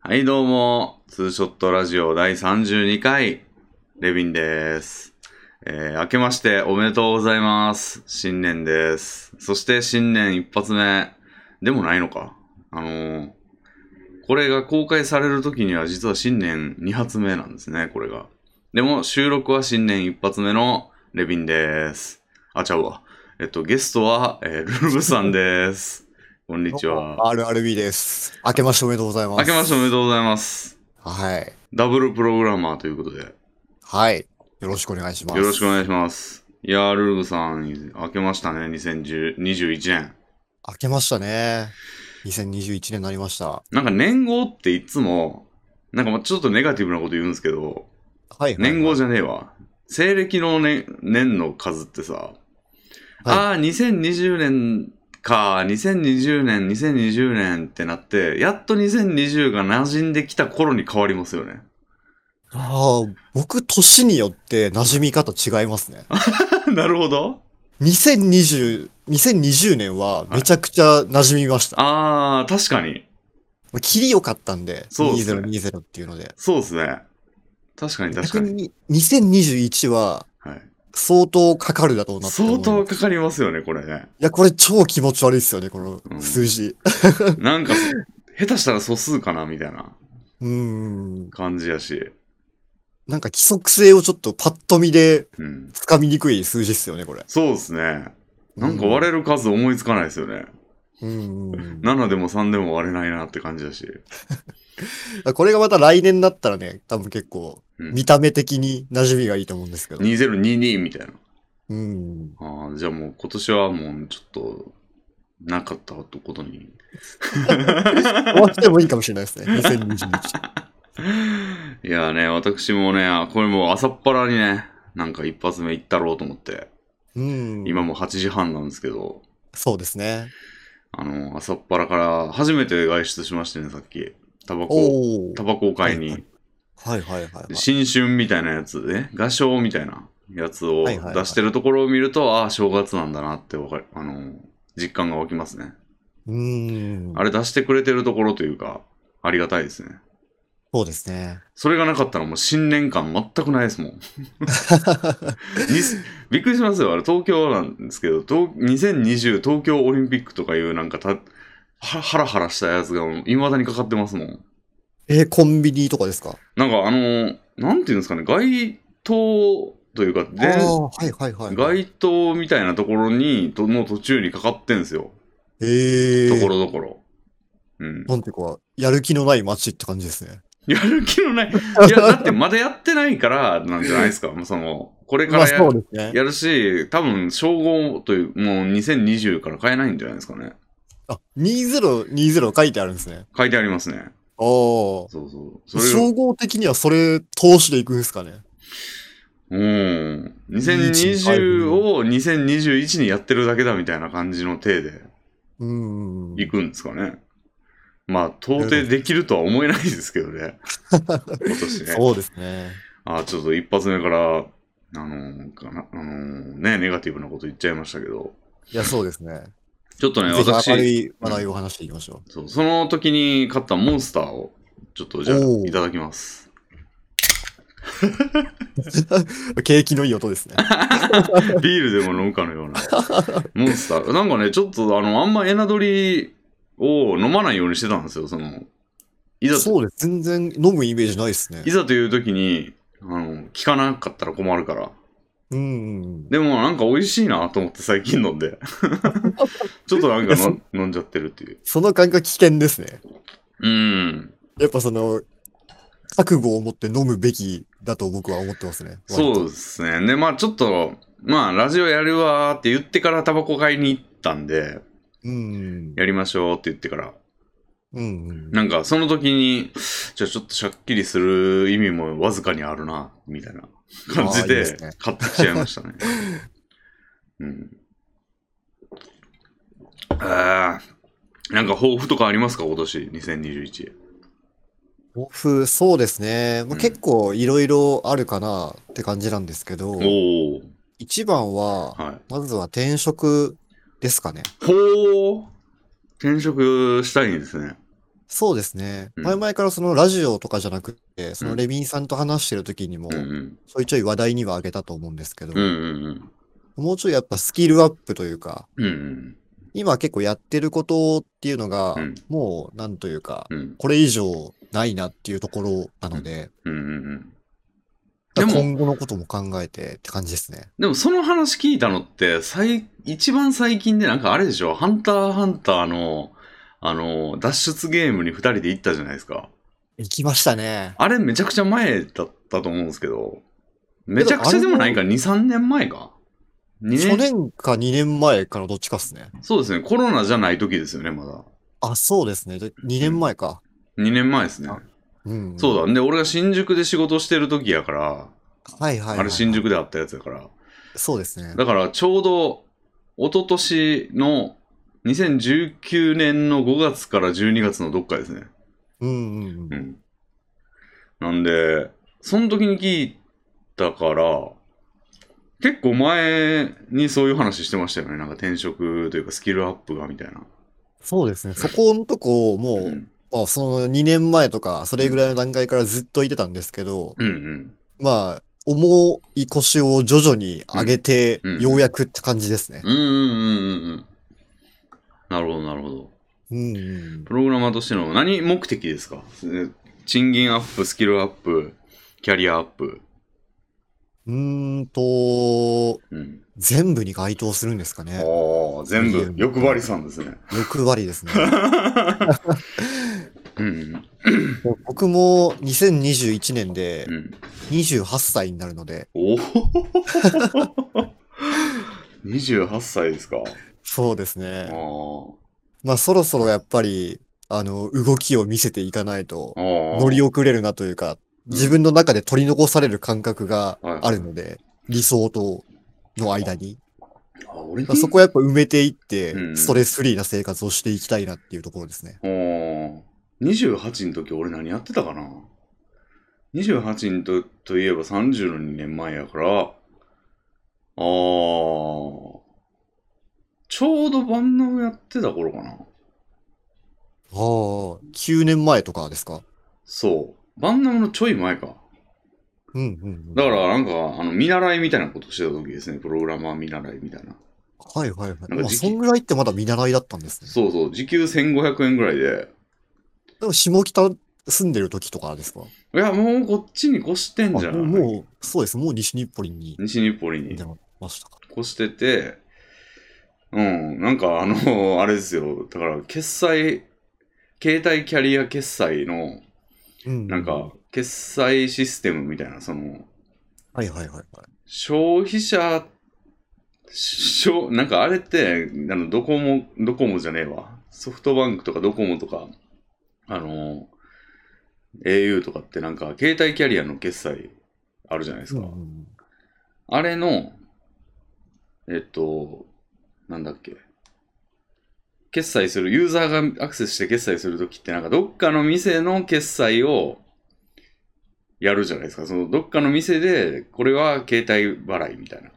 はい、どうも、ツーショットラジオ第32回、レビンです。えー、明けましておめでとうございます。新年です。そして新年一発目、でもないのか。あのー、これが公開される時には実は新年二発目なんですね、これが。でも収録は新年一発目のレビンです。あ、ちゃうわ。えっと、ゲストは、えールーブさんです。こんにちは。 RRB です。明けましておめでとうございます。明けましておめでとうございます。はい。ダブルプログラマーということで、よはい。よろしくお願いします。ろしくお願いします。いやー、ルーブさん、明けましたね、2021年。明けましたね。2021年になりました。はいなんか年号っていつも、なんかまあちょっとネガティブなこと言うんですけど、はい、はい。年号じゃねえわ。西暦の、ね、年の数ってさ、ああ、2020年か、2020年、2020年ってなって、やっと2020が馴染んできた頃に変わります よね。ああ、僕、年によって馴染み方違いますね。なるほど。 2020、2020年はめちゃくちゃ馴染みました。ああ、確かに。切り良かったんで、そうですね2020っていうので。そうですね。確かに確か逆に。に2021ははい、相当かかるだろうなって思い相ます当かいかりますよね、これね。や、これ超気持ち悪いっすよね、こうんの数字。なんか、下手したら素数かな、みたいなうーん。感じやし。なんか規則性をちょっとパッと見でうん。つかみにくい数字っすよね、これ。そうですね。なんか割れる数思いつかないですよね。うんうん7でも3でも割れないなって感じだし。うん。これがまた来年だったらね、多分結構、うん見た目的に馴染みがいいと思うんですけど。 2022みたいな。うん。ああ、じゃあもう今年はもうちょっと、なかったことに。 終わってもいいかもしれないですね、2021。いやね、私もね、あこれもう朝っぱらにね、なんか一発目行ったろうと思って、うん。今もう8時半なんですけど、そうですね。あの、朝っぱらから初めて外出しましてね、さっき。タバコを、おおタ。バコを買いに。はいはいはいはいはい。新春みたいなやつで、画商みたいなやつをはいはいはい出してるところを見ると、ああ、正月なんだなってわかる、あの、実感が湧きますね。うん。あれ出してくれてるところというか、ありがたいですね。そうですね。それがなかったらもう新年感全くないで すもん。にびっくりしますよ。あれ東京なんですけど、東2020東京オリンピックとかいうなんかた、はハラハラしたやつが未だにかかってますもん。えーコンビニとかですかなんかあの、なんていうんですかね、街灯というか、あ電あ、はいはいはい。街灯みたいなところに、との途中にかかってんすよ。ええところどころ。うん。なんていうか、やる気のない街って感じですね。やる気のない。いや、だってまだやってないから、なんじゃないです か。もうその、これかまあらや,、そうですね。やるし、多分、称号という、もう2020から買えないんじゃないですかね。あ、2020書いてあるんですね。書いてありますね。ああ。そうそう。それ総合的にはそれ通しでいくんですかねうん。2020を2021にやってるだけだみたいな感じの体でうーん。いくんですかね。まあ、到底できるとは思えないですけどね。今年ね。そうですね。あーちょっと一発目から、あのーかな、あのーね、ネガティブなこと言っちゃいましたけど、いや、そうですね。ちょっとね、ぜひ明る私、い話題を話していきましょそうその時に買ったモンスターを、ちょっとじゃあ、おーいただきます。う。景気のいい音ですね。ビールでも飲むかのような、モンスター。なんかね、ちょっと、あの、あんまエナドリを飲まないようにしてたんですよ、その、いざ、そうです。全然飲むイメージないですねい。ざという時に、あの、効かなかったら困るから。うんうん。でも、なんか美味しいなと思って最近飲んで。ちょっとなんかの飲んじゃってるっていう。その感覚危険ですね。うん。やっぱその、覚悟を持って飲むべきだと僕は思ってますね。そうでう。すね。で、まあちょっと、まあラジオやるわーって言ってからタバコ買いに行ったんで、うん。やりましょうって言ってから。うんうん。なんかその時に、じゃあちょっとしゃっきりする意味もわずかにあるな、みたいな感じあーいいでですね買ってきちゃいました ね。うん。あーなんか抱負とかありますか今年、2021。抱負、そうですね。まうあ、ん結構いろいろあるかなって感じなんですけど、おお一番は、はまずは転職ですかね。い。ほー転職したいんですね。そうですね。うん前々からそのラジオとかじゃなくて、そうのんレビンさんと話してる時にもう、んちょいちょい話題にはあげたと思うんですけどうん。う、んうんもうちょいやっぱスキルアップというか、うん。うん今結構やってることっていうのがうん、もうなんというか、うん。これ以上ないなっていうところなので、うんうんうん。だでかもら今後のことも考えてって感じですね。でもその話聞いたのって、最、一番最近でなんかあれでしょハンターハンターの、あの、脱出ゲームに二人で行ったじゃないですか。行きましたね。あれめちゃくちゃ前だったと思うんですけど、めちゃくちゃでもないか、2、3年前か ?2 去年年か2年前からどっちかっすね。そうですね、コロナじゃない時ですよね、まだ。あ、そうですね。で2年前か。 2年前ですね。うん。そうだ。で、俺が新宿で仕事してる時やから、はいはいはい。あれ新宿であったやつやから。そうですね。だからちょうど、一昨年の2019年の5月から12月のどっかですね。うんうんううん。ん。なんで、その時に聞いたから、結構前にそういう話してましたよね。なんか転職というかスキルアップがみたいな。そうですね。そこのとこ、もうう、んまあ、その2年前とか、それぐらいの段階からずっと言ってたんですけど、うんまあ、重い腰を徐々に上げてうんう、んようやくって感じですねうん。。うんうんうんうんうん。なるほどなるほど。うんうん。プログラマーとしての何目的ですかえ賃金アップ、スキルアップ、キャリアアップ。うーんと、うん。全部に該当するんですかね。ああ、全部いいよ欲張りさんですね。欲張 りですね。うん僕も2021年でうん。うん。 28歳になるので、おお !28 歳ですか。そうですあね。ーまあそろそろやっぱり、あの、動きを見せていかないとあ、ー。乗り遅れるなというか、自分の中で取り残される感覚がはいあるので、理想との間に。あ俺だからそこはやっぱ埋めていってう、んストレスフリーな生活をしていきたいなっていうところですね。おー28の時俺何やってたかな ?28 のとといえば30の2年前やから、あー、ちょうどバンナムやってた頃かな。ああ、9年前とかですかそう。バンナムのちょい前か。うんうんうん。だからなんか、あの、見習いみたいなことしてた時ですね。プログラマー見習いみたいな。はいはいはい。かまあ、時期そんぐらいってまだ見習いだったんですね。そうそう、時給1500円ぐらいで。でも、下北住んでる時とかですかいや、もうこっちに越してんじゃあないもう、もうそうです。もう西日暮里に西日暮里に出。ましたか。越してて、うん、なんかあの、 あれですよ、だから決済、携帯キャリア決済の、うん。なんか、決済システムみたいな、その、はいはいはいはい。消費者、しょなんかあれって、あの、ドコモ、ドコモじゃねえわ。ソフトバンクとかドコモとか、あの、au とかってなんか、携帯キャリアの決済あるじゃないですうか。んうんうんあれの、えっと、なんだっけ。決済する、ユーザーがアクセスして決済するときって、なんかどっかの店の決済をやるじゃないですか。そのどっかの店で、これは携帯払いみたいな。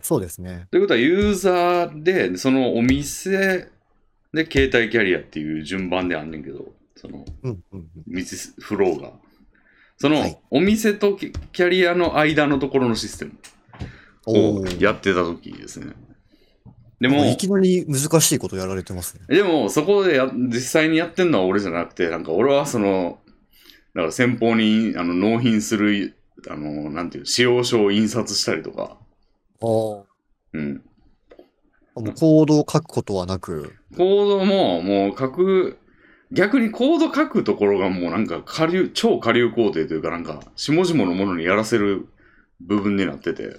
そうですね。ということは、ユーザーで、そのお店で携帯キャリアっていう順番であんねんけど、その、うんうんうん。道すフローが。そのはい、お店とキキャリアの間のところのシステム。おをーやってた時ですね。でなんかもい、きなり難しいことやられてますね。でもそこでや実際にやってんのは俺じゃなくて、なんか俺はその、だから先方にあの納品する、あの、なんていう、使用書を印刷したりとか、ああ。もうん。う行動を書くことはなく、コードももう書く、逆にコード書くところがもうなんか下流、超下流工程というかなんか、下々のものにやらせる部分になってて、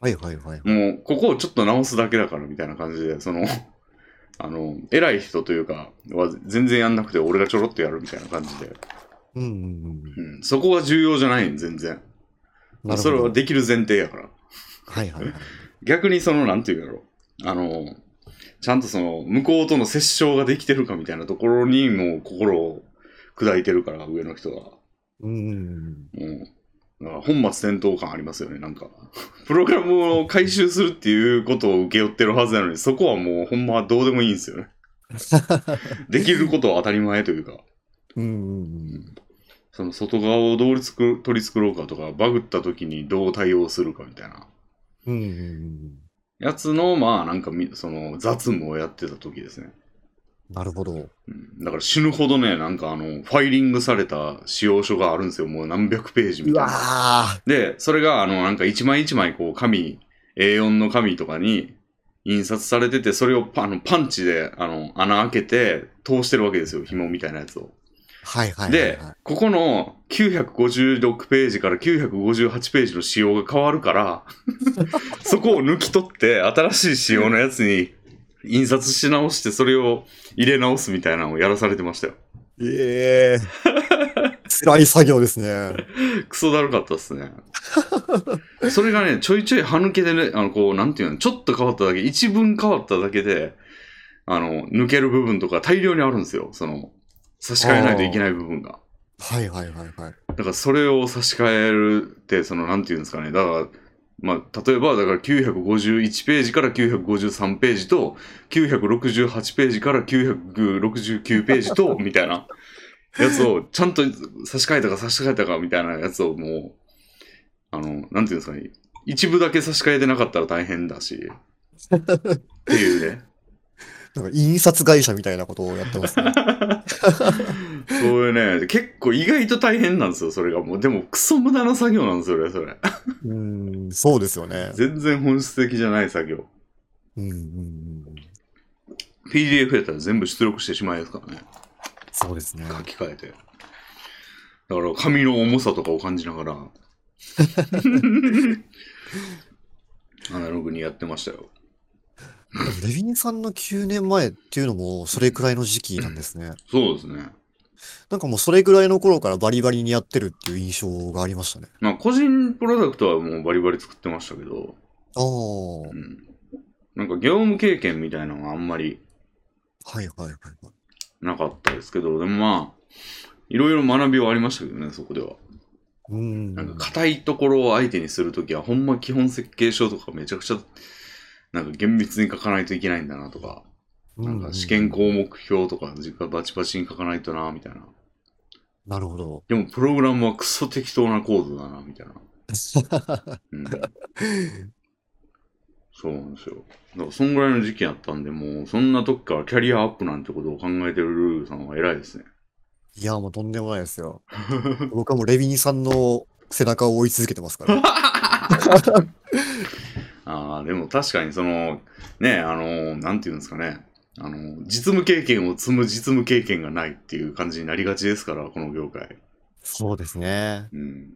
はいはいはい。もう、ここをちょっと直すだけだからみたいな感じで、 その、あの、偉い人というか、は全然やんなくて、俺がちょろっとやるみたいな感じで、うんうんうん。うん、そこは重要じゃないん、全然。なるほど。それはできる前提やから。はいはいはい。逆にその、なんていうんだろう、あの、ちゃんとその、向こうとの折衝ができてるかみたいなところに、もう心を砕いてるから、上の人が。うんうんうん。もう、だから本末転倒感ありますよね、なんか。プログラムを回収するっていうことを請け負ってるはずなのに、そこはもうほんまどうでもいいんですよね。できることは当たり前というか。うんうんうん。その外側をどうつく取り繕うかとか、バグった時にどう対応するかみたいなうんうんうん。やつの、まあなんかみ、その雑務をやってた時ですね。なるほど。うんだから死ぬほどね、なんかあの、ファイリングされた仕様書があるんですよ。もう何百ページみうたいわな。あで、それがあの、なんか一枚一枚こう紙、A4 の紙とかに印刷されてて、それをパあのパンチであの穴開けて通してるわけですよ。紐みたいなやつを。はいはいはい、はいで。、ここの956ページから958ページの仕様が変わるから、そこを抜き取って、新しい仕様のやつに印刷し直して、それを入れ直すみたいなのをやらされてましたよ。 ええ辛い作業ですね。クソだるかったっすね。それがね、ちょいちょい歯抜けでね、あの、こう、なんていうの、ちょっと変わっただけ、一文変わっただけで、あの、抜ける部分とか大量にあるんですよ。その、差し替えないといけない部分が。はいはいはいはい。だからそれを差し替えるって、そのなんていうんですかね、だから、まあ、例えば、だから951ページから953ページと、968ページから969ページと、みたいなやつを、ちゃんと差し替えたか差し替えたかみたいなやつをもう、あの、なんていうんですかね、一部だけ差し替えてなかったら大変だし、っていうね、なんか印刷会社みたいなことをやってます ね。そういうね、結構意外と大変なんですよ、それが。もう、でも、クソ無駄な作業なんですよね、それ。うーん、そうですよね。全然本質的じゃない作業。うんうんうん。 PDF やったら全部出力してしまいますからね。そうですね。書き換えて。だから紙の重さとかを感じなが ら。アナログにやってましたよ。 レヴィンさんの9年前っていうのもそれくらいの時期なんですね。そうですね。なんかもうそれくらいの頃からバリバリにやってるっていう印象がありましたね。まあ個人プロダクトはもうバリバリ作ってましたけど、ああ、はうん。なんか業務経験みたいなのはあんまりいはいはいはい。なかったですけど、でもまあ、いろいろ学びはありましたけどね、そこでは。うーん。なんか硬いところを相手にするときは、ほんま基本設計書とかめちゃくちゃ、なんか厳密に書かないといけないんだなとか、うなんんか試験項目表とか、実家バチバチに書かないとな、みたいな。なるほど。でも、プログラムはクソ適当なコードだな、みたいな。うん、そうなんですよ。だから、そんぐらいの時期やったんで、もう、そんな時からキャリアアップなんてことを考えてるルーさんは偉いですね。いや、もうとんでもないで すよ。僕はもうレヴィンさんの背中を追い続けてますから。 ああ、でも確かにその、ね、あのなんていうんですかね、あの実務経験を積む実務経験がないっていう感じになりがちですから、この業界。そうですね。うん。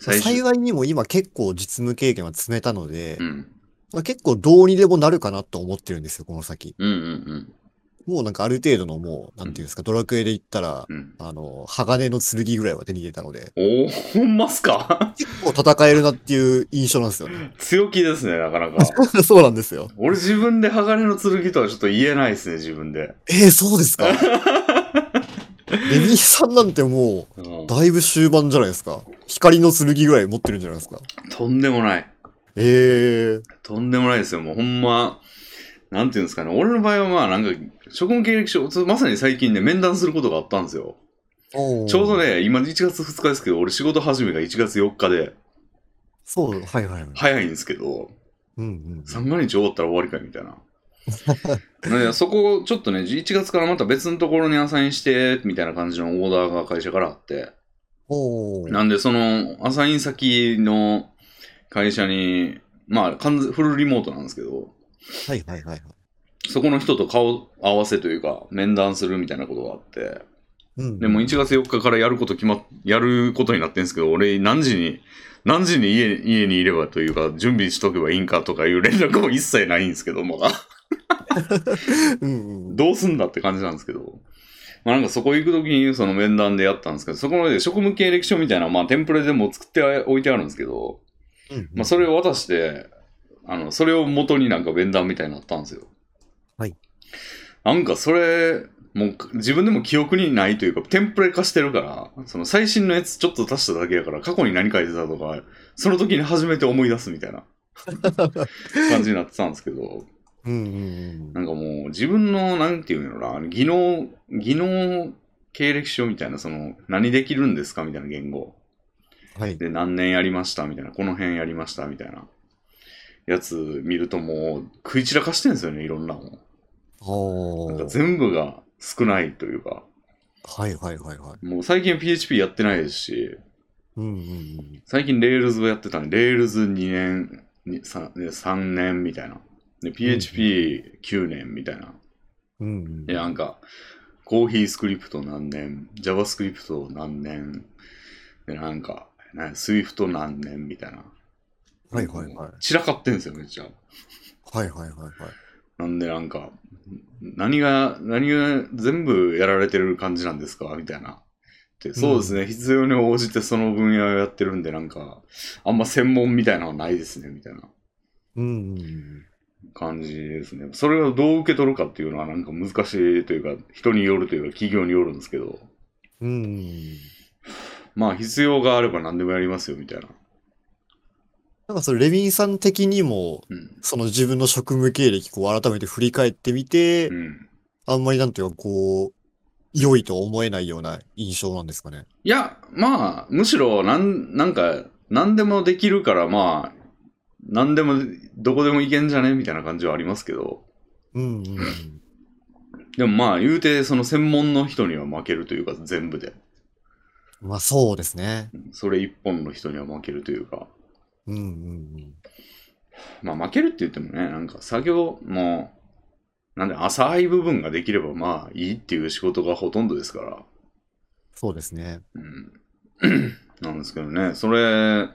最初、幸いにも今結構実務経験は積めたので、うん。まあ、結構どうにでもなるかなと思ってるんですよ、この先。うんうんもうなんかある程度のもう、なんていうんですか、ドラクエで言ったら、うん。うん。あの、鋼の剣ぐらいは手に入れたので、おお、ほんますか 結構戦えるなっていう印象なんですよね。 強気ですね、なかなか。そうなんですよ。俺自分で鋼の剣とはちょっと言えないですね、自分で。えー、そうです か。レミーさんなんてもうんう、だいぶ終盤じゃないですか。光の剣ぐらい持ってるんじゃないですか。とんでもない。えー、とんでもないですよ。もうほんま、なんていうんですかね。俺の場合はまあなんか、職務経歴書、つまさに最近ね、面談することがあったんですよ。おーちょうど。ね、今1月2日ですけど、俺仕事始めが1月4日で、そう、はいはいはい。早いんですけど、うんうん。三が日終わったら終わりかいみたい な。ねそこをちょっとね、11月からまた別のところにアサインして、みたいな感じのオーダーが会社からあって、おー。なんでその、アサイン先の会社に、まあ完全、フルリモートなんですけど、はいはいはいはい。そこの人と顔合わせというか、面談するみたいなことがあって、うん。でもう1月4日からやること決まっ、やることになってんですけど、俺何時に、何時に家家にいればというか、準備しとけばいいんかとかいう連絡も一切ないんですけど、まだ。うんう ん。どうすんだって感じなんですけど。まあなんかそこ行くときにその面談でやったんですけど、そこまで職務経歴書みたいな、まあテンプレでもう作っておいてあるんですけど、うんうん まあそれを渡して、あの、それを元になんか面談みたいになったんですよ。はい。なんかそれ、もう自分でも記憶にないというか、テンプレ化してるから、その最新のやつちょっと足しただけやから、過去に何書いてたとか、その時に初めて思い出すみた いな感じになってたんですけど、うんうんうん。なんかもう自分の、なんていうのかな、技能、技能経歴書みたいな、その、何できるんですかみたいな言語。はい。で、何年やりましたみたいな、この辺やりましたみたいな、やつ見るともう、食い散らかしてるんですよね、いろんなもん。おなんかー。全部が少ないというか、はいはいはいはい。もう最近 PHP やってないですし、うんうんうん。最近 Rails をやってたんで、Rails2 年、にさね3年みたいな。で、PHP9 年みたいな。うんうん。で、なんか、コーヒースクリプト何年、JavaScript 何年、で、なんか、ね、Swift 何年みたいな。はいはいはい。散らかってんですよ、めっちゃ。はいはいはいはい。なんでなんか、何が、何が全部やられてる感じなんですかみたいな。でそうですね、必要に応じてその分野をやってるんで、なんか、あんま専門みたいなのはないですね、みたいなうんうんうん。感じですね。それをどう受け取るかっていうのはなんか難しいというか、人によるというか、企業によるんですけど、うんうんうん。まあ必要があれば何でもやりますよ、みたいな。なんかそれ、レビンさん的にも、うん。その自分の職務経歴、こう改めて振り返ってみてう、ん。あんまりなんていうか、こう、良いと思えないような印象なんですかね。いや、まあ、むしろ、なん、なんか、何でもできるから、まあ、何でも、どこでもいけんじゃねみたいな感じはありますけど、うんうんうん。でもまあ、言うて、その専門の人には負けるというか、全部で。まあそうですね。それ一本の人には負けるというか、うんうんまあ、負けるって言ってもね、なんか、作業も、なんで、浅い部分ができれば、まあ、いいっていう仕事がほとんどですから、そうですね。うん、なんですけどね、それ、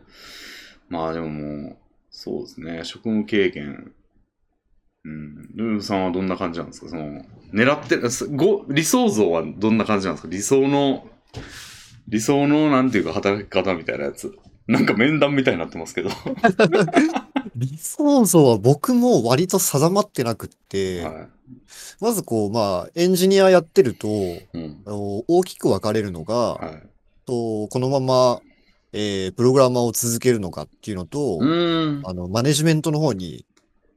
まあでももう、そうですね、職務経験、うん、ルーさんはどんな感じなんですかその、狙ってる、すご理想像はどんな感じなんですか理想の、理想の、なんていうか、働き方みたいなやつ。なんか面談みたいになってますけど。は理想像は僕も割と定まってなくって、い。まずこう、まあ、エンジニアやってると、うん。あの大きく分かれるのが、はい。と、このまま、えープログラマーを続けるのかっていうのとう、ーん。あの、マネジメントの方に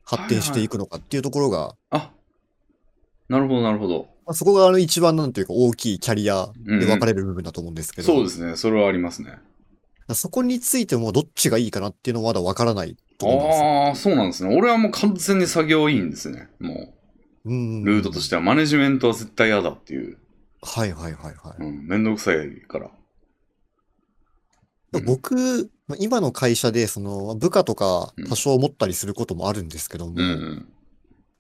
発展していくのかっていうところが、あ、なるほど、なるほど。まあ、そこがあの一番なんていうか大きいキャリアで分かれる部分だと思うんですけど、そうですね、それはありますね。そこについてもどっちがいいかなっていうのはまだ分からないところなんですよ。ああ、そうなんですね。俺はもう完全に作業員ですね。もうんう、ルートとしては、マネジメントは絶対嫌だっていう。はいはいはいはい。うん、めんどくさいから。うん僕、まあ今の会社で、その、部下とかうん多少持ったりすることもあるんですけども、うんうん。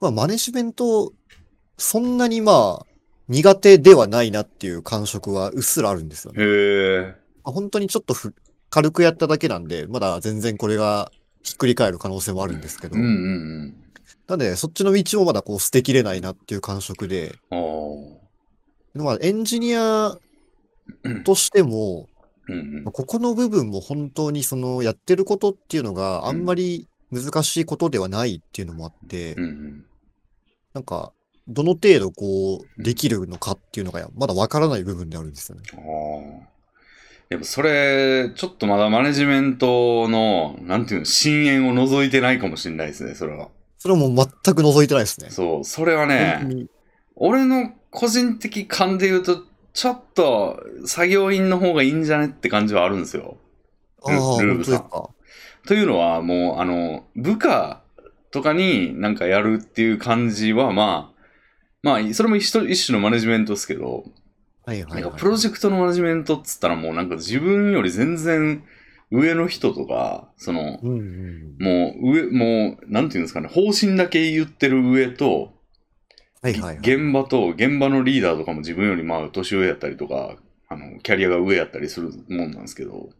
まあ、マネジメント、そんなにまあ、苦手ではないなっていう感触はうっすらあるんですよね。へえ。まあ本当にちょっとふ軽くやっただけなんで、まだ全然これがひっくり返る可能性もあるんですけど、うんうんなんで、そっちの道をまだこう捨てきれないなっていう感触で、うん。ああ。まあ、エンジニアとしても、うんうんまあ。ここの部分も本当にそのやってることっていうのがあんまり難しいことではないっていうのもあってう、んうん。なんか、どの程度こう、できるのかっていうのが、まだわからない部分であるんですよね。ああ。やっぱそれ、ちょっとまだマネジメントの、なんていうの、深淵を覗いてないかもしれないですね、それは。それはもう全く覗いてないですね。そう、それは本当ね、に俺の個人的感で言うと、ちょっと作業員の方がいいんじゃねって感じはあるんですよ。ああ、ルー本ブ当さでんすか。というのは、もう、あの、部下とかになんかやるっていう感じは、まあ、まあ、それも一種一種のマネジメントですけど、はいはない、んはかい。プロジェクトのマネジメントっつったらもうなんか自分より全然上の人とか、その、うんうん。もう上、もう、なんていうんですかね、方針だけ言ってる上と、はいはいはい。現場と、現場のリーダーとかも自分よりまあ年上やったりとか、あの、キャリアが上やったりするもんなんですけど、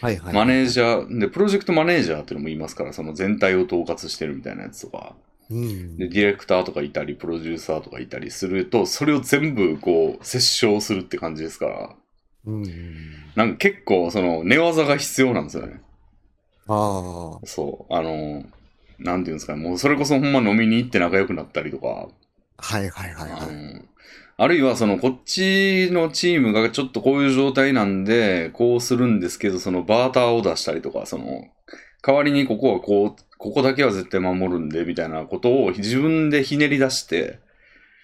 はいはい。マネージャー、で、プロジェクトマネージャーっていうのも言いますから、その全体を統括してるみたいなやつとか、うん。で、ディレクターとかいたり、プロデューサーとかいたりすると、それを全部こう、折衝するって感じですから、うんうん。なんか結構、その、寝技が必要なんですよね。ああ。そう、あの、なんていうんですかね、もうそれこそほんま飲みに行って仲良くなったりとか、はいはいはいあはい。のあるいはそのこっちのチームがちょっとこういう状態なんでこうするんですけどそのバーターを出したりとかその代わりにここはこうここだけは絶対守るんでみたいなことを自分でひねり出して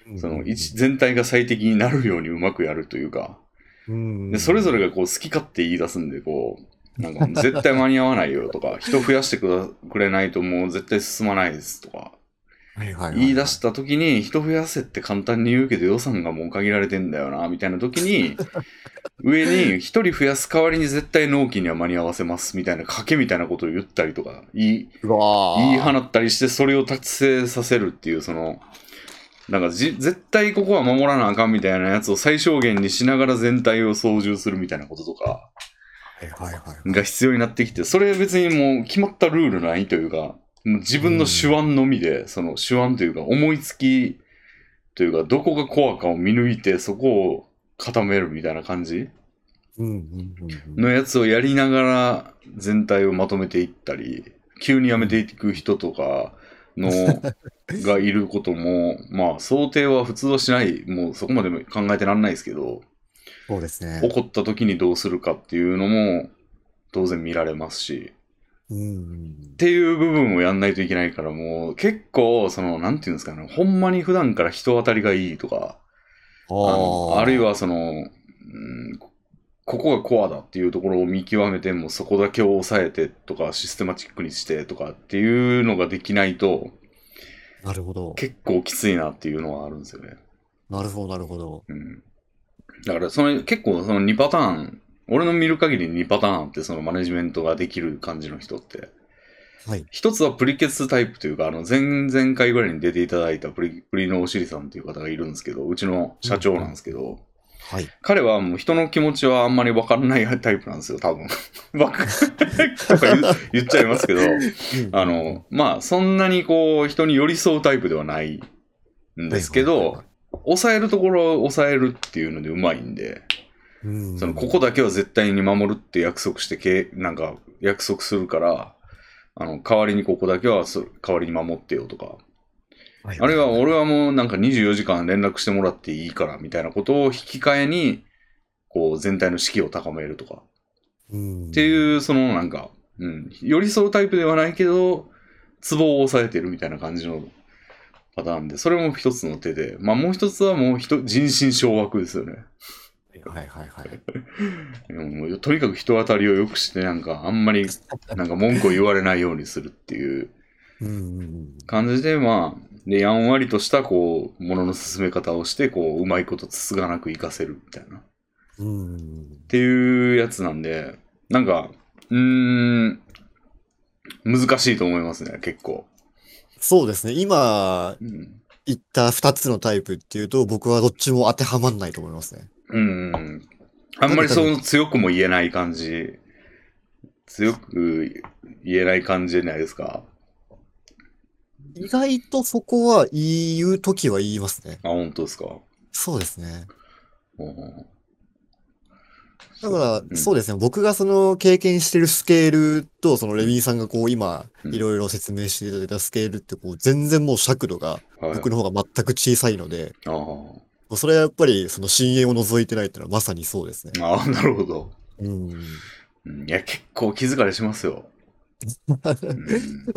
うんその一全体が最適になるようにうまくやるというか、うんでそれぞれがこう好き勝手言い出すんで、こう、なんか絶対間に合わないよとか、人増やしてくだくれないともう絶対進まないですとか、はいはいはいはい言い出した時に人増やせって簡単に言うけど予算がもう限られてんだよなみたいな時に 上に一人増やす代わりに絶対納期には間に合わせますみたいな賭けみたいなことを言ったりとか言いうわー言い放ったりしてそれを達成させるっていうそのなんかじ絶対ここは守らなあかんみたいなやつを最小限にしながら全体を操縦するみたいなこととかはいはいはいが必要になってきてそれ別にもう決まったルールないというかもう自分の手腕のみで、その手腕というか思いつきというかどこがコアかを見抜いてそこを固めるみたいな感じうんうんうんのやつをやりながら全体をまとめていったり急にやめていく人とかのがいることもまあ想定は普通はしないもうそこまでも考えてらんないですけどそうですね。起こった時にどうするかっていうのも当然見られますし。うんうんっていう部分をやんないといけないから、もう結構、その、なんていうんですかね、ほんまに普段から人当たりがいいとか、ああーのあるいはその、うん、こここがコアだっていうところを見極めても、そこだけを抑えてとか、システマチックにしてとかっていうのができないと、なるほど。結構きついなっていうのはあるんですよね。なるほど、なるほど。うん。だから、その、結構その2パターン、俺の見る限り2パターンあって、そのマネジメントができる感じの人って。はい。一つはプリケツタイプというか、あの、前々回ぐらいに出ていただいたプリプリのおしりさんという方がいるんですけど、うちの社長なんですけど、はい。彼はもう人の気持ちはあんまりわからないタイプなんですよ、多分。 わかとか言う言っちゃいますけど、あの、まあ、そんなにこう、人に寄り添うタイプではないんですけはいはいはどい、抑えるところを抑えるっていうのでうまいんで、うん、そのここだけは絶対に守るって約束してけなんか約束するからあの代わりにここだけはそ代わりに守ってよとかいあるいははい俺はもうなんか24時間連絡してもらっていいからみたいなことを引き換えにこう全体の士気を高めるとかうん、っていうそのなんか、うん、寄り添うタイプではないけどツボを押さえてるみたいな感じのパターンでそれも一つの手でまあもう一つはもう人人心掌握ですよねはいはいはい。うんもうとにかく人当たりを良くして、なんか、あんまり、なんか文句を言われないようにするっていううんうんうん。感じで、まあ、で、やんわりとした、こう、ものの進め方をして、こう、うまいことつつがなく活かせるみたいな。っうんうんていうやつなんで、なんか、うーん、難しいと思いますね、結構。そうですね。今うん。言った二つのタイプっていうと、僕はどっちも当てはまんないと思いますね。うん。あんまりそう強くも言えない感じ。強く言えない感じじゃないですか。意外とそこは言うときは言いますね。あ、本当ですか。そうですね。うんだから、うんそうですね。僕がその経験してるスケールと、そのレビンさんがこう今、うんいろいろ説明していただいたスケールって、こう全然もう尺度がはい、僕の方が全く小さいので、あもうそれはやっぱりその深淵を除いてないってのはまさにそうですね。あああ、なるほど。うん。うんいや、結構気疲れしますよ。うん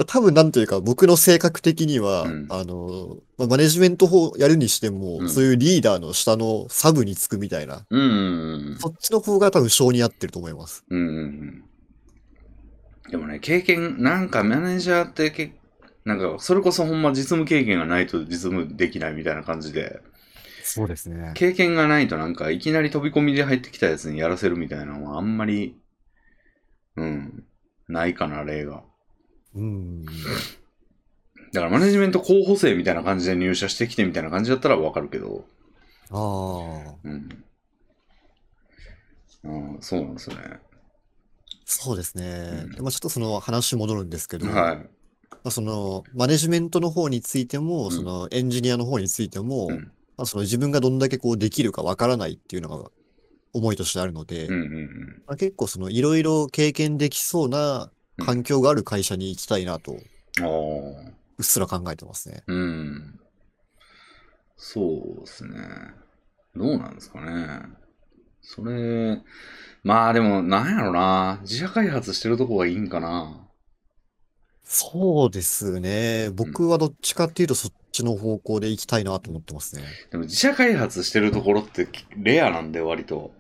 多分なんというか僕の性格的には、うんあの、まあマネジメント法やるにしても、うんそういうリーダーの下のサブにつくみたいな、うん。そっちの方が多分性に合ってると思います。うんうん。でもね、経験、なんかマネージャーってけ、なんか、それこそほんま実務経験がないと実務できないみたいな感じで、そうですね。経験がないとなんか、いきなり飛び込みで入ってきたやつにやらせるみたいなのはあんまり、うん、ないかな、例が。うん。だからマネジメント候補生みたいな感じで入社してきてみたいな感じだったらわかるけど、ああ、うん。ああ、そうなんですね。そうですねうん。でまあちょっとその話戻るんですけど、はい。まあ、そのマネジメントの方についても、んそのエンジニアの方についても、うんまあ、その自分がどんだけこうできるかわからないっていうのが思いとしてあるので、うんうんうん。まあ、結構そのいろいろ経験できそうな環境がある会社に行きたいなと、うああ、っすら考えてますね。うん。そうですね。どうなんですかね。それ、まあでも、なんやろな。自社開発してるとこがいいんかな。そうですね。僕はどっちかっていうとそっちの方向で行きたいなと思ってますね。でも自社開発してるところってレアなんで割と。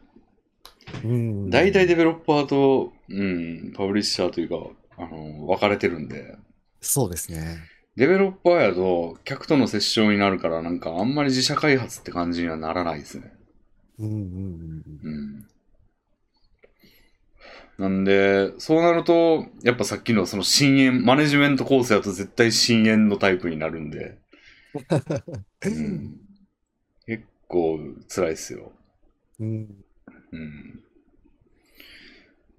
うん。大体デベロッパーと、うん、パブリッシャーというか、あの、分かれてるんで。そうですね。デベロッパーやと客との接触になるからなんかあんまり自社開発って感じにはならないですね。うんうんうんうん。うん。なんで、そうなると、やっぱさっきのその深淵、マネジメント構成だと絶対深淵のタイプになるんで、うん、結構辛いっすよ。うん、うん。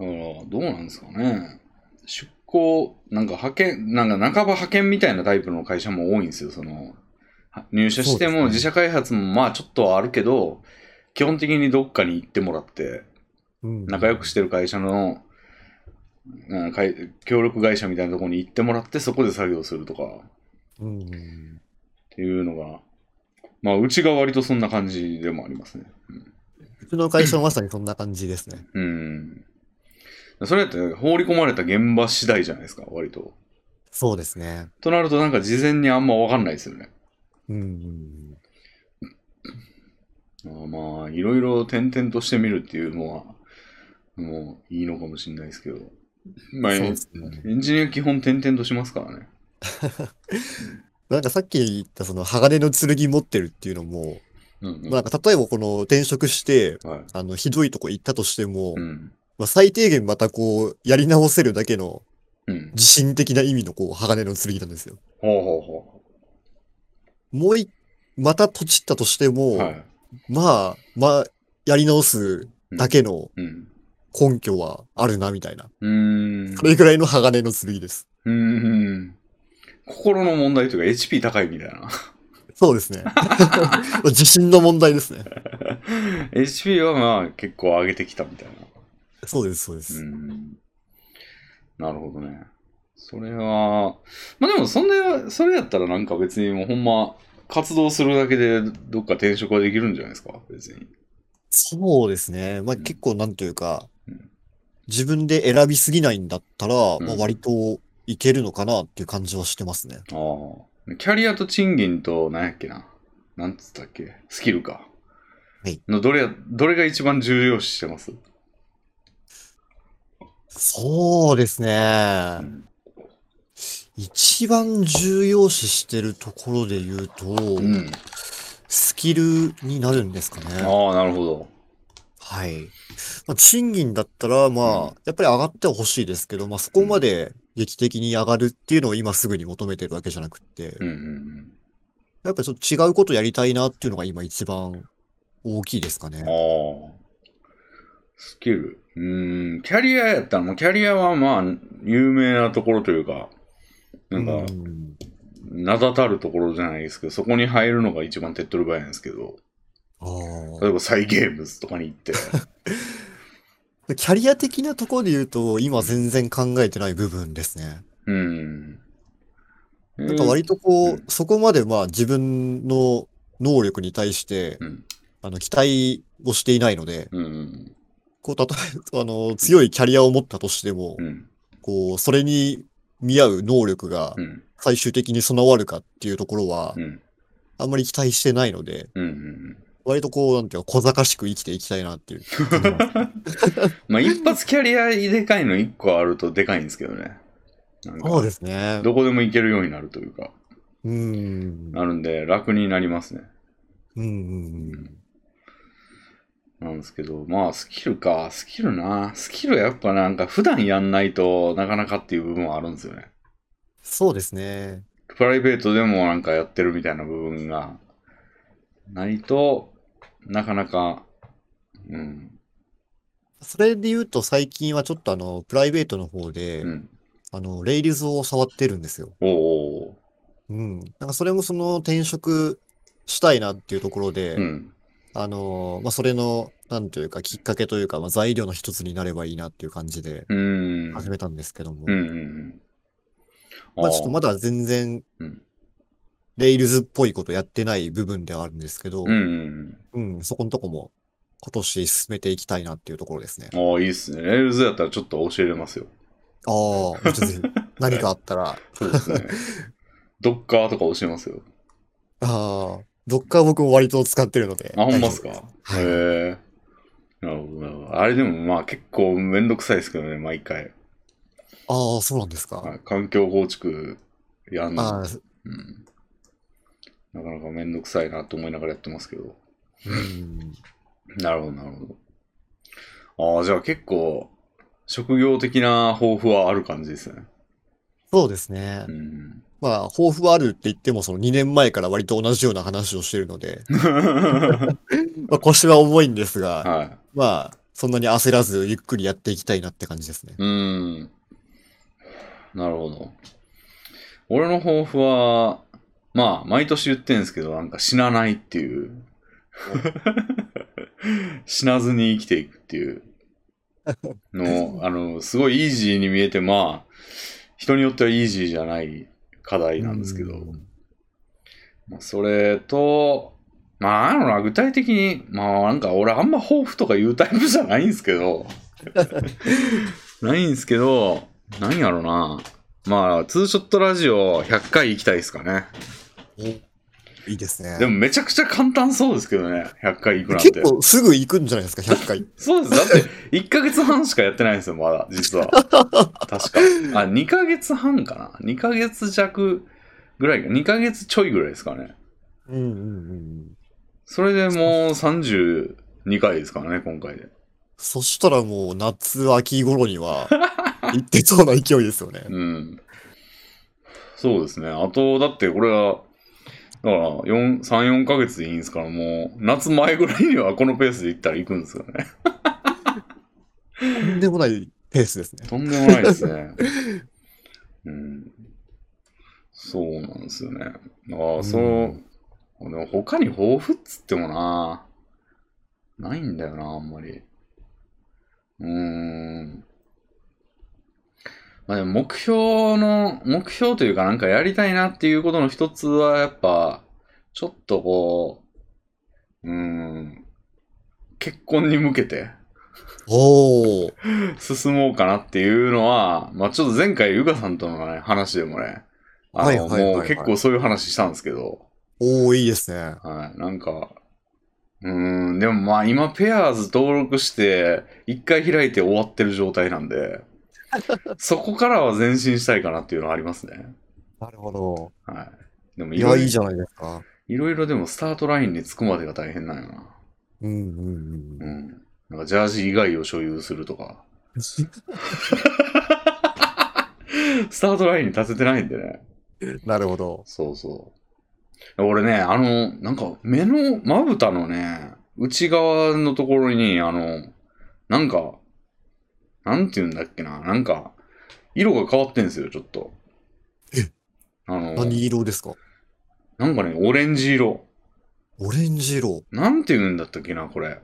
だから、どうなんですかね。出向、なんか派遣、なんか半ば派遣みたいなタイプの会社も多いんですよ。その、は入社してそうですねも自社開発もまあちょっとはあるけど、基本的にどっかに行ってもらって、うん。仲良くしてる会社の、うん、かい協力会社みたいなところに行ってもらって、そこで作業するとかっうんうん。ていうのが、まあ、うちが割とそんな感じでもありますね。うちの会社はまさにそんな感じですね。うん。うん、それって放り込まれた現場次第じゃないですか、割と。そうですね。となると、なんか事前にあんま分かんないですよね。うんうんあーまあ、いろいろ転々としてみるっていうのは、もういいのかもしれないですけど。まうあ、ん。そうエですね。ンジニア基本転々としますからね。なんかさっき言ったその鋼の剣持ってるっていうのも、うん、うん。まあなんか例えばこの転職して、はい。あの、ひどいとこ行ったとしても、うん。まあ最低限またこう、やり直せるだけのうん。自信的な意味のこう、鋼の剣なんですよ。ほうほうほう。もうい、またとちったとしても、はい。まあ、まあ、やり直すだけのうん。根拠はあるな、みたいな。うーん。それぐらいの鋼の剣です。うーん。心の問題というか HP 高いみたいな。そうで すね。自信の問題ですね。 HP はまあ結構上げてきたみたいな。そうです、そうでうす。ん。なるほどね。それは、まあでもそんな、それやったらなんか別にもうほんま活動するだけでどっか転職はできるんじゃないですか別に。そうですね。まあうん結構なんというかうん、自分で選びすぎないんだったら、んまあ割といけるのかなっていう感じはしてますね。ああ。キャリアと賃金と何やっけな。なんつったっけスキルか。はいのどれや、どれが一番重要視してますそうですねう。ん一番重要視してるところで言うと、うん。スキルになるんですかね。ああ、なるほど。はい。まあ、賃金だったら、まあ、うんやっぱり上がっては欲しいですけど、まあそこまで劇的に上がるっていうのを今すぐに求めてるわけじゃなくって、うんうんやっぱりちょっと違うことやりたいなっていうのが今一番大きいですかうねん。。ああ。スキル。うーん、キャリアやったら、もうキャリアはまあ、有名なところというか、なんうか、ん名だたるところじゃないですけど、そこに入るのが一番手っ取り早いんですけど、あー例えばサイゲームズとかに行 って、キャリア的なところで言うと、今全然考えてない部分ですね。うん。なんか割とうこんう、そこまでまあ自分の能力に対して、うん、あの、期待をしていないので、うん、うんこう、例えば、 あの、強いキャリアを持ったとしてもう、ん、こう、それに見合う能力がうん、最終的に備わるかっていうところはう、ん、あんまり期待してないので、うんうん。割とこう、なんていうか、小賢しく生きていきたいな っていう。まあ、一発キャリアでかいの1個あるとでかいんですけどね。なんかそうですね。どこでも行けるようになるというか、うーん。なるんで楽になりますね。うんうんうん。なんですけど、まあスキルか、スキルな。スキルやっぱなんか普段やんないとなかなかっていう部分はあるんですよね。そうですね。プライベートでもなんかやってるみたいな部分がないとなかなか、うん、それで言うと最近はちょっとあの、プライベートの方でう、ん。あの、レイルズを触ってるんですよ。おうおうおうん。なんかそれもその転職したいなっていうところう、うで、ん。あの、まあ、それの、なんというか、きっかけというか、まあ、材料の一つになればいいなっていう感じでうーん。始めたんですけどもうんう、んうん。まあ、ちょっとあまだ全然うん、レイルズっぽいことやってない部分ではあるんですけどー、うんうんうん、そこのとこも今年進めていきたいなっていうところですね。うん。ああ、いいっすね。レールズやったらちょっと教えれますよ。ああ、もうちょ っとぜひ何かあったら、あそうです ね。ドッカーとか押しますよ。あ、どっか僕も割と使ってるので。あ、ほんまっすか。大へえ。丈夫ではいなるほど、なるほど。あれでもまあ結構めんどくさいですけどね、毎回。ああ、そうなんですか。はい環境構築やんあの。あ、うん。なかなかめんどくさいなと思いながらやってますけど。うん。なるほど、なるほど。ああ、じゃあ結構、職業的な抱負はある感じですね。そうですねう。ん。まあ、抱負はあるって言っても、その2年前から割と同じような話をしてる ので、はまあ、腰は重いんですが、い。まあ、そんなに焦らずゆっくりやっていきたいなって感じですね。うーん。なるほど。俺の抱負は、まあ、毎年言ってんですけど、なんか死なないって いう。死なずに生きていくっていうの を、あの、すごいイージーに見えて、まあ、人によってはイージーじゃない課題なんですけど、うんまあ、それと、まあ、なんやろな、具体的に、まあ、なんか俺あんま抱負とか言うタイプじゃないんですけ ど、ないんですけど、なんやろな。まあ、ツーショットラジオ100回行きたいですかね。いいですね。でもめちゃくちゃ簡単そうですけどね、100回行くなんて結。構すぐ行くんじゃないですか、100回。そうです。だって、1ヶ月半しかやってないんですよ、まだ、実は。確か。あ、2ヶ月半かな。2ヶ月弱ぐらいか。2ヶ月ちょいぐらいですかね。うんうんうん。それでもう32回ですからね、今回で。そしたらもう夏、秋頃に は行ってそうな勢いですよね。うん。そうですね。あと、だってこれは、だから4、3、4ヶ月でいいんですから、もう、夏前ぐらいにはこのペースで行ったら行くんですよね。とんでもないペースですね。とんでもないですね。うん。そうなんですよね。だから、その、でも他に抱負っつってもな、ないんだよな、あんまり。うーん。まあでも目標の、目標というかなんかやりたいなっていうことの一つはやっぱ、ちょっとこう、うーん、結婚に向けておー。進もうかなっていうのは、まあちょっと前回ゆかさんとのね、話でもね、あはいはの、いはいはいもう結構そういう話したんですけど、おー、いいですね。はい、なんか、うーん、でもまあ今ペアーズ登録して、一回開いて終わってる状態なんで、 そこからは前進したいかなっていうのはありますね。なるほど。はい。でもいいや、ろいいいじろ、ゃないですか。いろいろでもスタートラインに着くまでが大変なんよな。うんうんううん。ん。なんかジャージ以外を所有するとか、スタートラインに立ててないんでね。なるほど。そうそう。俺ね、あの、なんか目の、まぶたのね、内側のところに、あの、なんか、なんて言うんだっけな、なんか、色が変わってんすよ、ちょっと。えあの、何色ですかなんかね、オレンジ色。オレンジ色。なんて言うんだったっけな、これ。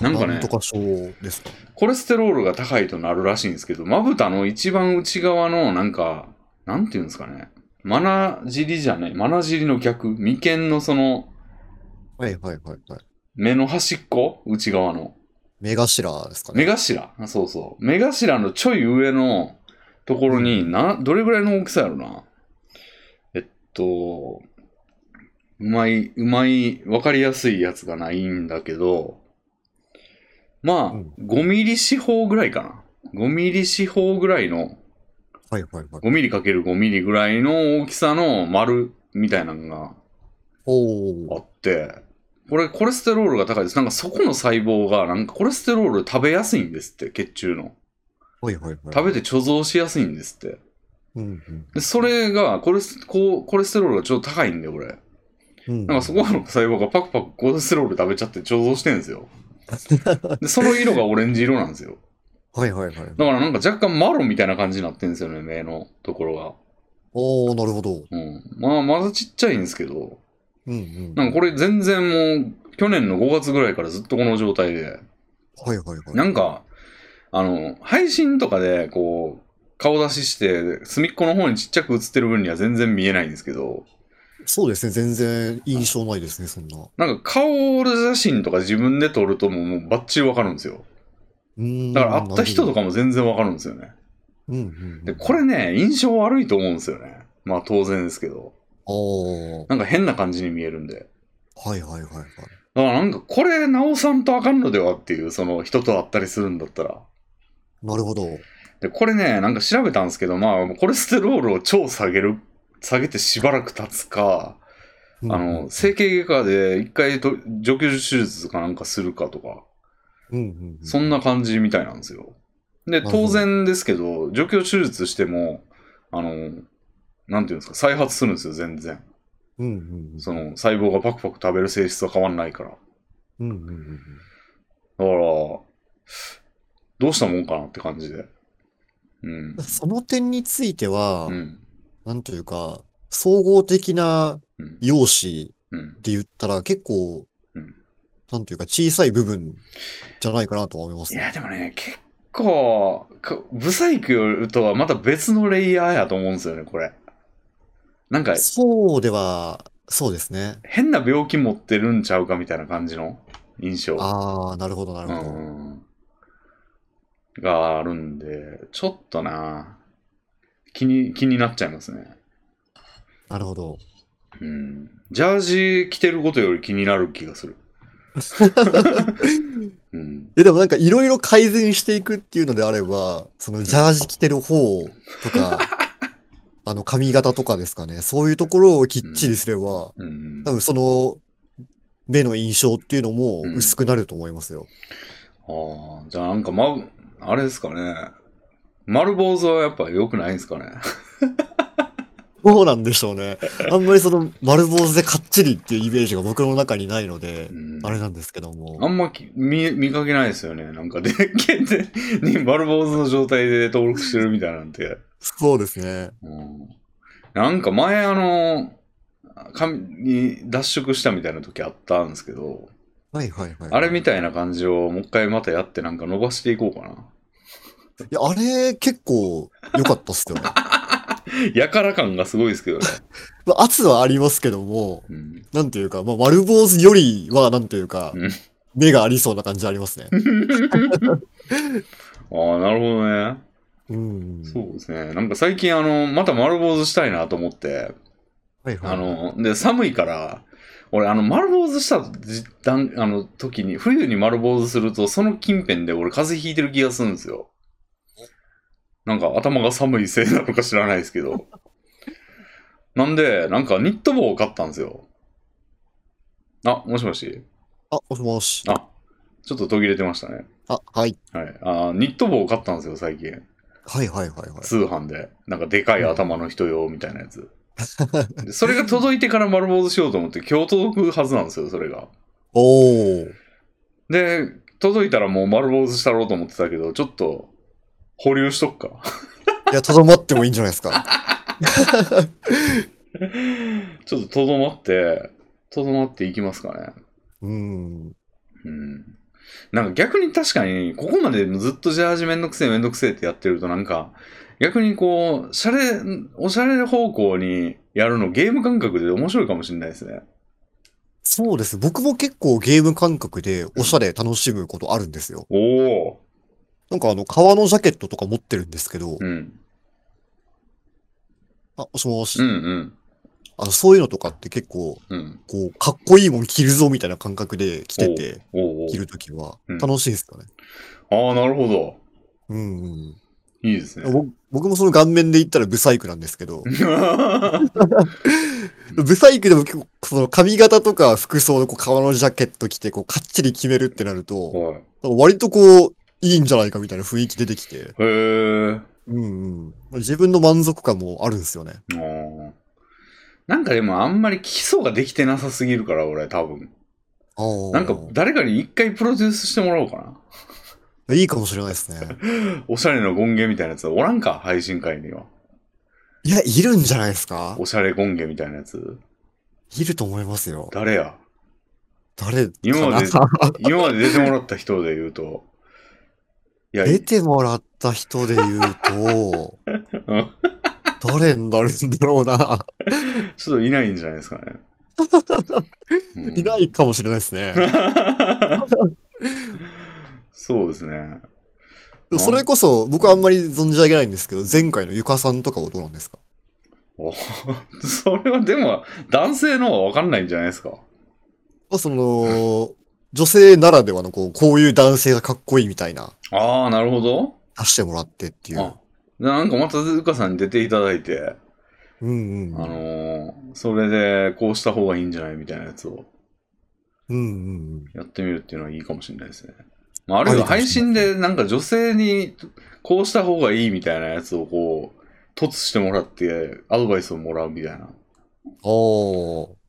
なんかなねんと、か症ですか。コレステロールが高いとなるらしいんですけど、まぶたの一番内側の、なんか、なんて言うんですかね。まなじりじゃない、まなじりの逆、眉間のその、はいはいはいはい。目の端っこ内側の。目頭ですか目ね。頭あそうそう。目頭のちょい上のところに、な、どれぐらいの大きさやろな。えっと、うまい、うまい、わかりやすいやつがないんだけど、まあ、うん5ミリ四方ぐらいかな。5ミリ四方ぐらいの、はいはいはい。 5ミリかける5ミリぐらいの大きさの丸みたいなのがおあー。って、これコレステロールが高いです。なんかそこの細胞が、なんかコレステロール食べやすいんですって、血中の。はいはいはい。食べて貯蔵しやすいんですって。うんうんで、それがコレス、こうコレステロールがちょっと高いんで、俺。うん。なんかそこの細胞がパクパクコレステロール食べちゃって貯蔵してんですよ。で、その色がオレンジ色なんですよ。はいはいはい。だからなんか若干マロンみたいな感じになってんですよね、目のところおー、なるほが。ど。うん。まあ、まだちっちゃいんですけど、うんうん。なんかこれ全然もう、去年の5月ぐらいからずっとこの状態で。はいはいはい。なんか、あの、配信とかで、こう、顔出しして、隅っこの方にちっちゃく映ってる分には全然見えないんですけど、そうですね。全然印象ないですね、そんな。うなんか顔写真とか自分で撮るともうもうバッチリわかるんですよ。ーん。だから会った人とか。かも全然わかるんですよね。うんうんうで、ん。これね、印象悪いと思うんですよね。まあ当然ですけど。おー。なんか変な感じに見えるんで。はいはいはいはい。だからなんかこれ、なおさんとあかんのではっていう、その人と会ったりするんだったら。なるほど。で、これね、なんか調べたんですけど、まあ、コレステロールを超下げる、下げてしばらく経つか、あうんうんの、整形外科で一回と除去手術かなんかするかとか、うんうんうん。そんな感じみたいなんですよ。で、なるほど当然ですけど、除去手術しても、あの、なんていうんですか、再発するんですよ、全然。うんうんその、細胞がパクパク食べる性質は変わんないから。だかうん。うんうんうん。ら、どうしたもんかなって感じで。うん。その点についてはう、ん。なんというか、総合的なうん。容姿うんって言ったら結構うん、なんていうか小さい部分じゃないかなとは思いまいすね。や、でもね、結構、こブサイクとはまた別のレイヤーやと思うんですよね、これ。なんか、そうでは、そうですね。変な病気持ってるんちゃうかみたいな感じの印象。ああ、なるほど、なるほうど。んがあるんで、ちょっとな、気に、気になっちゃいますね。なるほど。うん。ジャージ着てることより気になる気がす る。うん。え、でもなんかいろいろ改善していくっていうのであれば、そのジャージ着てる方 とか、あの髪型とかですかね。そういうところをきっちりすれば、うん多。分その目の印象っていうのもうん薄くなると思いますよ。ああ、じゃあなんか、ま、あれですかね。丸坊主はやっぱ良くないんですかね。そうなんでしょうね。あんまりその丸坊主でかっちりっていうイメージが僕の中にないのでう、んあれなんですけども。あんまき見見かけないですよね。なんか、で、 限定に丸坊主の状態で登録してるみたいなんて。そうですね。うん、なんか前、あの、髪に脱色したみたいな時あったんですけど、はいはいはい。あれみたいな感じをもう一回またやってなんか伸ばしていこうかな。いや、あれ結構良かったっす よね。やから感がすごいですけどね。まあ、圧はありますけども、うん、なんていうか、まあ、丸坊主よりは、なんていうかうん、目がありそうな感じありますね。ああ、なるほどね。うん。そうですね。なんか最近、あの、また丸坊主したいなと思って、はいはい。あ、の、で、寒いから、俺、あの、丸坊主した時段、あの、時に、冬に丸坊主すると、その近辺で俺、風邪ひいてる気がするんですよ。なんか、頭が寒いせいなのか知らないですけど。 なんで、なんか、ニット帽を買ったんですよ。あ、もしもし。あ、もしもし。あ、ちょっと途切れてましたね。あ、はい。はい。あ、ニット帽を買ったんですよ、最近。はいはいはいはい。通販で。なんかでかい頭の人用みたいなや つ。でそれが届いてから丸坊主しようと思って、今日届くはずなんですよ、それが。おー。で、届いたらもう丸坊主したろうと思ってたけど、ちょっと、保留しとくか。 いや、とどまってもいいんじゃないですか。ちょっととどまって、とどまっていきますかね。うん。うん。なんか逆に確かに、ここまでずっとジャージめんどくせえめんどくせえってやってるとなんか、逆にこう、シャレ、おしゃれ方向にやるのゲーム感覚で面白いかもしれないですね。そうです。僕も結構ゲーム感覚でおしゃれ楽しむことあるんですよ。おおなんかあの、革のジャケットとか持ってるんですけど、うん。あ、もしもしうん。うん。あの、そういうのとかって結構、うん。こう、かっこいいもん着るぞみたいな感覚で着てて、おうおう着るときはうん楽しいですよね。ああ、なるほど。うん、うんいいですね。僕。僕もその顔面で言ったらブサイクなんですけど、 うブサイクでも結構、その髪型とか服装のこう革のジャケット着て、こう、かっちり決めるってなると、はい。なんか割とこう、いいんじゃないかみたいな雰囲気出てきへて、え。うんうん。自分の満足感もあるんですよね。あーなんかでもあんまり基礎ができてなさすぎるから、俺多分。ああ。なんか誰かに一回プロデュースしてもらおうかいいかもしれないです ね。な。おしゃれの権限みたいなやつおらんか配信会には。いや、いるんじゃないですかおしゃれ権限みたいなやつ。いると思いますよ。誰や誰か今までな今まで出てもらった人で言うと。いや、出てもらった人で言う と、うん誰になるんだろうな。ちょっといないんじゃないですか ね。うんいないかも しれないですね。そうですね。でもそれこそ、僕はあんまり存じ上げないんですけど、前回のゆかさんとかはどうなんですかお それはでも、男性の方がわかんないんじゃないですか。まあその、女性ならではのこう、こういう男性がかっこいいみたいな、ああ、なるほど。出してもらってっていあう。なんかまたうかさんに出ていただいて、うんうあん。のーそれでこうした方がいいんじゃないみたいなやつをうんうんうん。やってみるっていうのはいいかもしれないですね。まあ、あるいはあり配かもしれ信ないでなんか女性にこうした方がいいみたいなやつをこう、突してもらってアドバイスをもらうみたいな。ああ。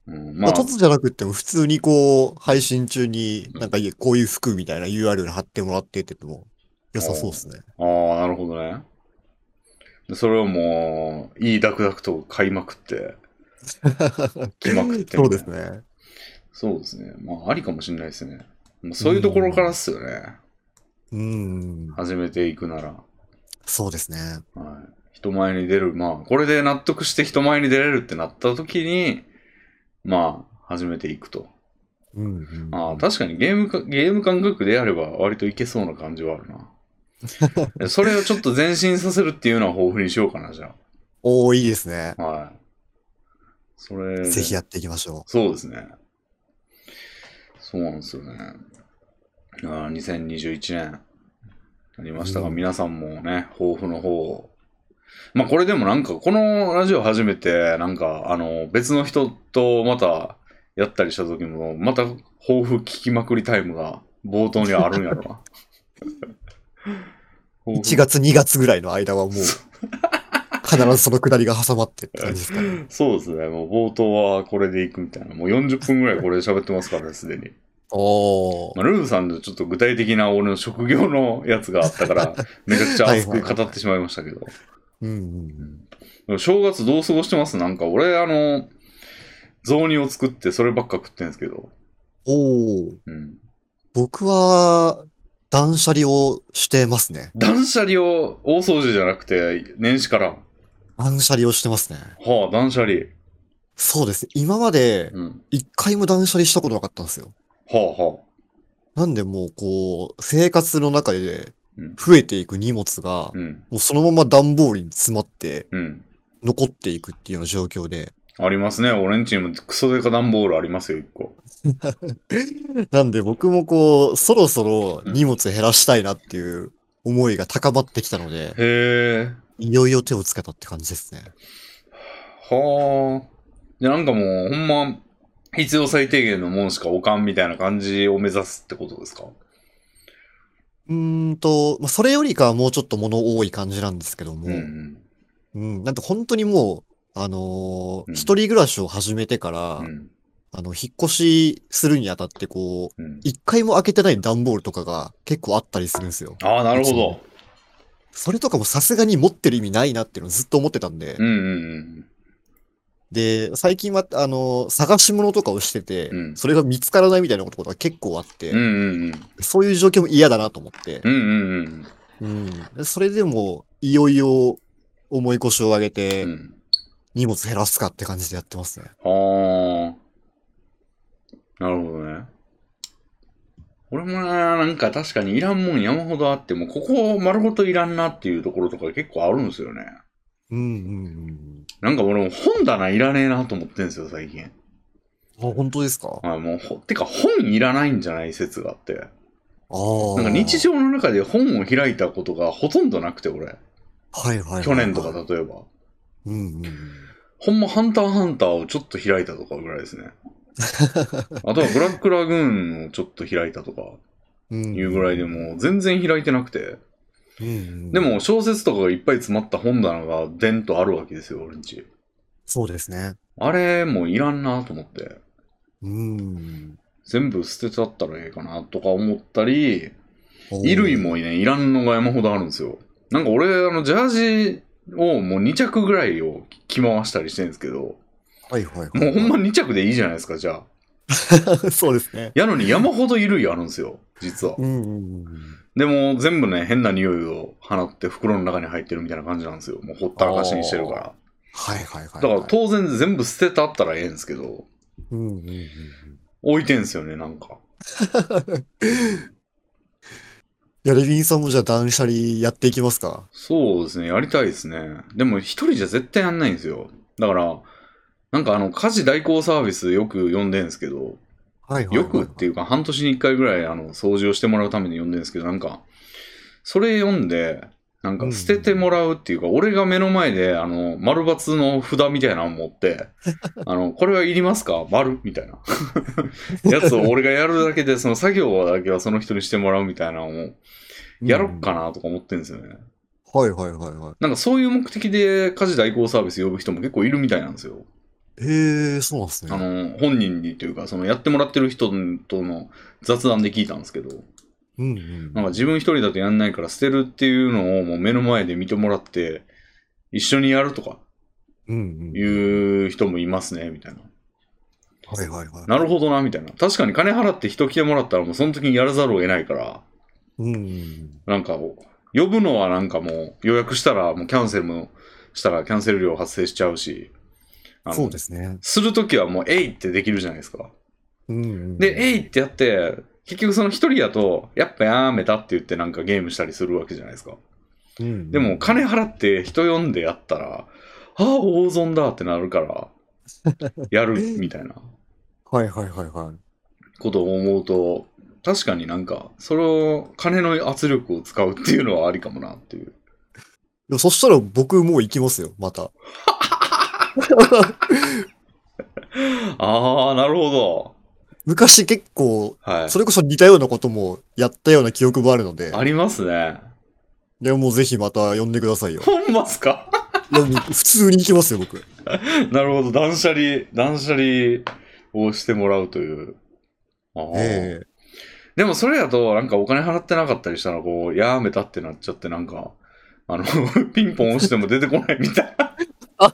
うん、ままあ、あ、突じゃなくっても、普通にこう、配信中に、なんかいえ、こういう服みたいな URL 貼ってもらってって言っても、良さそうですね。ああ、なるほどね。でそれをもう、いいダクダクと買いまくって、着まくってそみたうでいなすね。そうですね。まあ、ありかもしれないですね。まあ、そういうところからっすよね。うん。始めていくなら。そうですね。はい、人前に出る。まあ、これで納得して人前に出れるってなった時に、まあ、始めていくと。うん、うん。ああ、確かにゲームか、ゲーム感覚であれば割といけそうな感じはある な。それをちょっと前進させるっていうのは豊富にしようかな、じゃおー、いいですね。あ。はい。それで、ぜひやっていきましょそうですね。そうなんですよね。あー2021年なりましたが、うん皆さんもね、抱負の方を。まあこれでもなんか、このラジオ初めて、なんか、あの、別の人とまたやったりした時も、また抱負聞きまくりタイムが冒頭にはあるんやろな。 抱う。負1月、2月ぐらいの間はもう、必ずその下りが挟まってって感じですか ね。そうですね。もう冒頭はこれでいくみたいな。もう40分ぐらいこれで喋ってますからね、すでに。おー。まあ、ルーブさんのちょっと具体的な俺の職業のやつがあった から、めちゃくちゃ熱く語ってしまいましたけど。うんうんでも正月どう過ごしてますなんか俺、あの、雑煮を作ってそればっか食ってんですけど。うん。おー。うん。僕は、断捨離をしてますね。断捨離を大掃除じゃなくて、年始から。断捨離をしてますね。はあ、断捨離。そうですね。今まで、うん。一回も断捨離したことなかったんですよ。はあはなんでもうこう、生活の中でうん増えていく荷物があ。う、ん。もうそのまま段ボールに詰まってうん。残っていくっていうような状況で。あありますね。俺んちにもクソデカ段ボールありますよ、一個。なんで僕もこう、そろそろ荷物減らしたいなっていう思いが高まってきたので、へえ。いよいよ手をつけたって感じですね。はあ。で、なんかもう、ほんま、必要最低限のもんしか置かんみたいな感じを目指すってことですかうーんと、まあ、それよりかはもうちょっと物多い感じなんですけども、うんうん。うん、なんで本当にもう、あのーうん一人暮らしを始めてから、うんあの、引っ越しするにあたってこう、うん、一回も開けてない段ボールとかが結構あったりするんですよ。ああ、なるほど。それとかもさすがに持ってる意味ないなっていうのをずっと思ってたんでう、んうんで、最近は、あの、探し物とかをしててう、んそれが見つからないみたいなことが結構あっうん。うんうて、んうん。そういう状況も嫌だなと思ってう、んうんうんでそれでも、いよいよ、重い腰を上げうてん。う、ん。荷物減らすかって感じでやってますね。はあ。なるほどね。俺もな、なんか確かにいらんもん山ほどあって、もうここ丸ごといらんなっていうところとか結構あるんですよね。うんうんなんか俺も本棚いらねえなと思ってんですよ、最近。うん。あ、本当ですかああもうほ、てか本いらないんじゃない説があって。あー。なんか日常の中で本を開いたことがほとんどなくて、俺。はいはいはいはい。去年とか例えば。うんうんうん。ほんまハンターハンターをちょっと開いたとかぐらい ですね。あとはブラックラグーンをちょっと開いたとかうんうんいうぐらいでもう全然開いてなくて。うんうんでも小説とかがいっぱい詰まった本棚がでんとあるわけですよ、俺んち。そうですね。あれもういらんなと思って。うん。全部捨てちゃったらええかなとか思ったり、おー衣類もね、いらんのが山ほどあるんですよ。なんか俺、あの、ジャージをもう2着ぐらいを着回したりしてるんですけど、はいはいはい。もうほんま2着でいいじゃないですか、じゃあ。 そうですね。やのに山ほど衣類あるんですよ、実は。うんうんうん。でも全部ね、変な匂いを放って袋の中に入ってるみたいな感じなんですよ。もうほったらかしにしてるから。はいはいはだい。から、当然全部捨てたったらええんですけど、うんうんうんうん。置いてんすよね、なんか。や、レビンさんもじゃあ断捨離やっていきますかそうですね、やりたいですね。でも一人じゃ絶対やんないんですよ。だから、なんかあの、家事代行サービスよく呼んでんですけど、はいはいはよい、くっていうか半年に一回ぐらいあの、掃除をしてもらうために呼んでんですけど、なんか、それ読んで、なんか捨ててもらうっていうか、俺が目の前で、あの、丸×の札みたいなの持 って、あの、これはいりますか丸みたいな。やつを俺がやるだけで、その作業だけはその人にしてもらうみたいなのを、やろっかなとか思ってるんですよね。はいはいはいはなんかそういう目的で家事代行サービス呼ぶ人も結構いるみたいなんですよ。い。へえ、そうなんですね。あうの、本人にというか、そのやってもらってる人との雑談で聞いたんですけど、んうん。なんか自分一人だとやんないから捨てるっていうのをもう目の前で見てもらって、一緒にやるとかうんうん。いう人もいますね、みたいな。はいはいはい。なるほどな、みたいな。確かに金払って人来てもらったらもうその時にやらざるを得ないから、うんうん。なんかこう、呼ぶのはなんかもう予約したらもうキャンセルもしたらキャンセル料発生しちゃうし、あのそうですね。するときはもう、えいってできるじゃないですか。うんうん。で、えいってやって、結局その一人やと、やっぱやめたって言ってなんかゲームしたりするわけじゃないですか。うんうんでも、金払って人呼んでやったら、ああ、大損だってなる から、やるみたいなはいはいはいはい。ことを思うと、確かになんか、それを金の圧力を使うっていうのはありかもなっていう。でもそしたら僕もう行きますよ、また。ああ、なるほど。昔結構、はいそ。れこそ似たようなこともやったような記憶もあるので、ありますね。でももうぜひまた呼んでくださいよ。 ほんまっすか いやもう普通に行きますよ、僕。なるほど。断捨離、断捨離をしてもらうという。あーええでもそれだと、なんかお金払ってなかったりしたら、こう、やめたってなっちゃって、なんか、あの、 ピンポン押しても出てこないみたいな、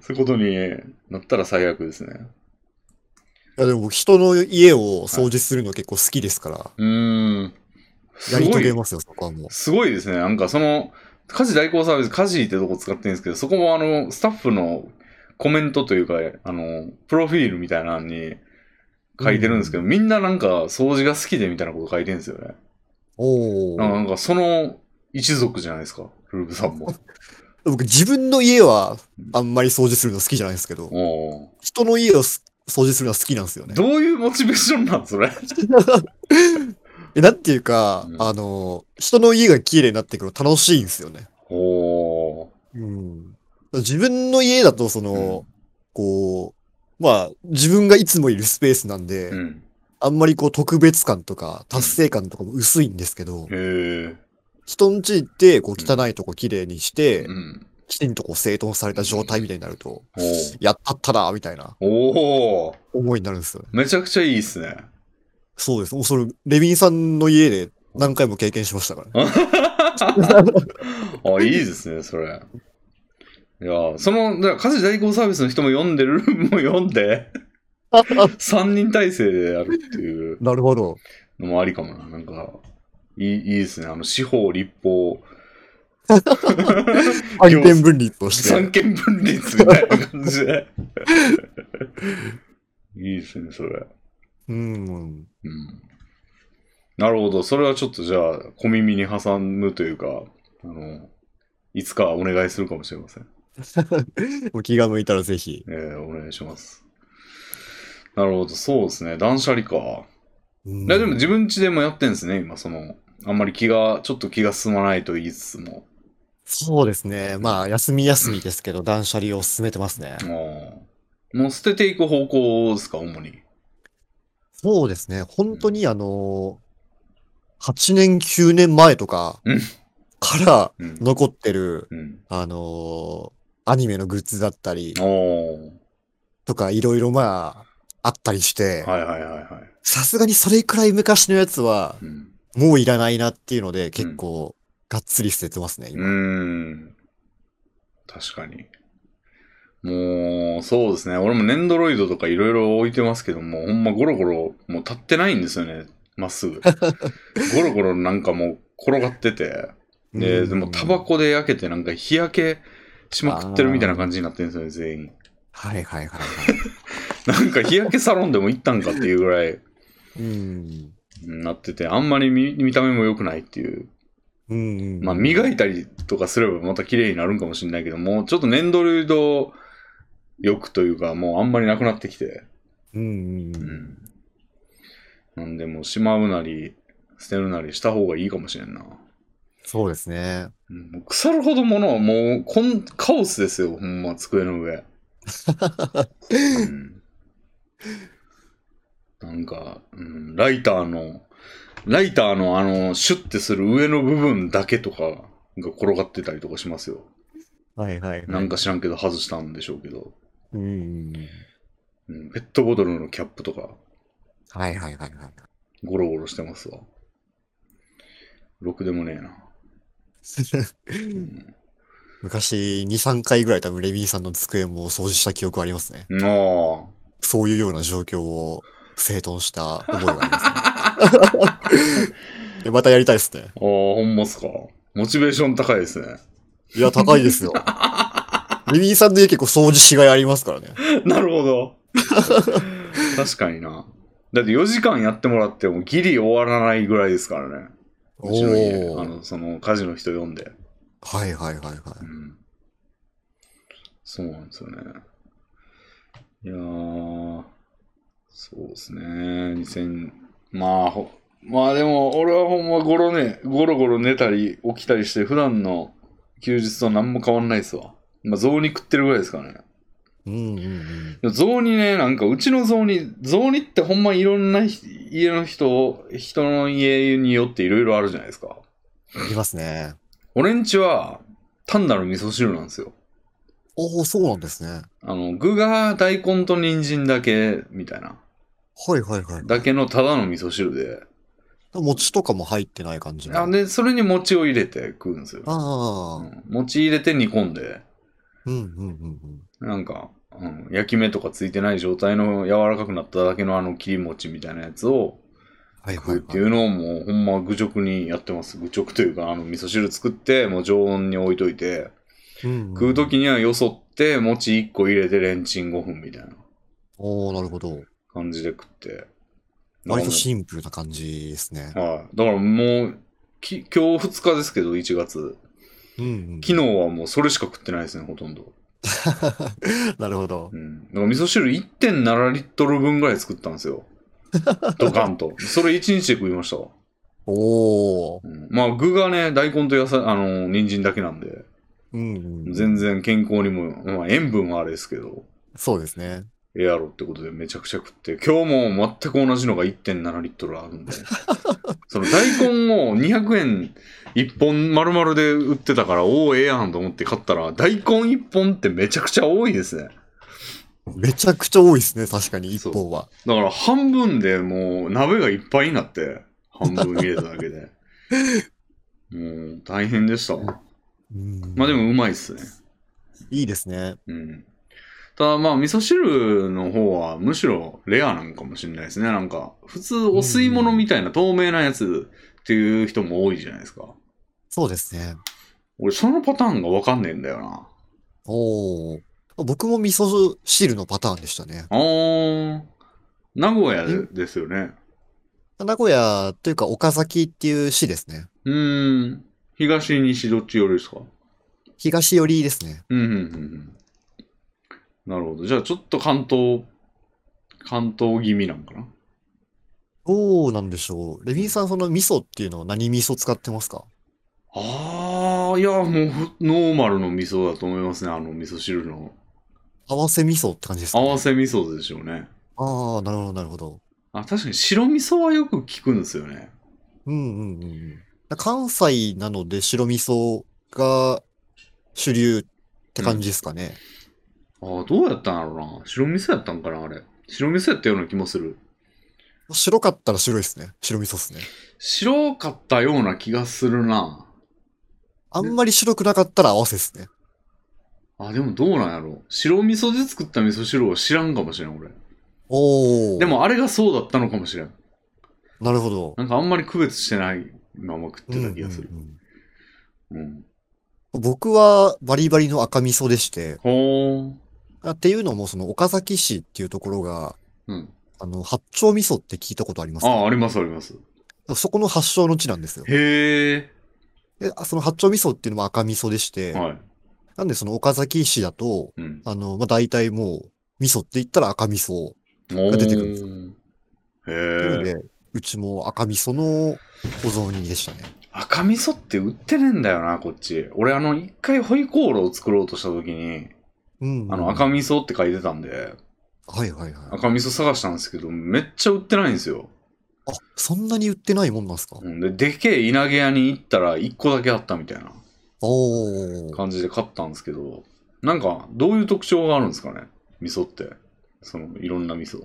そういうことになったら最悪ですね。いやでも僕人の家を掃除するの結構好きですから、うーん。やすりご遂げい、ますよ、そこはもう。すごいですね。なんかその、家事代行サービス、家事ってとこ使ってるんですけど、そこもあの、スタッフのコメントというか、あの、プロフィールみたいなのに書いてるんですけど、みんななんか掃除が好きでみたいなこと書いてるんですよね。おなんかお。なんかその一族じゃないですか、ルーブさんも。僕自分の家はあんまり掃除するの好きじゃないですけど、おー人の家をす掃除するのは好きなんですよね。どういうモチベーションなんそれ。 えなんていうか、うんあの、人の家が綺麗になってくるの楽しいんですよね。おーうん。自分の家だと、その、こう、まあ、自分がいつもいるスペースなんで、うん。あんまりこう特別感とか達成感とかも薄いんですけど、へえ。人んち行って、こう汚いとこ綺麗にして、うん。きちんとこう整頓された状態みたいになると、おーやったったな、みたいなおー思いになるんですよね。めちゃくちゃいいっすね。そうです。もうそれ、レビンさんの家で何回も経験しましたからね。あ、いいですね、それ。いやーその、だから家事代行サービスの人も読んで、ルームも読んで、3人体制でやるっていうなるほど。のもありかもな。なんか、いいいいですね。あの、司法、立法、反転分離として。三権分立みたいな感じで。いいですね、それ。うん。うん。なるほど。それはちょっとじゃあ、小耳に挟むというか、あの、いつかお願いするかもしれません。お気が向いたらぜひ。えー、お願いします。なるほど。そうですね。断捨離か。うんいやでも自分家でもやってんですね、今、その、あんまり気が、ちょっと気が進まないと言いつつも。そうですね。まあ、休み休みですけど、断捨離を進めてますねあ。ーもう捨てていく方向ですか、主に。そうですね。本当に、あのー、8年、9年前とかうんからうん。残ってる、うん。あのー、アニメのグッズだったりおとか、いろいろまあ、あったりしてー。、はいはいはいはい。さすがにそれくらい昔のやつは、うん。もういらないなっていうので、結構、がっつり捨ててますね、う今。ーん。確かに。もう、そうですね。俺もネンドロイドとかいろいろ置いてますけども、ほんまゴロゴロ、もう立ってないんですよね。まっす ぐ。ゴロゴロなんかもう転がってて。で、うんでもタバ。コで焼けてなんか日焼けしまくってるみたいな感じになってるんですよね、全員。はいはいはいはなんか日焼けサロンでも行ったんかっていうぐらい、い。うん。なってて、あんまり見見た目も良くないっていう。うんうん。まあ、磨いたりとかすればまた綺麗になるんかもしれないけど、もうちょっと粘土流動欲というか、もうあんまりなくなってきて。ううんう。んん。なんで、もうしまうなり、捨てるなりした方がいいかもしれんな。そうですね。うんもう腐るほどものはもうこん、カオスですよ、ほんま、机の上。うんなんか、うん、ライターの、ライターのあの、シュッてする上の部分だけとかが転がってたりとかしますよ。はいはいはい。なんか知らんけど外したんでしょうけど。うんうんうん。うん、ペットボトルのキャップとか、はいはいはいはい。 ゴロゴロしてますわ。ろくでもねえな。うん昔、2、3回ぐらい多分レビーさんの机も掃除した記憶ありますね。なあ。そういうような状況を整頓した覚えがあ りますね。でまたやりたいですね。ああ、ほんまっすか。モチベーション高いですね。いや、高いですよ。レビーさんの家結構掃除しがいありますからね。 なるほど。 確かにな。だって4時間やってもらってもギリ終わらないぐらいですからね。うちの家おあー。の、その家事の人呼んで。はいはいはいはい。うん。そうなんですよね。いやー、そうですね。2000、まあ、ほまあでも、俺はほんまゴロね、ゴロゴロ寝たり起きたりして、普段の休日と何も変わんないですわ。まあ、雑煮食ってるぐらいですからね。うんうんうん。雑煮ね、なんかうちの雑煮、雑煮ってほんまいろんなひ家の人、人の家によっていろいろあるじゃないですか。いますね。俺んちは単なる味噌汁なんですよ。おー、そうなんですね。あの、具が大根と人参だけみたいな。はいはいはい。だけのただの味噌汁で。餅とかも入ってない感じの。あで、それに餅を入れて食うんですよ。うああ。ん餅入れて煮込んで、うんうんうんうん。なんか、うん、焼き目とかついてない状態の柔らかくなっただけのあの切り餅みたいなやつをはいは食いうっていはうい。のをもうほんま愚直にやってます。愚直というか、あの味噌汁作って、もう常温に置いといて、食食う時にはよそって、餅1個入れてレンチン5分みたいなおー、なるほど。感じで食って。割とシンプルな感じですね。はい。だからもう、き今日2日ですけど、1月。うんうん。昨日はもうそれしか食ってないですね、ほとんど。なるほどう。ん。だから味噌汁1.7リットル分ぐらい作ったんですよ。ドカンと。それ1日で食いましたわ。おお。うん、まあ具がね、大根と野菜、あの、人参だけなんで。うんうん。全然健康にも、まあ、塩分はあれですけど、そうですね。ええやろってことでめちゃくちゃ食って、今日も全く同じのが1.7リットルあるんで、 その大根を200円1本丸々で売ってたから、おお、ええやんと思って買ったら、大根1本ってめちゃくちゃ多いですね。めちゃくちゃ多いですね、確かに、一そう本は。だから半分でもう鍋がいっぱいになって、半分入れただけで。もう大変でしたわ。うんまあで。もうまいっすね。いいですね。うん。ただまあ、味噌汁の方はむしろレアなんかもしれないですね。なんか、普通お吸い物みたいな透明なやつっていう人も多いじゃないですか。そうですね。俺、そのパターンがわかんねえんだよな。おお。僕も味噌汁のパターンでしたね。あー、名古屋でですよね。名古屋というか岡崎っていう市ですね。うーん。東、西、どっちよりですか東寄りですね。うん、うん、うんうん。なるほど。じゃあ、ちょっと関東、関東気味なんかな。どうなんでしょう。レビンさん、その味噌っていうのは何味噌使ってますかあー、いや、もうふ、ノーマルの味噌だと思いますね。あの味噌汁の。合わせ味噌って感じですか合ね、わせ味噌でしょうね。ああ、なるほど、なるほど。あ、確かに白味噌はよく聞くんですよね。うんうんうんうん。関西なので白味噌が主流って感じですかね。ああ、どうやったんだろうな。白味噌やったんかな、あれ。白味噌やったような気もする。白かったら白いですね。白味噌ですね。白かったような気がするな。あんまり白くなかったら合わせですね。あ、でもどうなんやろう。白味噌で作った味噌汁を知らんかもしれん、俺。おお。で、もあれがそうだったのかもしれん。なるほど。なんかあんまり区別してないまま食っうてんた気がするう。んうんうん。僕はバリバリの赤味噌でして、ほあっていうのもその岡崎市っていうところが、ー。うん。あの、八丁味噌って聞いたことありますあかあ、あります、あります。そこの発祥の地なんですよ。へで、あその八丁味噌っていうのも赤味噌でして、え。はい。なんでその岡崎市だと、うん。あの、まあ、大体もう、味噌って言ったら赤味噌。お出てくるんですーというのへえ。で、うちも赤味噌のお雑煮でしたね。赤味噌って売ってねえんだよな、こっち。俺、あの、一回ホイコーローを作ろうとした時に、うん。あの、赤味噌って書いてたんで、はいはいはい。赤味噌探したんですけど、めっちゃ売ってないんですよ。あ、そんなに売ってないもんなんですかうんで、でけえ稲毛屋に行ったら、一個だけあったみたいなおー。感じで買ったんですけど、なんか、どういう特徴があるんですかね味噌って。その、いろんな味噌。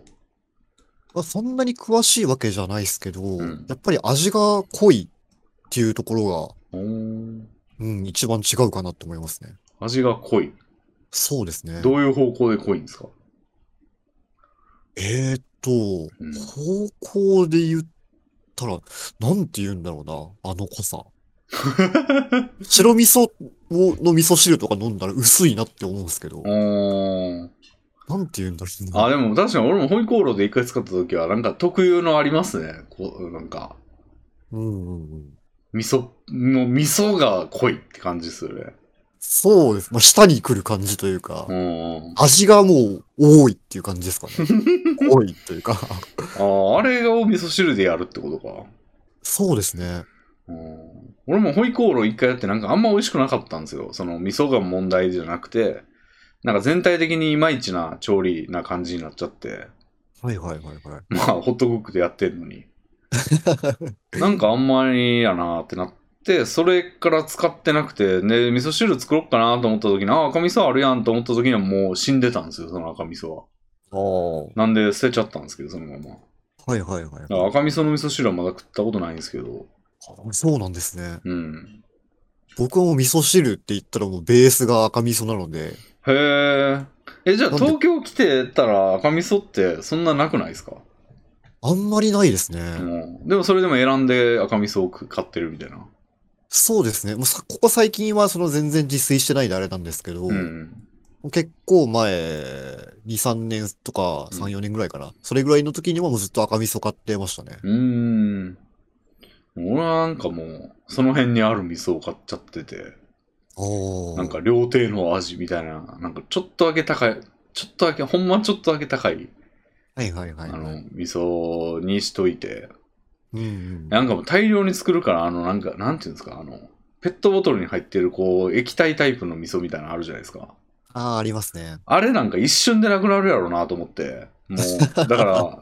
まあ、そんなに詳しいわけじゃないですけど、んやっぱり味が濃いっていうところおーが、うん、一番違うかなって思いますね。味が濃い。そうですね。どういう方向で濃いんですかえーっと、うん方向で言ったら、なんて言うんだろうな、あの濃さ。白味噌をの味噌汁とか飲んだら薄いなって思うんですけど、おーなんて言うんだろうな。あ、でも確かに俺もホイコーローで一回使った時は、なんか特有のありますね。こう、なんか、うんうんうん。味噌の、味噌が濃いって感じするね。そうです。まあ、舌に来る感じというか、うん。味がもう多いっていう感じです かね。多いというか。ああ、あれを味噌汁でやるってことか。そうですね。うん俺もホイコーロー一回やってなんかあんま美味しくなかったんですよ。その味噌が問題じゃなくて、なんか全体的にいまいちな調理な感じになっちゃって、 はいはいはいはい。まあホットクックでやってんのに。なんかあんまりやなーってなって、それから使ってなくて、で、味噌汁作ろうかなと思った時に、あ、赤味噌あるやんと思った時にはもう死んでたんですよ、その赤味噌は。ああ。はなんで捨てちゃったんですけど、そのまま。だいはいはいから赤味噌の味噌汁はまだ食ったことないんですけど、あ。そうなんですね。うん。僕はもう味噌汁って言ったらもうベースが赤味噌なので、へえ。え、じゃあなんで東京来てたら赤味噌ってそんななくないですか、あんまりないですね。うん、でもそれでも選んで赤味噌を買ってるみたいな。そうですね。もうさ、ここ最近はその全然自炊してないであれなんですけど、うん。結構前、2、3年とかうん3、4年ぐらいかな。それぐらいの時にはもうずっと赤味噌買ってましたね。うーん。俺はなんかもう、その辺にある味噌を買っちゃってて、おー。なんか料亭の味みたいな、なんかちょっとだけ高い、ちょっとだけ、ほんまちょっとだけ高い、はいはいはあいはい。の、味噌にしといて、うんうん。なんかもう大量に作るから、あの、なんか、なんていうんですか、あの、ペットボトルに入ってる、こう、液体タイプの味噌みたいなのあるじゃないですか。ああ、ありますね。あれなんか一瞬でなくなるやろうなと思って。もう、だから、こ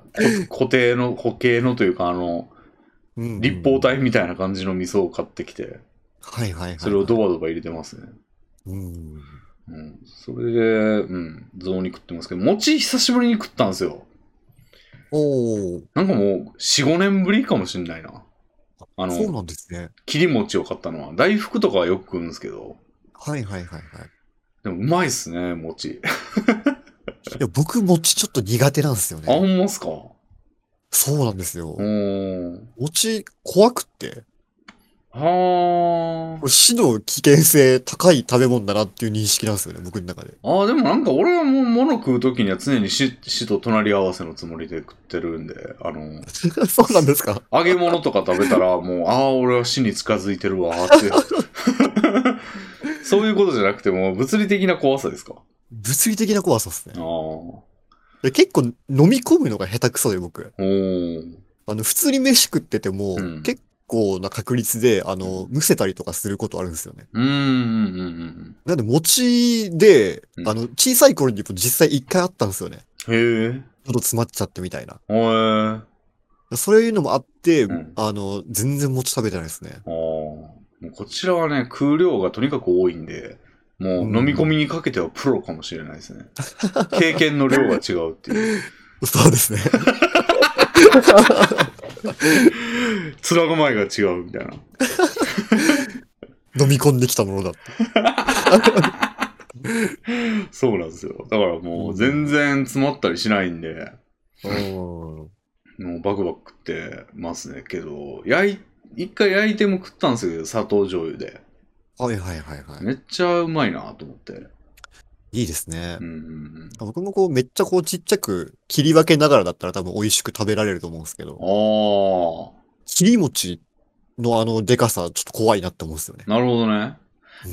固定の、固形のというか、あの、うんうん立方。体みたいな感じの味噌を買ってきて、はいはいはいはい。それをドバドバ入れてますね。うん。うん。それで、うん、雑煮食ってますけど、餅久しぶりに食ったんですよ。おー。なんかもう、4、5年ぶりかもしんないな。あそうの、なんですね。切り餅を買ったのは、大福とかはよく食うんですけど、はいはいはいはい。でもうまいっすね、餅。いや、僕、餅ちょっと苦手なんですよあ、ほね。んまっすかそうなんですよう。ーん。餅、怖くって。はーこ。れ死の危険性高い食べ物だなっていう認識なんですよね、僕の中で。ああ、でもなんか俺はもう物食うときには常に死死と隣り合わせのつもりで食ってるんで、あの、 そうなんですか揚げ物とか食べたらもう、ああ、俺は死に近づいてるわーって。そういうことじゃなくてもう物理的な怖さですか。物理的な怖さですああ。ね。おで結構飲み込むのが下手くそで僕。ー。あの、普通に飯食ってても、うん結構な確率で、あの、むせたりとかすることあるんですよね。うーん、うん、うんなんで餅でう、んあの、小さい頃に実際一回あったんですよね。うん。へえ。喉詰まっちゃってみたいな。へえ。あそういうのもあって、うんあの、全然餅食べてないですね。あ。もうこちらはね、空量がとにかく多いんで、もう飲み込みにかけてはプロかもしれないですね。経験の量が違うっていう。そうですね。 面構えが違うみたいな。飲み込んできたものだって。そうなんですよ。だからもう全然詰まったりしないんで、うん。もうバクバク食ってますねけど、焼い、一回焼いても食ったんですけど、砂糖醤油で。はいはいはいはい。めっちゃうまいなと思って。いいですねう。んうん僕もこう、めっちゃこう、ちっちゃく切り分けながらだったら多分美味しく食べられると思うんですけど、うん。あ切り餅のあのでかさ、ちょっと怖いなって思うんですよね。なるほどね。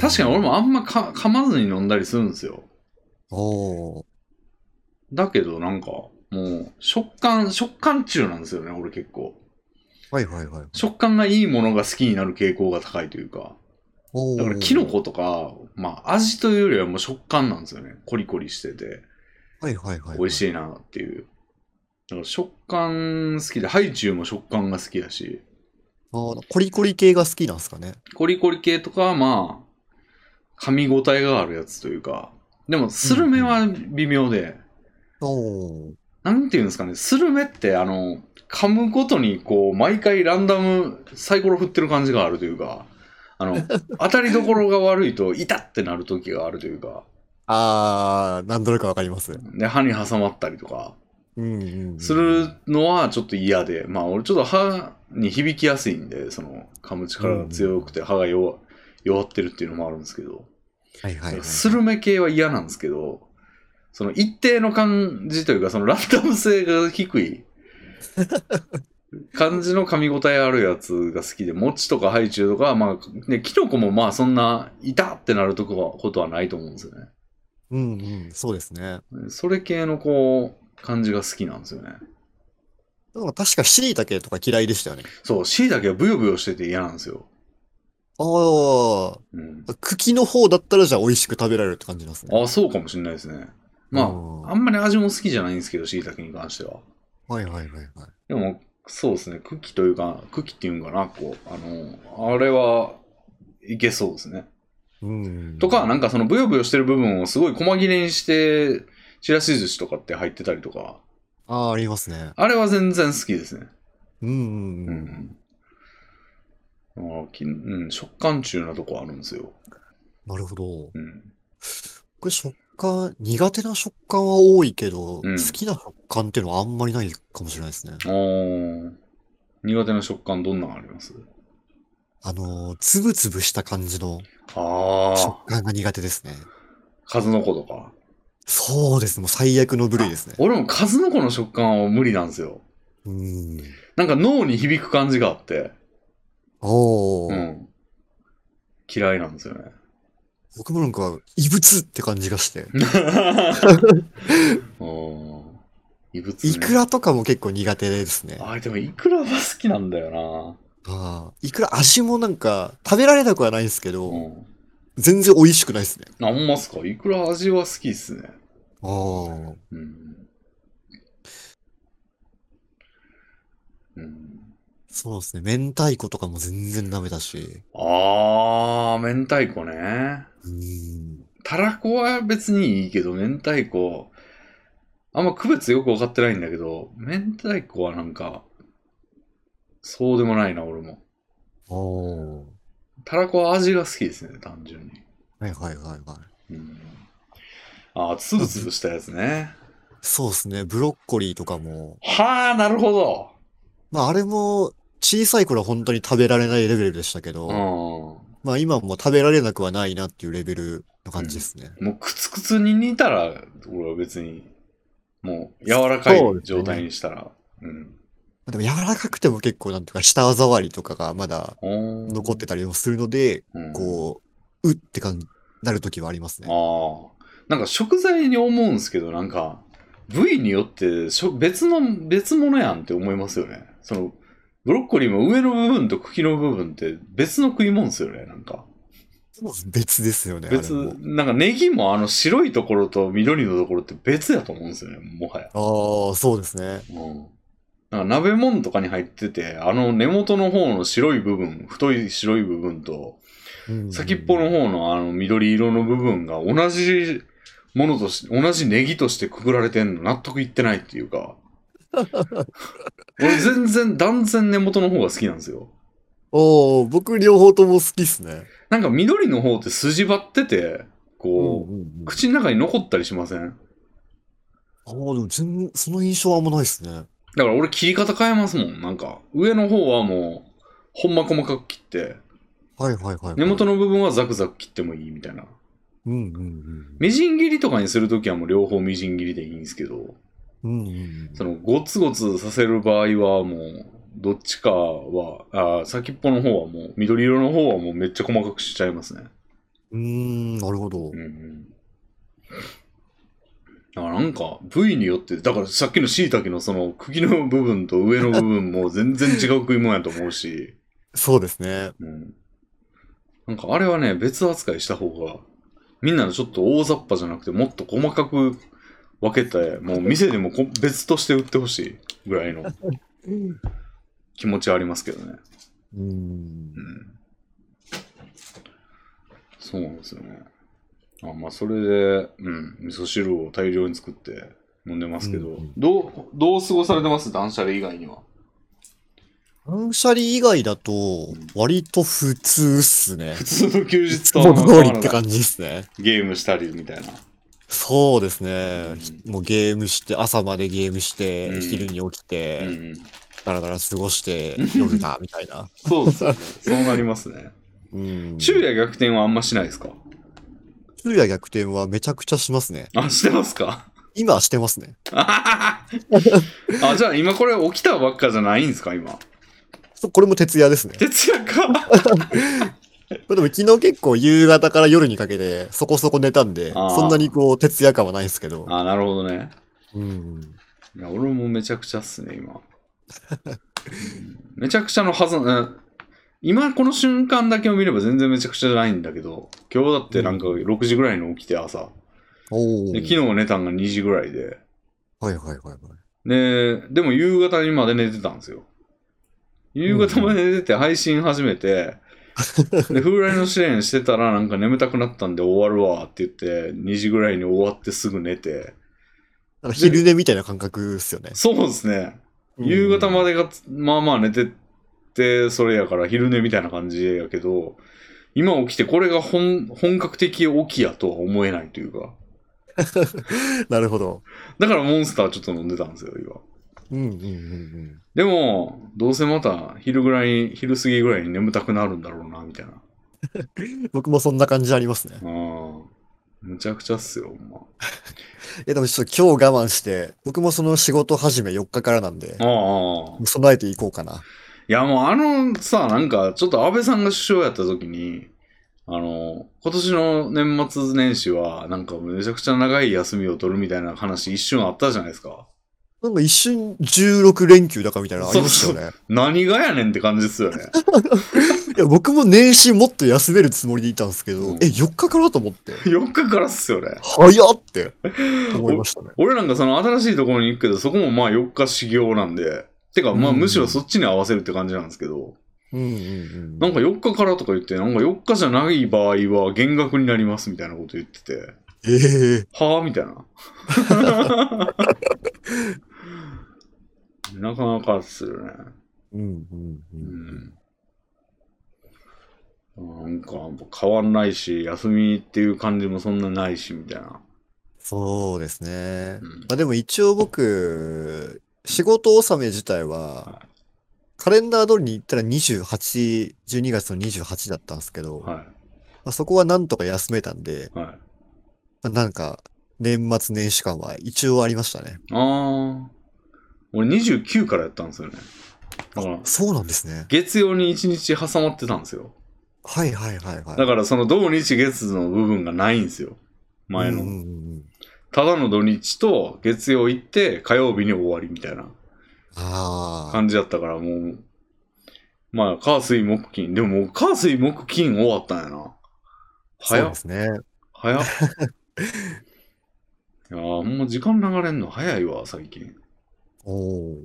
確かに俺も。もあんまか噛まずに飲んだりするんですよ。おーだけどなんか、もう、食感、食感中なんですよね、俺結構。はいはいはい。食感がいいものが好きになる傾向が高いというか。おーだからキノコとか、まあ味というよりはもう食感なんですよね。コリコリしてて、はいはいはい。美味い。しいなっていう。だから食感好きで、ハイチュウも食感が好きだし、あーコリコリ系が好きなんですかね。コリコリ系とかはまあ、噛み応えがあるやつというか、でもスルメは微妙で、おーなんていうんですかね、スルメってあの、噛むごとにこう、毎回ランダムサイコロ振ってる感じがあるというか、あの、当たりどころが悪いと、痛ってなる時があるというか、あー、何度かわかります。で、歯に挟まったりとか、うんうんうん。するのはちょっと嫌で、まあ俺ちょっと歯に響きやすいんで、その、噛む力が強くて歯が弱弱ってるっていうのもあるんですけど、はいはいはい。スルメ系は嫌なんですけど、その一定の感じというか、そのランダム性が低 い感じの噛み応えあるやつが好きで、餅とかハイチュウとかは、まあ、ね、キノコもまあそんな、痛ってなるとこはことはないと思うんですよね。うんうん、そうですね。それ系のこう、感じが好きなんですよね。だから確か椎茸とか嫌いでしたよね。そう、椎茸はブヨブヨしてて嫌なんですよ。あー、うん。茎の方だったらじゃあ美味しく食べられるって感じなんですね。あそうかもしれないですね。うまんあ、あんまり味も好きじゃないんですけど、椎茸に関しては。はいはいはいはい。でも、そうですね、茎というか、茎っていうんかな、こう、あの、あれは、いけそうですね。うん。とか、なんかその、ブヨブヨしてる部分をすごい細切れにして、ちらし寿司とかって入ってたりとか、あー、ありますね。あれは全然好きですね。うんうんううん。ん。だからきうん、食感中なとこあるんですよ。なるほど。うん。これ食感、苦手な食感は多いけど、うん好きな食感っていうのはあんまりないかもしれないですね。おー苦手な食感どんなんありますあのー、つぶつぶした感じのああ食、感が苦手ですね。数の子とか。そうです。もう最悪の部類ですね。俺も数の子の食感は無理なんですよ。うん。なんか脳に響く感じがあって、おうー。ん。嫌いなんですよね。僕もなんか、異物って感じがして。うん。異物、ね。イクラとかも結構苦手ですね。あ、でもイクラは好きなんだよああイクラ味もなんか、食べられなくはないんですけな。ど、うん。全然美味しくないですね。あ、ほんまっすか。イクラ味は好きっすね。ああ。うん。うん。そうですね。明太子とかも全然ダメだし。あー、明太子ね。うん。たらこは別にいいけど、明太子、あんま区別よくわかってないんだけど、明太子はなんか、そうでもないな、俺も。おー。たらこは味が好きですね、単純に。はいはいはいはい。うん。ああ、つぶつぶしたやつね。そうですね。ブロッコリーとかも。はあ、なるほまああれも、小さい頃は本当に食べられないレベルでしたけど、ど。うまあ今も食べられなくはないなっていうレベルの感じですね。ん。もう、くつくつに煮たら、俺は別に、もう、柔らかいそうですね状態にしたら、うん。でも柔らかくても結構なんとか舌触りとかがまだ残ってたりもするので、た、うんこう、うって感じ、なるときはありますね。ああ。なんか食材に思うんですけど、なんか、部位によってしょ別の、別物やんって思いますよね。その、ブロッコリーも上の部分と茎の部分って別の食い物ですよね、なんか。別ですよね、あれ別、も。なんかネギもあの白いところと緑のところって別やと思うんですよね、もはや。ああ、そうですね。うん。なんか鍋物とかに入ってて、あの根元の方の白い部分、太い白い部分と、うん先っぽの方のあの緑色の部分が同じものとして、同じネギとしてくくられてんの納得いってないっていうか。俺全然、断然根元の方が好きなんですよ。おお、僕両方とも好きっすね。なんか緑の方って筋張ってて、こう、うんうんうん口の中に残ったりしませんああ、でも全、その印象はあんまないっすね。だから俺切り方変えますもん。なんか、上の方はもう、ほんま細かく切って、はいはいはい。根元の部分はザクザク切ってもいいみたいな。うんうんみじん切りとかにするときはもう両方みじん切りでいいんですけど、うん。うんうんうん。そのゴツゴツさせる場合はもうどっちかは、あー先っぽの方はもう、緑色の方はもうめっちゃ細かくしちゃいますね。うーん、なるほどう。んうん。だからなんか、部位によって、だからさっきの椎茸のその茎の部分と上の部分も全然違う食い物やと思うし、そうですね。うん。なんかあれはね、別扱いした方が、みんなのちょっと大雑把じゃなくて、もっと細かく分けて、もう店でもこ別として売ってほしいぐらいのうん。気持ちはありますけどね。うんう。んそうなんですよね。あまあ、それで、うん、味噌汁を大量に作って飲んでますけど、うんうんどう、どう過ごされてます断捨離以外には。断捨離以外だとん、割と普通っすね。普通の休日とそはの通りって感じですね。ゲームしたりみたいな。そうですね。うもうゲームして、朝までゲームして、うん昼に起きうんうて、 ん、だらだら過ごしてうん、夜だ、みたいな。そうですよね。そうなりますね。 うん。昼夜逆転はあんましないですか昼夜逆転はめちゃくちゃしますね。あ、してますか今はしてますね。あ、じゃあ今これ起きたばっかじゃないんですか今。そうこれも徹夜 ですね。徹夜か。でも昨日結構夕方から夜にかけてそこそこ寝たんで、あーそんなにこう徹夜感はないですけど。あ、なるほどね。うん。いや、俺もめちゃくちゃっすね、今。うんめちゃくちゃのはず、うん今この瞬間だけを見れば全然めちゃくちゃじゃないんだけど、今日だってなんか6時ぐらいに起きて朝。おお。で、昨日寝たんが2時ぐらいで。はいはいはいはい。で、でも夕方にまで寝てたんですよ。夕方まで寝てて配信始めて、で、風来の試練してたらなんか眠たくなったんで終わるわって言って、2時ぐらいに終わってすぐ寝て。なんか昼寝みたいな感覚ですよね。そうですね。夕方まで。でがつまあまあ寝てってそれやから昼寝みたいな感じやけど今起きてこれが本本格的起きやとは思えないというかなるほど。だからモンスターちょっと飲んでたんですよ今うんうんうんうん。でもどうせまた昼ぐらい昼過ぎぐらいに眠たくなるんだろうなみたいな僕もそんな感じありますね。うんむちゃくちゃっすよほんまえ、でもちょっと今日我慢して、僕もその仕事始め4日からなんで、ああ備えていこうかな。いやもうあのさなんかちょっと安倍さんが首相やった時にあの今年の年末年始はなんかめちゃくちゃ長い休みを取るみたいな話一瞬あったじゃないですかなんか一瞬16連休だかみたいなのありましたよね。何がやねんって感じですよね いや、僕も年始もっと休めるつもりでいたんですけど、うんえ、4日からと思って、 4日からっすよね早 っって思いましたね。俺なんかその新しいところに行くけどそこもまあ4日修行なんでてかまあうんむしろそっちに合わせるって感じなんですけど、うんうんうん。なんか4日からとか言ってなんか4日じゃない場合は減額になりますみたいなこと言っててええはあみたいな。なかなかっすよね。うんうんう。うんん。なんか変わんないし、休みっていう感じもそんなないし、みたいな。そうですね。うんまあでも一応僕、仕事納め自体はは、カレンダー通りに行ったら28、12月の28だったんですけど、まはあ、そこはなんとか休めたんで、い。はい。まあ、なんか、年末年始間は一応ありましたね。あー。俺29からやったんですよね。だから、そうなんですね。月曜に1日挟まってたんですよ。はいはいはいはい。だからその土日月の部分がないんですよ。前うんうの。んうんただの土日と月曜行って火曜日に終わりみたいな。ああ。感じだったから、もう、まあ、火、水、木、金。でももう、火、水、木、金終わったんやな。そう早でっ、すね。 早っ。いやーほんま時間流れんの早いわ、最近。おお。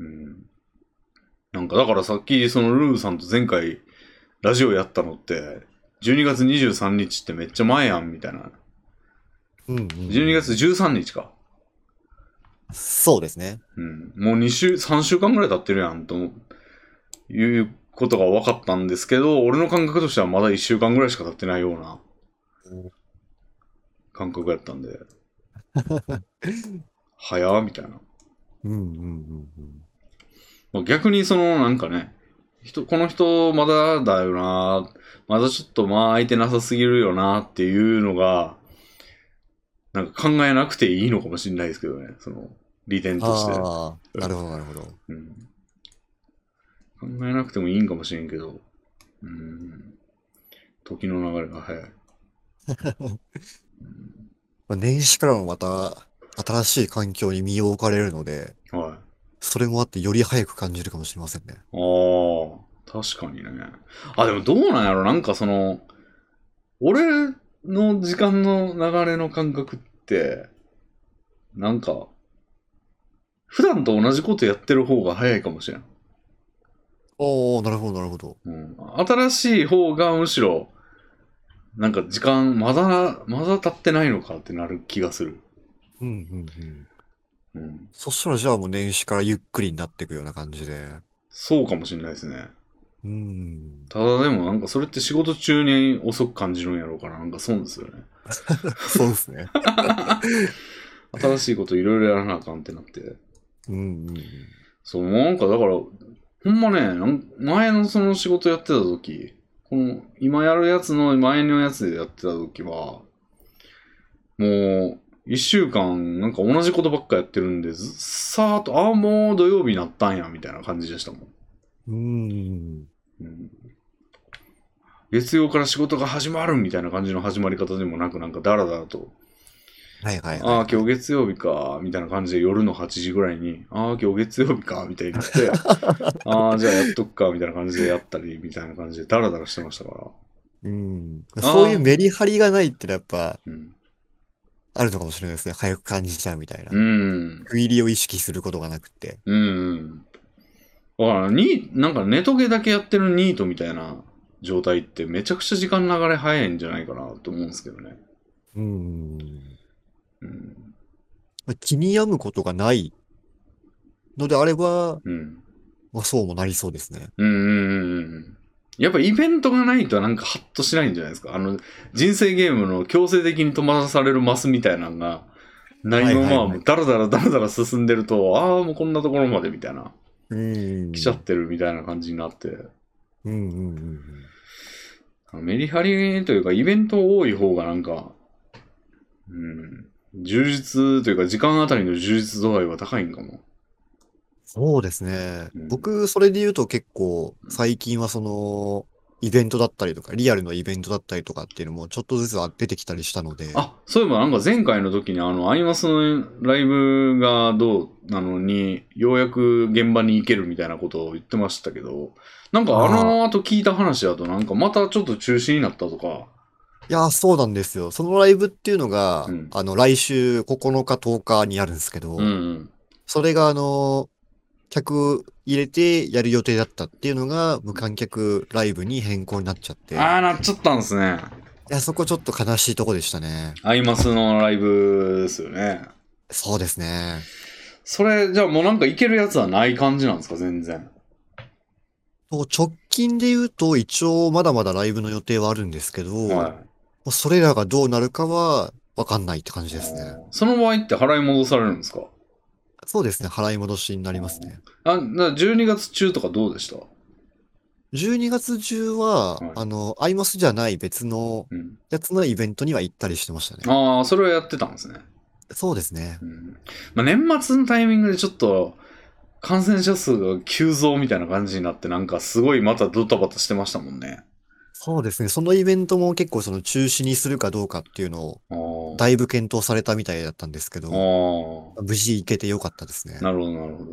うん。なんか、だからさっき、そのルーさんと前回、ラジオやったのって、12月23日ってめっちゃ前やん、みたいな。うんうん。 12月13日か。そうですね。うん、もう2週、3週間ぐらい経ってるやんと思う、いうことが分かったんですけど、俺の感覚としてはまだ1週間ぐらいしか経ってないようなお感覚やった んで。早ーみたいな。うんうんうんうん。まあ、逆にそのなんかね、人この人まだだよなまだちょっとまあ空いてなさすぎるよなっていうのが、なんか考えなくていいのかもしれないですけどね、その利点として。ああ、なるほどなるほど。うん考えなくてもいいんかもしれんけど、うん。時の流れが早い。まあ、年始からもまた新しい環境に身を置かれるので、はい。それもあってより早く感じるかもしれませんね。ああ、確かにね。あ、でもどうなんやろなんかその、俺の時間の流れの感覚って、なんか、普段と同じことやってる方が早いかもしれん。おー、なるほど、なるほど。うん、新しい方がむしろ、なんか時間、まだ、まだ経ってないのかってなる気がする。うん、うん、うん。うん。そしたらじゃあもう年始からゆっくりになっていくような感じで。そうかもしれないですね。うん。ただでもなんかそれって仕事中に遅く感じるんやろうから、なんか損ですよね。そうです ね。新しいこといろいろやらなあかんってなって。うん、うんうん。そう、もうなんかだから、ほんまね、なん前のその仕事やってた時、この今やるやつの前のやつでやってた時は、もう、一週間、なんか同じことばっかやってるんで、ずさーっと、ああ、もう土曜日になったんや、みたいな感じでしたもん。うん。うん月曜から仕事が始まるみたいな感じの始まり方でもなく、なんかダラダラと、はいはいはい。ああ、今日月曜日か、みたいな感じで夜の8時ぐらいに、ああ、今日月曜日か、みたいになって、ああ、じゃあやっとくか、みたいな感じでやったり、みたいな感じでダラダラしてましたから。うん。ーそういうメリハリがないってのはやっぱうん。あるのかもしれないですね。早く感じちゃうみたいなう。ん。食い入りを意識することがなくて。うん。だから、に、なんかネトゲだけやってるニートみたいな状態ってめちゃくちゃ時間流れ早いんじゃないかなと思うんですけどね。うん。うん。まあ気に病むことがないのであれば、うん。まあ、そうもなりそうですね。うんうんうんうん。やっぱイベントがないとなんかハッとしないんじゃないですか。あの、人生ゲームの強制的に止まらされるマスみたいなのが、ないまはいはいはまいもうダラダラダラダラ進んでると、ああ、もうこんなところまでみたいな、うん。来ちゃってるみたいな感じになって、うんうんうんメリハリというかイベント多い方がなんか、うん、充実というか時間あたりの充実度合いは高いんかも。そうですねうん。僕、それで言うと結構、最近はその、イベントだったりとか、リアルのイベントだったりとかっていうのも、ちょっとずつは出てきたりしたので、あ、そういえばなんか前回の時にあの、アイマスのライブがどうなのに、ようやく現場に行けるみたいなことを言ってましたけど、なんかあの後聞いた話だとなんかまたちょっと中止になったとか、いやー、そうなんですよ。そのライブっていうのが、うんあの、来週9日、10日にあるんですけど、うんうん。それが、あのー客入れてやる予定だったっていうのが、無観客ライブに変更になっちゃって、いああ、なっちゃったんですね。や、そこちょっと悲しいとこでしたね。アイマスのライブですよね。そうですね。それ、じゃあもうなんか行けるやつはない感じなんですか、全然。と直近で言うと、一応まだまだライブの予定はあるんですけど、はもうそれらがどうなるかは分かんないって感じいですね。。その場合って払い戻されるんですかそうですね。払い戻しになりますね。あ、な12月中とかどうでした12月中は、はいあの、アイマスじゃない別のうん。やつのイベントには行ったりしてましたね。ああ、それはやってたんですね。そうですね。うんまあ、年末のタイミングでちょっと感染者数が急増みたいな感じになってなんかすごいまたドタバタしてましたもんね。そうですね。そのイベントも結構その中止にするかどうかっていうのをあーだいぶ検討されたみたいだったんですけあど、ー無事行けてよかったですね。なるほどなるほど。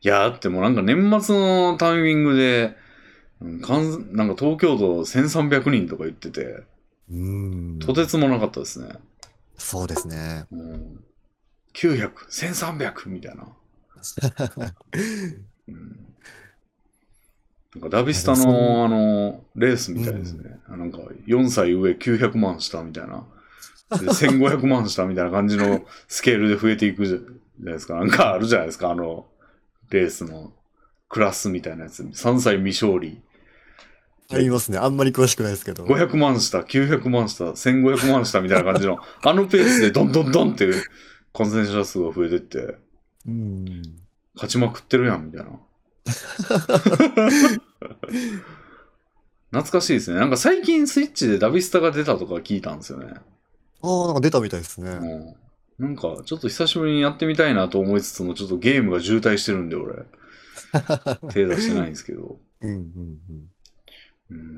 いやだってもうなんか年末のタイミングでうん感なんか東京都1300人とか言っててうーん。とてつもなかったですね。そうですね。うん、900、1300みた いな。うんなんかダビスタいやでもそのあのレースみたいですね。なんか4歳上900万したみたいな。で1500万したみたいな感じの スケールで増えていくじゃないですか。なんかあるじゃないですか。あのレースのクラスみたいなやつ。3歳未勝利。ありますね。あんまり詳しくないですけど。 500万した、900万した、1500万したみたいな感じの、あのペースでどんどんどんっていう感染者数が増えてって、うん。勝ちまくってるやんみたいな。懐かしいですね。なんか最近スイッチでダビスタが出たとか聞いたんですよね。ああ、なんか出たみたいですね。うん。なんかちょっと久しぶりにやってみたいなと思いつつも、ちょっとゲームが渋滞してるんで、俺。手出してないんですけど。うんうんうん。うん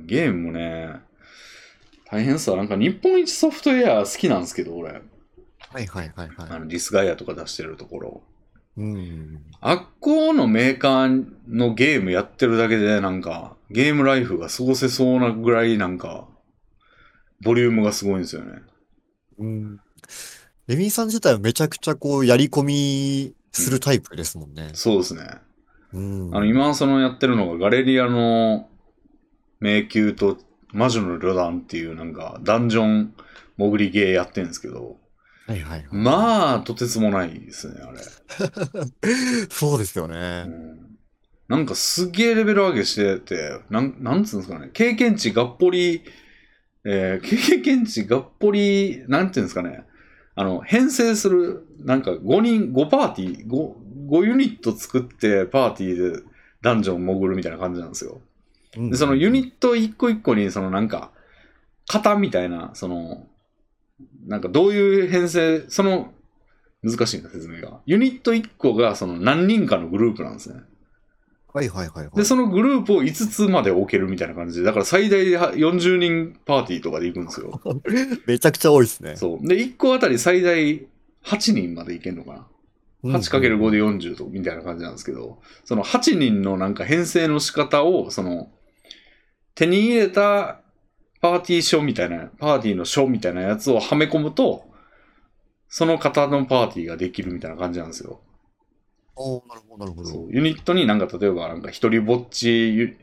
ゲームもね、大変さ、なんか日本一ソフトウェア好きなんですけど、俺。はいはいはいあはい。の、ディスガイアとか出してるところ。うん。あっこのメーカーのゲームやってるだけで、なんか、ゲームライフが過ごせそうなぐらい、なんか、ボリュームがすごいんですよね。うん。レミンさん自体はめちゃくちゃこう、やり込みするタイプですもんね。そうですね。うん。あの、今、そのやってるのが、ガレリアの迷宮と魔女の旅団っていう、なんか、ダンジョン潜りゲーやってるんですけど、はいはいはい。まあ、とてつもないですね、あれ。そうですようね。んなんかすげえレベル上げしてて、なん、なんつうんですかね、経験値がっぽり、えー 経験値がっぽり、なんていうんですかね、あの、編成する、なんか5人、5パーティー、5、5ユニット作ってパーティーでダンジョン潜るみたいな感じなんですよ。うんで、そのユニット一個一個に、そのなんか、型みたいな、その、なんかどういう編成、その、難しいな、説明が。ユニット一個が、その何人かのグループなんですね。はいはいはいはい。で、そのグループを5つまで置けるみたいな感じで、だから最大では40人パーティーとかで行くんです よ。めちゃくちゃ多いですね。そう。で、1個あたり最大8人まで行けるのかうんな。8×5 で40と、みたいな感じなんですけど、その8人のなんか編成の仕方を、その、手に入れたパーティー書みたいな、パーティーの書みたいなやつをはめ込むと、その方のパーティーができるみたいな感じなんですよ。おーなるほど、なるほそど。うユニットになんか例えばなんか一人ぼっちゆ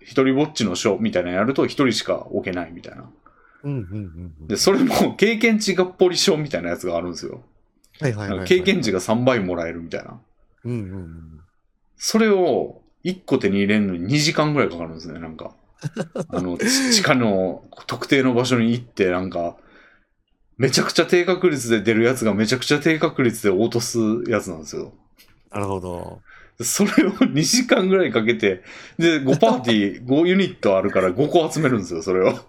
一人ぼっちの書みたいなのやると一人しか置けないみたいなうんうんうんうん。でそれも 経験値がっぽり書みたいなやつがあるんですよはいはいはいなはんかい。経験値が3倍もらえるみたいなうんうんうん。それを1個手に入れるのに2時間ぐらいかかるんですねなん かあの地地下の特定の場所に行ってなんかめちゃくちゃ低確率で出るやつがめちゃくちゃ低確率で落とすやつなんですよなるほど。それを2時間ぐらいかけて、で、5パーティー、5ユニットあるから5個集めるんですよ、それを。は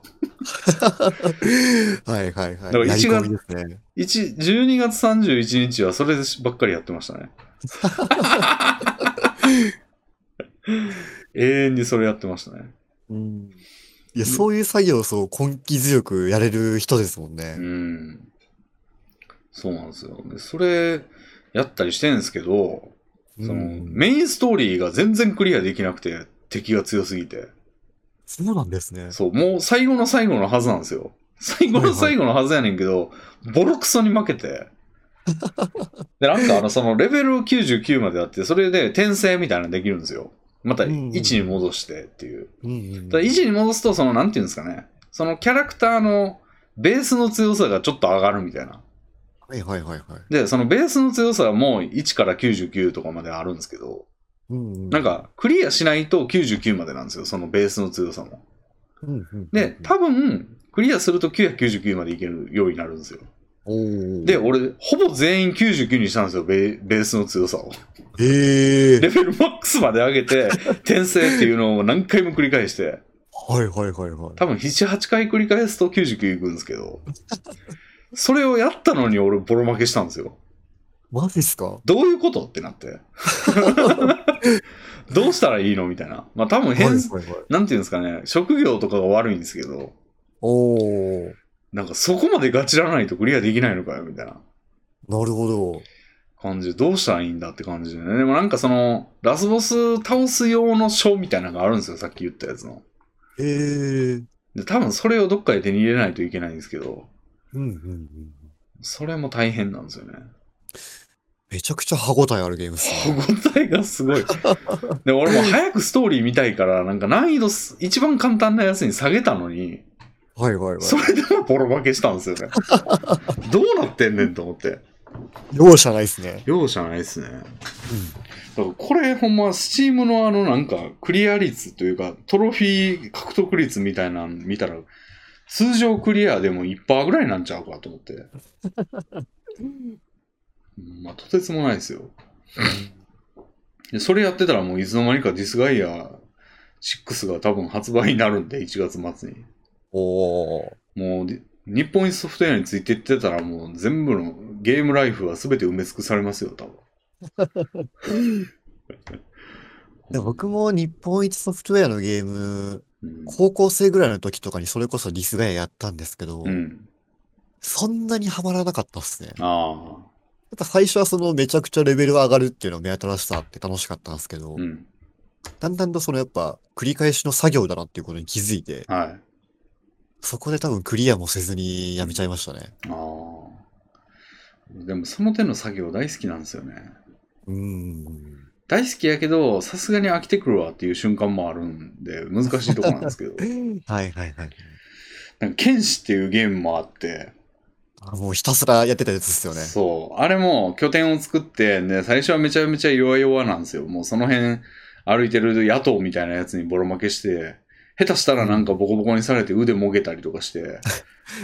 いはいだからはい。一月やり込みですね。 1 12月31日はそればっかりやってましたね。 永遠にそれやってましたね。うん。いや、そういう作業をそう根気強くやれる人ですもんねう。ん。そうなんですよ。でそれ、やったりしてんですけど、そのうんメインストーリーが全然クリアできなくて、敵が強すぎて。そうなんですね。そう、もう最後の最後のはずなんですよ。最後の最後のはずやねんけど、ボロクソに負け て。で、なんかあの、そのレベル99まであって、それで転生みたいなのできるんですよ。またうんうん1に戻してっていう。うんうん。ただ1に戻すと、その、なんていうんですかね。そのキャラクターのベースの強さがちょっと上がるみたいな。はいはいはいはい。で、そのベースの強さはもう1から99とかまであるんですけど、うんうん。なん、かクリアしないと99までなんですよ、そのベースの強さも。うんうんうん、で、多分、クリアすると999までいけるようになるんですよ。おーで、、俺、ほぼ全員99にしたんですよ、ベベースの強さを。へレえ。ベルマックスまで上げて、転生っていうのを何回も繰り返して、はいはいはいはい。多分7、8回繰り返すと99いくんですけど、それをやったのに俺、ボロ負けしたんですよ。マジっすかどういうことってなって。 どうしたらいいのみたいな。まあ多分変、はいはいはい。なんていうんですかね、職業とかが悪いんですけど、おーなんかそこまでガチらないとクリアできないのかよ、みたいな。なるほど。感じで、どうしたらいいんだって感じでね。でもなんかその、ラスボス倒す用の書みたいなのがあるんですよ、さっき言ったやつの。へえ。で、多分それをどっかで手に入れないといけないんですけど、うんうんうん。それも大変なんですよね。めちゃくちゃ歯応えあるゲームっす歯ね。応えがすごい。で、俺も早くストーリー見たいから、なんか難易度す一番簡単なやつに下げたのに、はいはいはい。それでもボロ負けしたんですよね。どうなってんねんと思って。容赦ないっすね。容赦ないですね。だからこれほんま、スチームのあのなんか、クリア率というか、トロフィー獲得率みたいなの見たら、通常クリアでも1%ぐらいなんちゃうかと思 って。うんまあ、とてつもないですよ。でそれやってたらもういつの間にかディスガイア6が多分発売になるんで、1月末に。おお。もうで、日本一ソフトウェアについていってたらもう全部のゲームライフは全て埋め尽くされますよ、多分。 でも僕も日本一ソフトウェアのゲーム、うん高校生ぐらいの時とかにそれこそリスガイアやったんですけど、うん。そんなにハマらなかったっすね。やっああ。ぱ最初はそのめちゃくちゃレベルが上がるっていうのは目新しさあって楽しかったんですけど、うん。だんだんとそのやっぱ繰り返しの作業だなっていうことに気づいて、はい。そこで多分クリアもせずにやめちゃいましたね。ああ。でもその手の作業大好きなんですよね。うーん。大好きやけど、さすがに飽きてくるわっていう瞬間もあるんで、難しいとこなんですけ ど。はいはいはい。なんか、剣士っていうゲームもあって、あもうひたすらやってたやつですよね。そう。あれも拠点を作って、ね、最初はめちゃめちゃ弱々なんですよ。もうその辺歩いてる野党みたいなやつにボロ負けして、下手したらなんかボコボコにされて腕もげたりとか して、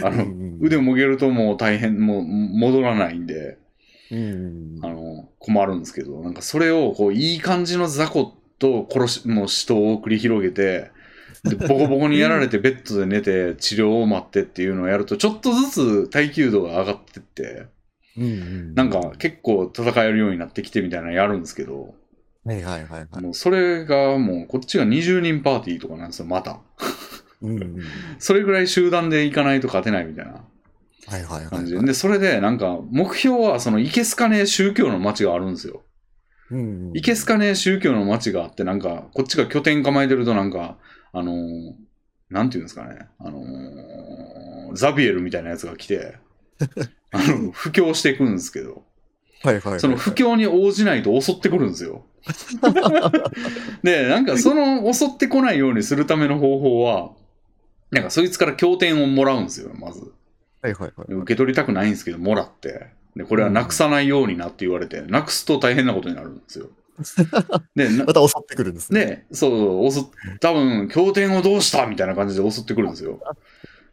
あうの、ん腕もげるともう大変、もう戻らないんで、うん。あの、困るんですけど、なんかそれを、こう、いい感じの雑魚と殺し、の死闘を繰り広げて、で、ボコボコにやら れてベッドで寝て治療を待ってっていうのをやると、ちょっとずつ耐久度が上がってって、うんうんなんか結構戦えるようになってきてみたいなのやるんですけど、はいはいはいはい。もうそれがもう、こっちが20人パーティーとかなんですよ、また。うんうん。それぐらい集団で行かないと勝てないみたいなはいはいはい感じはで。い。で、それでなんか、目標はその、いけすかねえ宗教の街があるんですよ。うんうんいけすかねえ宗教の町があって、なんか、こっちが拠点構えてると、なんか、あのーなんていうんですかね、あのーザビエルみたいなやつが来て、あ の、布教していくんですけど、はいはいはいはい。その布教に応じないと襲ってくるんですよ。 で、なんかその襲ってこないようにするための方法は、なんかそいつから経典をもらうんですよ、まず。はいはいはい。受け取りたくないんですけど、もらって。で、これはなくさないようになって言われて、なくすと大変なことになるんです よ。で、なまた襲ってくるんですね。ね、そう、襲っ多分、経典をどうしたみたいな感じで襲ってくるんですよ。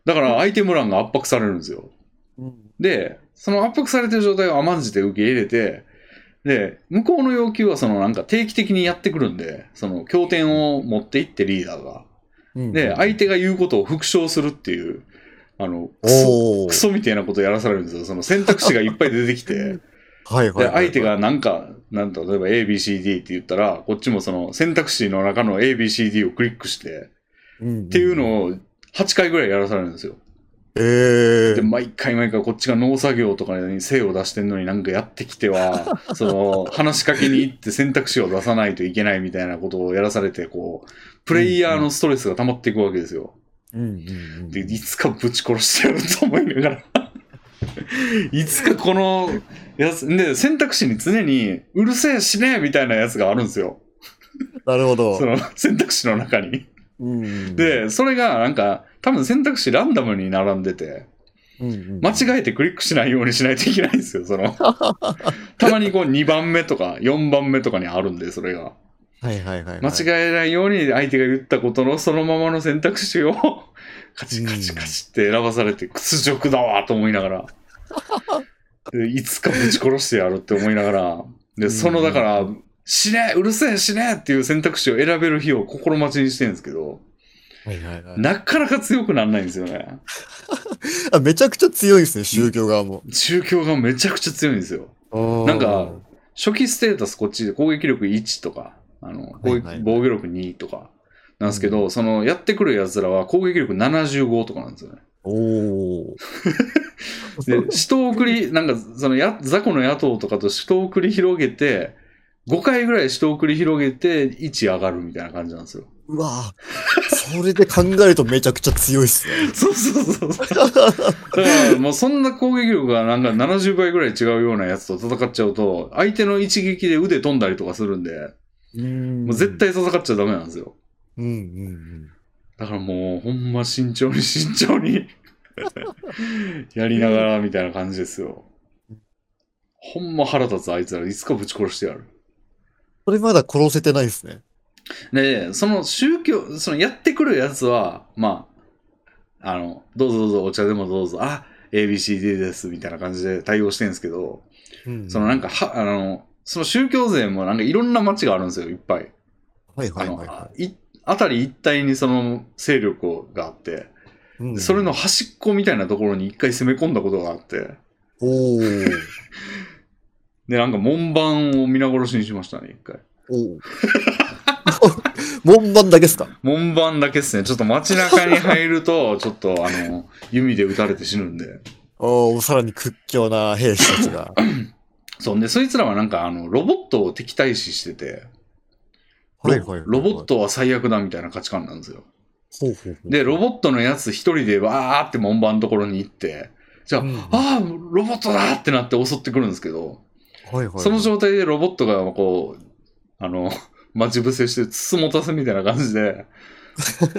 だから、アイテム欄が圧迫されるんですよ。うんで、その圧迫されてる状態を甘んじて受け入れて、で、向こうの要求は、そのなんか定期的にやってくるんで、その経典を持っていってリーダーが。うんで、相手が言うことを復唱するっていう、あの、クソおークソみたいなことやらされるんですよ。その選択肢がいっぱい出てきて。 はで、いはいはいはい。相手がなんか、なんと、例えば ABCD って言ったら、こっちもその選択肢の中の ABCD をクリックして、っっていうを。のを8回ぐらいやらされるんですよ。ええで、。毎回毎回こっちが農作業とかに精を出してんのになんかやってきて は、その、話しかけに行って選択肢を出さないといけないみたいなことをやらされて、こう、プレイヤーのストレスが溜まっていくわけですよ。うんうんうんで、いつかぶち殺してやると思いながら。 いつかこのやつ、で、選択肢に常に、うるせえしねえみたいなやつがあるんですよ。なるほどそ。の選択肢の中に。うんうん、で、それがなんか、多分選択肢ランダムに並んでて、うんうん、間違えてクリックしないようにしないといけないんですよ、そ の。たまにこう2番目とか4番目とかにあるんで、それが。はいはいはいはい。間違えないように相手が言ったことのそのままの選択肢を カチカチカチって選ばされて屈辱だわと思いなが らでいつかぶち殺してやるって思いながらうでんそのだから死ねうるせえ死ねっていう選択肢を選べる日を心待ちにしてるんですけどはいはいはい。なかなか強くならないんですよねあめちゃくちゃ強いですね、宗教側も。宗教がめちゃくちゃ強いんですよななんか、初期ステータスこっちで攻撃力1とか、あの攻撃はいはい防御力2とかなんですけど、そのやってくるやつらは攻撃力75とかなんですよね。おお。で、死闘を繰り、なんかそのや雑魚の野党とかと死闘を繰り広げて、5回ぐらい死闘を繰り広げて1上がるみたいな感じなんですよ。うわぁそれで考えるとめちゃくちゃ強いっすね。そうそうそうそう。だからもうそんな攻撃力がなんか70倍ぐらい違うようなやつと戦っちゃうと、相手の一撃で腕飛んだりとかするんで、うんもう絶。対戦っちゃダメなんですよ。うんうんうん。だからもう、ほんま慎重に慎重 にやりながらみたいな感じですよ。ほんま腹立つあいつら、いつかぶち殺してやる。それまだ殺せてないですね。で、その宗教、そのやってくるやつは、まあ、あの、どうぞどうぞ、お茶でもどうぞ、あ、ABCD です、みたいな感じで対応してるんですけど、そのなんか、は、あの、その宗教勢もなんかいろんな町があるんですよ、いっぱい。はいはあいの、はいはあい辺り一帯にその勢力をがあって、い。うんそれの。端っこみたいなところに一回攻め込んだことがあって、おお。 で、なんか門番を皆殺しにしましたね、一回。おお。門番だけですか門番だけっすね。ちょっと街中に入ると、 ちょっとあの、弓で撃たれて死ぬんで。おーさらに屈強な兵士たちが。そう。で、そいつらはなんかあの、ロボットを敵対視してて、ロ はいはいはいはいロボッ。トは最悪だみたいな価値観なんですよ。ほうほうほうで、ロボットのやつ一人でわーって門番のところに行って、じゃあ、うんああ、ロボットだってなって襲ってくるんですけど、はいはいはいその状態でロボットがこう、あの、 待ち伏せして、つつもたせみたいな感じ で、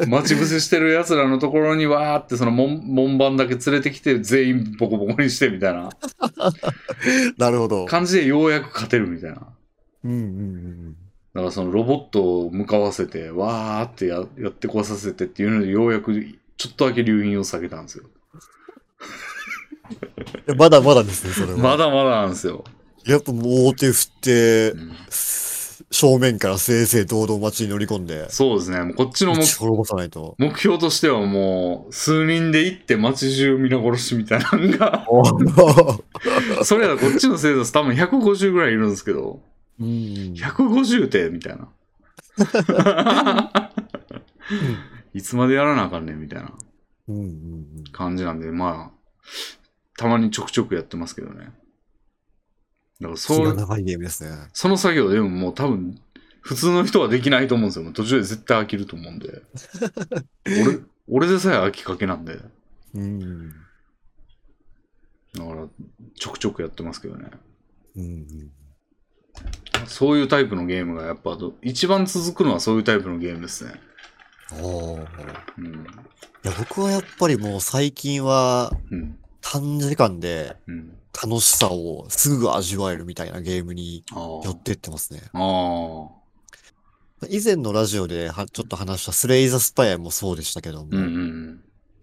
待ち伏せしてる奴らのところにわーってその門門番だけ連れてきて、全員ボコボコにしてみたいななるほど。感じでようやく勝てるみたいな。うんうんうんだからそのロボットを向かわせて、わーってややってこさせてっていうので、ようやくちょっとだけ留飲を下げたんですよ。うん。まだまだですね、それは。まだまだなんですよ。やっぱもう大手振ってう、ん正面から正々堂々街に乗り込んで、そうですね。もうこっちの目 打ち滅ぼさな いと。目標としてはもう、数人で行って街中皆殺しみたいなのが、それはこっちの生徒多分150ぐらいいるんですけど、うん。 150手みたいな。いつまでやらなあかんねんみたいなうんうんうん感じなんで、まあ、たまにちょくちょくやってますけどね。だから気そがう、長いゲームですね。その作業でももう多分、普通の人はできないと思うんですよ。もう途中で絶対飽きると思うんで。俺、俺でさえ飽きかけなんで。だかうん。ら、ちょくちょくやってますけどね。うんうん。そういうタイプのゲームがやっぱ、ど一番続くのはそういうタイプのゲームですね。ああ。うん。いや、僕はやっぱりもう最近はうん。短時間でうん。楽しさをすぐ味わえるみたいなゲームにああ寄ってってますね。ああ。以前のラジオではちょっと話したスレイザースパイアもそうでしたけども、うんうん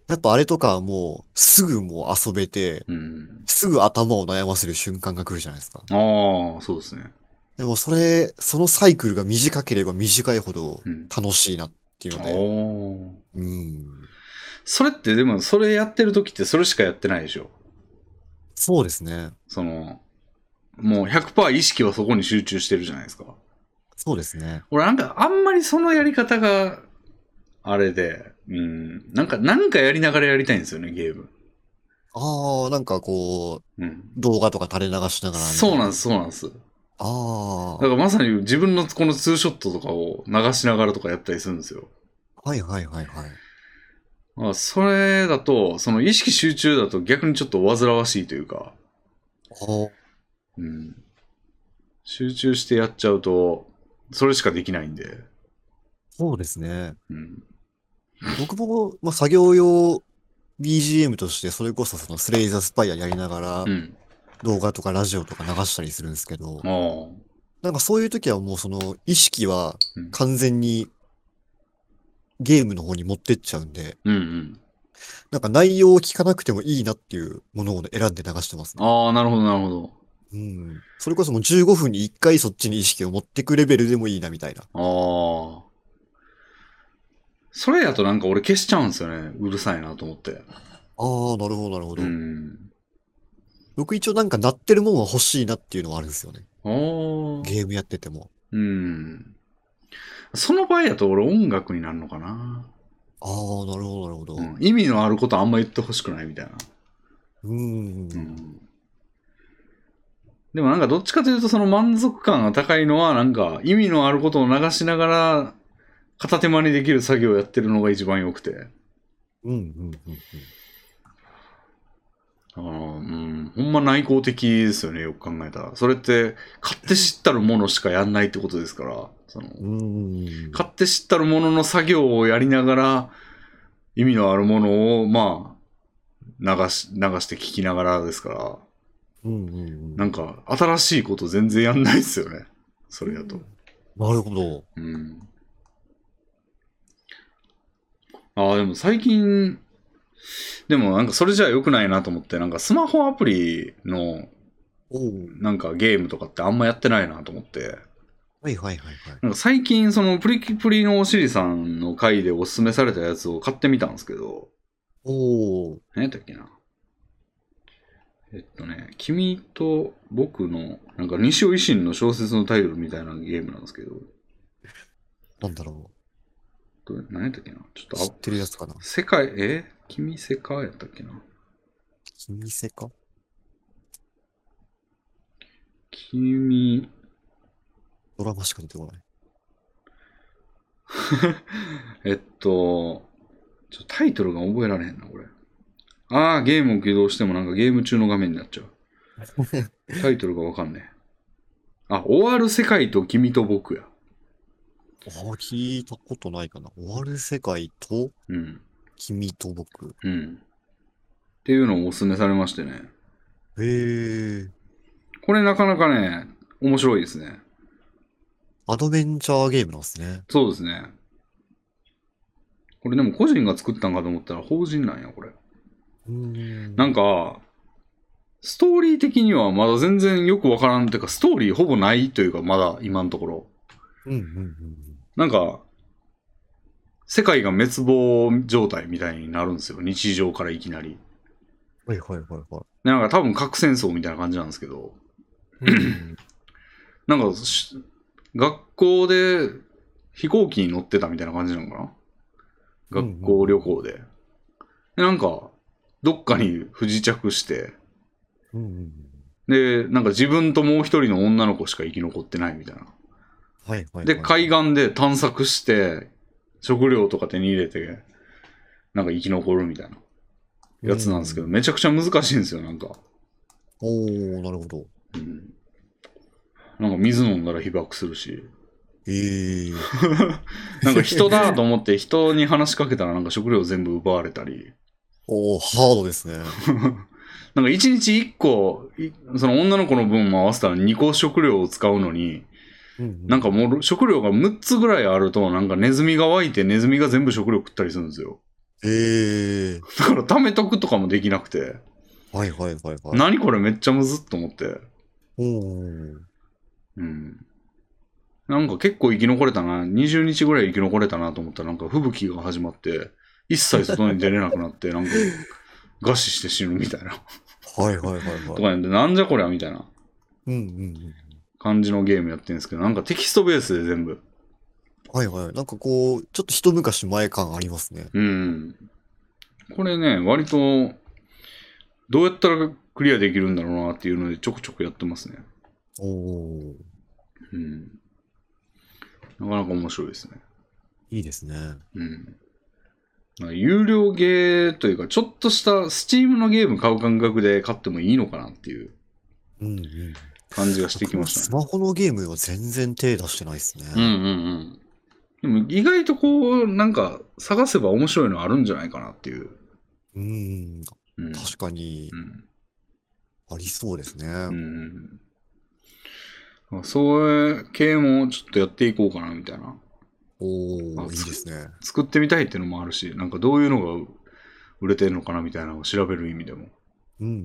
やっぱあれとかはもうすぐもう遊べて、うん。うん。すぐ頭を悩ませる瞬間が来るじゃないですか。ああ、そうですね。でもそれ、そのサイクルが短ければ短いほどうん。楽しいなっていうので、おお。うん。それってでも、それやってる時ってそれしかやってないでしょ。そうですね。その、もう100%意識はそこに集中してるじゃないですか。そうですね。俺なんかあんまりそのやり方が、あれで、うん。なんか、なんかやりながらやりたいんですよね、ゲーム。ああ、なんかこう、うん。動画とか垂れ流しながら。そうなんんです、そうなんです。あだからまさに自分のこのツーショットとかを流しながらとかやったりするんですよ。あ、はいはいはいはい。まあ、それだと、その意識集中だと逆にちょっと煩わしいというか、あうん。集中してやっちゃうと、それしかできないんで、そうですね。うん。僕も、まあ、作業用 BGM として、それこそそのスレイザースパイアやりながらう、ん。動画とかラジオとか流したりするんですけど、ああ。なんかそういう時はもうその意識はうん完全にゲームの方に持ってっちゃうんで、うんうん。なんか内容を聞かなくてもいいなっていうものを選んで流してますね。ああ、なるほど、なるほど。うん。それこそもう15分に1回そっちに意識を持ってくレベルでもいいなみたいな。ああ。それやとなんか俺消しちゃうんですよね。うるさいなと思って。ああ、なるほど、なるほど。うん。僕一応なんか鳴ってるもんは欲しいなっていうのはあるんですよね。ああ。ゲームやってても。うん。その場合やと俺音楽になるのかな。ああ、なるほど、なるほど。うん、意味のあることあんま言ってほしくないみたいな。うん。うん。でもなんかどっちかというとその満足感が高いのはなんか意味のあることを流しながら片手間にできる作業をやってるのが一番良くて。うん、うん、うん。うんあのうん、ほんま内向的ですよね、よく考えたら。それって、買って知ったるものしかやんないってことですから、そのうん。買って知ったるものの作業をやりながら、意味のあるものを、まあ、流し、流して聞きながらですから、うんうんうんなんか、新しいこと全然やんないですよね。それだと。なるほど。うん。ああ、でも最近、でもなんかそれじゃ良くないなと思って、なんかスマホアプリのおうなんかゲームとかってあんまやってないなと思って、はいはいはいはい。なんか最近そのプリキプリのおしりさんの回でおすすめされたやつを買ってみたんですけど、おお。何やったっけな。えっとね、君と僕の、なんか西尾維新の小説のタイトルみたいなゲームなんですけど、なんだろどれ何やったっけなちょ知っとってるやつかなあ、。世界、え君世界やったっけな君せか君、ドラマしか出て こない。えっと、ちょタイトルが覚えられへんな、これ。ああ、ゲームを起動してもなんかゲーム中の画面になっちゃう。タイトルがわかんねえ。あ、終わる世界と君と僕や。あ、聞いたことないかな。終わる世界と、うん。君と僕。うん。っていうのをお勧めされましてね。へえ。これなかなかね、面白いですね。アドベンチャーゲームなんですね。そうですね。これでも個人が作ったんかと思ったら法人なんや、これ。うーん。なんか、ストーリー的にはまだ全然よくわからんっていうか、ストーリーほぼないというか、まだ今のところ。うんうんうんなんか、世界が滅亡状態みたいになるんですよ。日常からいきなり。うん。はいはいはい はなんか多分核戦争みたいな感じなんですけど。い。うんなんかし、学校で飛行機に乗ってたみたいな感じなのかなうんう学ん校旅行で。でなんか、どっかに不時着して、うんうんうん。で、なんか自分ともう一人の女の子しか生き残ってないみたいな。はいはいはい。で、海岸で探索して、食料とか手に入れて、なんか生き残るみたいなやつなんですけど、うめちゃくちゃ難しいんですよ、なんか。おー、なるほど。うん。なんか水飲んだら被爆するし。ええー。なんか人だと思って人に話しかけたらなんか食料全部奪われたり。おー、ハードですね。なんか一日一個、いその女の子の分も合わせたら2個食料を使うのに、うんなんかもう食料が6つぐらいあると、なんかネズミが湧いてネズミが全部食料食ったりするんですよ。ええだから貯めとくとかもできなくて、ー。はいはいはいはい。何これめっちゃむずっと思って。おー。うん。なんか結構生き残れたな、20日ぐらい生き残れたなと思ったらなんか吹雪が始まって、一切外に出れなくなって、なんか餓死して死ぬみたいな。はいはいはいとはい。かで、なんじゃこりゃみたいなうんうんうん。感じのゲームやってるんですけど、なんかテキストベースで全部。はいはい。なんかこう、ちょっと一昔前感ありますね。うん。これね、割と、どうやったらクリアできるんだろうなっていうので、ちょくちょくやってますね。おお、うん。なかなか面白いですね。いいですね。うん。まあ有料ゲーというか、ちょっとした Steam のゲーム買う感覚で買ってもいいのかなっていううんうん。感じがしてきましたスね。マホのゲームは全然手出してないですね。うんうんうん。でも意外とこう、なんか探せば面白いのあるんじゃないかなっていう。うん。うん。確かにう、んありそうですね。うんまあそういう系もちょっとやっていこうかなみたいな。おあお、いいですね。作ってみたいっていうのもあるし、なんかどういうのが売れてるのかなみたいなのを調べる意味でも。うんうんうん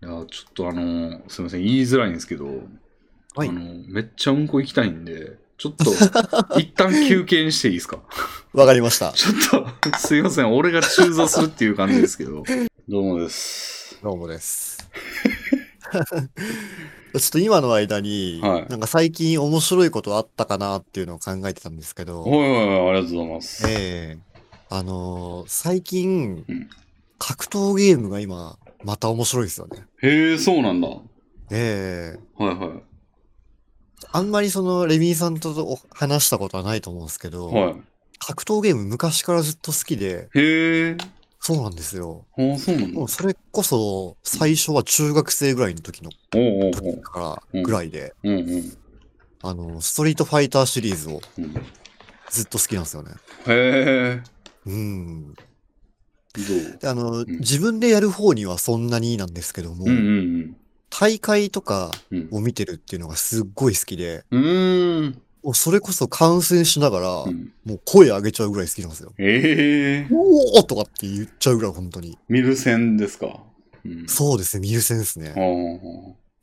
う。んいや、ちょっとあの、すいません、言いづらいんですけど、はいあの、めっちゃうんこ行きたいんで、ちょっ と、一旦休憩にしていいですかわかりました。ちょっと、すいません、俺が中座するっていう感じですけど、どうもです。どうも です。ちょっと今の間に、はいなんか最近面白いことあったかなっていうのを考えてたんですけど、はいはいはい、ありがとうございます。ええあのー最近、うん格闘ゲームが今、また面白いですよね。へえ、そうなんだ。はええいはい。あんまりその、レミーさんとお話したことはないと思うんですけど、は格闘ゲーム昔からずっと好きで、い。へえ。そうなんですよ。ああ、そうなんだ。もおうそれこそ、最初は中学生ぐらいの時のうおうお時う。からぐらいで、うんうん。あの、ストリートファイターシリーズをうん、へずっと好きなんですよね。え。うん。どうで、あの、ん自分でやる方にはそんなになんですけども、うんうん大会とかうん。うん。を見てるっていうのがすっごい好きで、うーん。もうそれこそ観戦しながら、うんもう声上げちゃうぐらい好きなんですよ。ええ。おおとかって言っちゃうぐらい本当に。見る線ですか。うん。そうですね、ミルセンですね。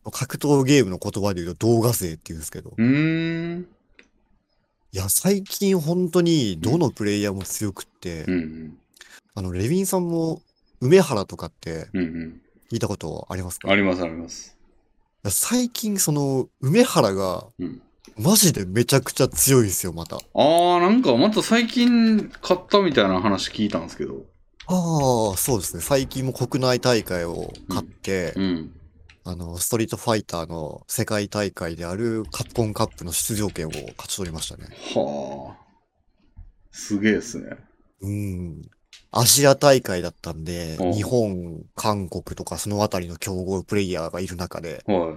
は格闘ゲームの言葉で言うと動画勢って言うんですけどあ。う。ーん。いや、最近本当にどのプレイヤーも強くって、うんあの、レヴィンさんも梅原とかってうん。うん聞いたことありますうん。かあいりますあります。や最近その梅原がうん。マジでめちゃくちゃ強いんですよ、また。ああー、なんかまた最近買ったみたいな話聞いたんですけど。あ、そうですね。最近も国内大会を勝って、うん。あの、ストリートファイターの世界大会であるカプコンカップの出場権を勝ち取りましたね。はあ。すげえですね。うん。アジア大会だったんで、お日本、韓国とかそのあたりの強豪プレイヤーがいる中では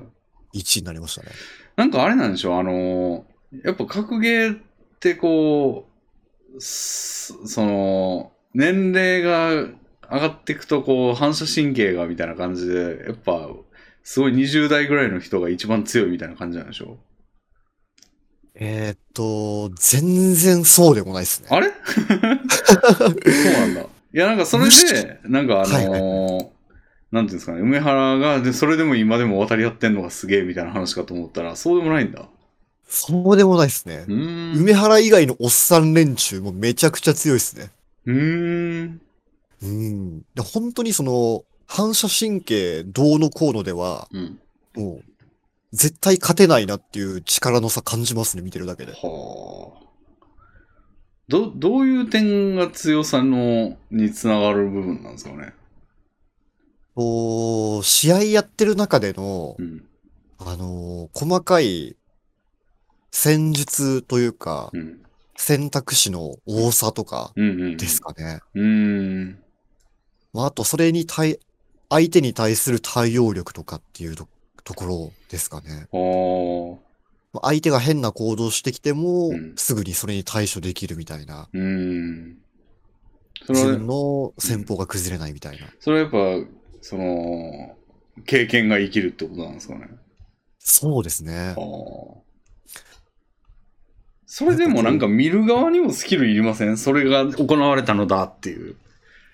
い。 1位になりましたね。なんかあれなんでしょう、あのーやっぱ格ゲーってこう、すその、年齢が上がっていくと、こう、反射神経がみたいな感じで、やっぱ、すごい20代ぐらいの人が一番強いみたいな感じなんでしょえーっと、全然そうでもないですうね。あれ そうなんだ。いや、なんかそれむしで、なんかあのーはいはなんていうんですかね、梅原が、で、それでも今でも渡り合ってんのがすげえみたいな話かと思ったら、そうでもないんだ。そうでもないですねう。ーん。梅原以外のおっさん連中もめちゃくちゃ強いですね。うーん。うん。で本当にその、反射神経どうのこうのでは、うん。もう、絶対勝てないなっていう力の差感じますね、見てるだけで。はあ。ど、どういう点が強さの、につながる部分なんですかね。こう、試合やってる中でのう、ん。あのー細かい戦術というか、うん。選択肢の多さとかうん、うん。ですかね。うーん。まあ、あと、それに対、相手に対する対応力とかっていうと、ところですかね。はあ。まあ相手が変な行動してきても、うんすぐにそれに対処できるみたいな。うーん。それ自は分、の戦法が崩れないみたいな。それはやっぱ、その、経験が生きるってことなんですかね。そうですね。はあ。それでもなんか見る側にもスキルいりませんそれが行われたのだっていう。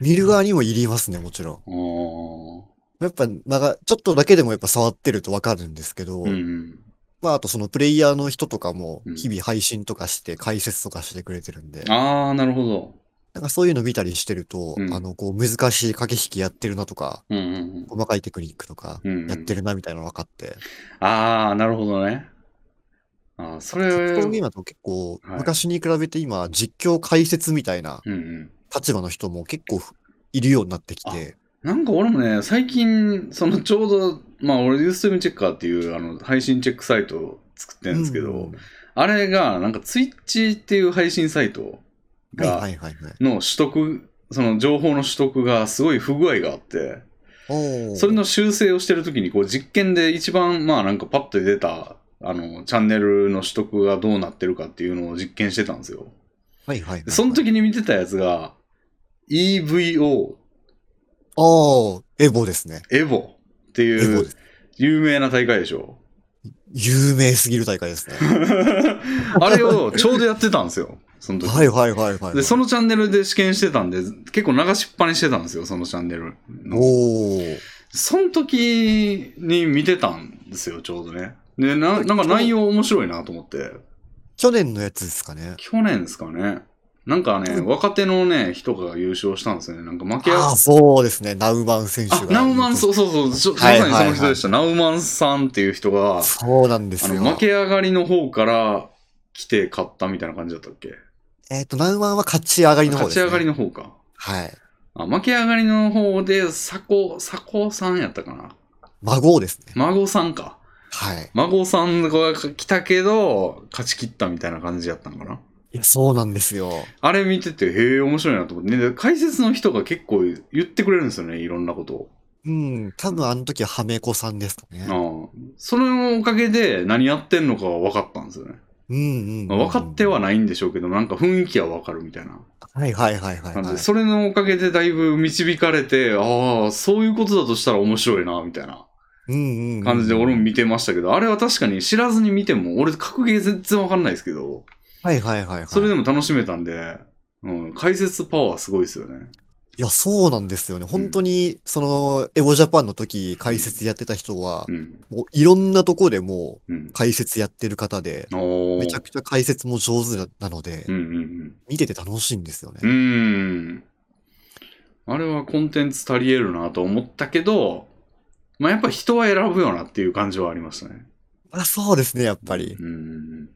見る側にもいりますね、もちろん。ああ。やっぱ、なんか、ちょっとだけでもやっぱ触ってるとわかるんですけど、うん。まあ、あとそのプレイヤーの人とかもうん、日々配信とかして解説とかしてくれてるんで、ああ、なるほど。なんかそういうの見たりしてると、うんあの、こう、難しい駆け引きやってるなとか、うんうんうん。細かいテクニックとか、うんうんやってるなみたいなの分かって、ああ、なるほどね。ああ、それ格闘は、ゲームだと結構、はい昔に比べて今、実況解説みたいなうんうん。立場の人も結構いるようになってきて、なんか俺もね、最近、そのちょうど、まあ俺、ユーストリームチェッカーっていうあの配信チェックサイトを作ってるんですけど、うんあれが、なんかツイッチっていう配信サイトはいが、はいはいはい。の取得、その情報の取得がすごい不具合があって、おーそれの修正をしてるときに、こう実験で一番、まあなんかパッと出た、あの、チャンネルの取得がどうなってるかっていうのを実験してたんですよ。はいはいはい。その時に見てたやつが、EVO、ああ、エボですね。エボってエボいでうす。有名な大会でしょ。 有名すぎる大会ですね。あれをちょうどやってたんですよ、その時。はいはいはいはい。で、そのチャンネルで試験してたんで、結構流しっぱにしてたんですよ、そのチャンネルの。おー。その時に見てたんですよ、ちょうどね。で、ななんか内容面白いなと思って。去年のやつですかね。去年ですかね。なんかね、若手のね、人が優勝したんですよね。なんか負けああ、そうですね。ナウマン選手あ、が。ナウマン、そうそうそう、ちょはいまさにその人でした。ナウマンさんっていう人が、あそうなんですよの、。負け上がりの方から来て買ったみたいな感じだったっけ、えっと、ナウマンは勝ち上がりの方勝でちすね。上がりの方か。はい。あ、負け上がりの方で、佐古、佐古さんやったかな孫ですね。孫さんか。はい。孫さんが来たけど、勝ち切ったみたいな感じやったのかないや、そうなんですよ。あれ見てて、へえ、面白いなと思って、ね。で解説の人が結構言ってくれるんですよね、いろんなことを。うん。多分あの時はハメ子さんですかね。ああそのおかげで何やってんのかは分かったんですよね。うんうんうまん。あ分かってはないんでしょうけど、なんか雰囲気は分かるみたいなはいはいはいはい感じはで、い。それのおかげでだいぶ導かれて、ああ、そういうことだとしたら面白いな、みたいなうんうん。感じで俺も。見てましたけど、あれは確かに知らずに見ても、俺格ゲー全然分かんないですけど、はいはいはいはい。それでも楽しめたんで、うん、解説パワーすごいですよね。いや、そうなんですよね。本当に、その、エボジャパンの時解説やってた人はう、ん、もういろんなとこでもうんう。解説やってる方で、おーめちゃくちゃ解説も上手なのでう、んうんうん。見てて楽しいんですよねう。ーん。あれはコンテンツ足りえるなと思ったけど、まあやっぱ人は選ぶよなっていう感じはありましたね。あ、そうですね、やっぱり。うん。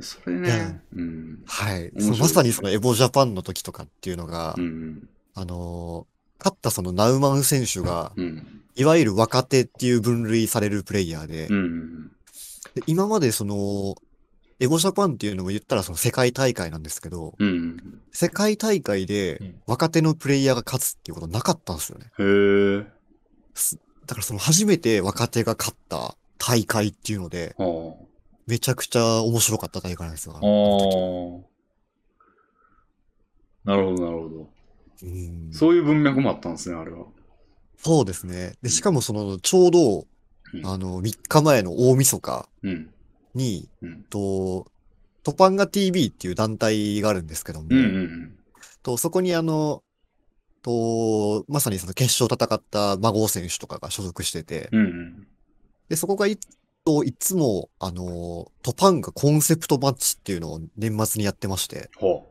それいやね。うん。はい。面白いでそのすまさにそのエボジャパンの時とかっていうのがう、ん。あのー、勝ったそのナウマン選手が、うん。いわゆる若手っていう分類されるプレイヤーで、うん。で今までその、エゴジャパンっていうのも言ったらその世界大会なんですけど、うん。世界大会でうん若手のプレイヤーが勝つっていうことなかったんですよね。へえ。だからその初めて若手が勝った大会っていうので、はあ。めちゃくちゃ面白かった大会なんですよ。あああの時なるほど、なるほど。うんそういう文脈もあったんですね、あれは。そうですね。で、しかもその、ちょうどう、んあの、3日前の大晦日うん。に、うん。と、トパンガ TV っていう団体があるんですけども、うんうんと、そこにあの、と、まさにその決勝戦った孫選手とかが所属してて、うん。うんで、そこがいといつも、あの、トパンガコンセプトマッチっていうのを年末にやってまして、うん。は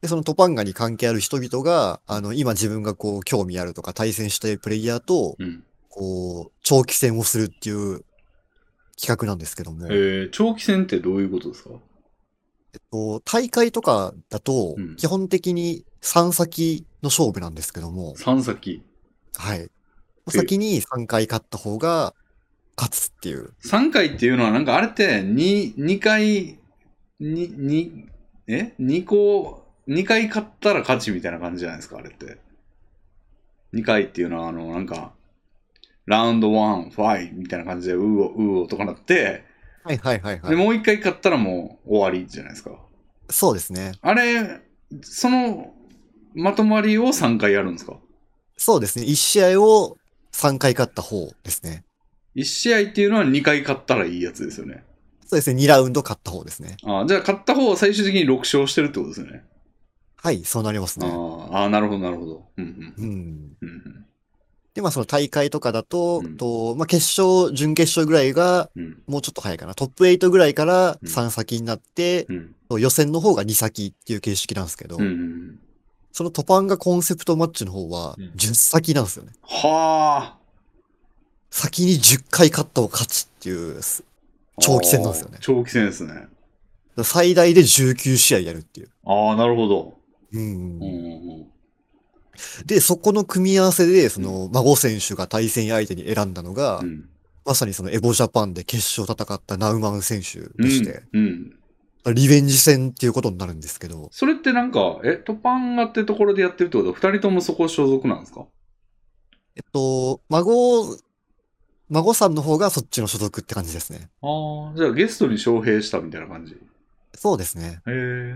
で、そのトパンガに関係ある人々が、あの、今自分がこう、興味あるとか対戦したいプレイヤーと、あ。うん。こう、長期戦をするっていう企画なんですけども、えー、長期戦ってどういうことですかこう大会とかだとうん、基本的に3先の勝負なんですけども、三先。はい。先に3回勝った方が勝つっていう。三回っていうのは、なんかあれって、二、二回、に、に、え二個、二回勝ったら勝ちみたいな感じじゃないですか、あれって。二回っていうのは、あの、なんか、ラウンドワン、ファイみたいな感じで、うーお、うーおとかなって、はいはいはいはでい。もう一回勝ったらもう終わりじゃないですか。そうですね。あれ、そのまとまりを3回やるんですかそうですね。1試合を3回勝った方ですね。 ?1 試合っていうのは2回勝ったらいいやつですよね。そうですね。2ラウンド勝った方ですね。ああじゃあ勝った方は最終的に6勝してるってことですよね。はい、そうなりますあね。あああ、なるほど、なるほど。うんうううんん。んうんで、まあその大会とかだと、うんとまあ決勝、準決勝ぐらいがうんもうちょっと早いかな。トップ8ぐらいからうん3先になって、うん予選の方が2先っていう形式なんですけど、うんうんそのトパンがコンセプトマッチの方はうん10先なんですよね。はあ。先に10回勝ったを勝ちっていう、す長期戦なんですよああね長期戦ですね。最大で19試合やるっていう。ああ、なるほど。うんうんうんうんで、そこの組み合わせで、その、孫選手が対戦相手に選んだのが、うんまさにそのエボジャパンで決勝戦ったナウマン選手うでしんて、うん。リベンジ戦っていうことになるんですけど、それってなんか、え、トパンガってところでやってるってことは2人ともそこ所属なんですかえっと、孫、孫さんの方がそっちの所属って感じですね。ああ、じゃあゲストに招聘したみたいな感じ。へそうですね。え。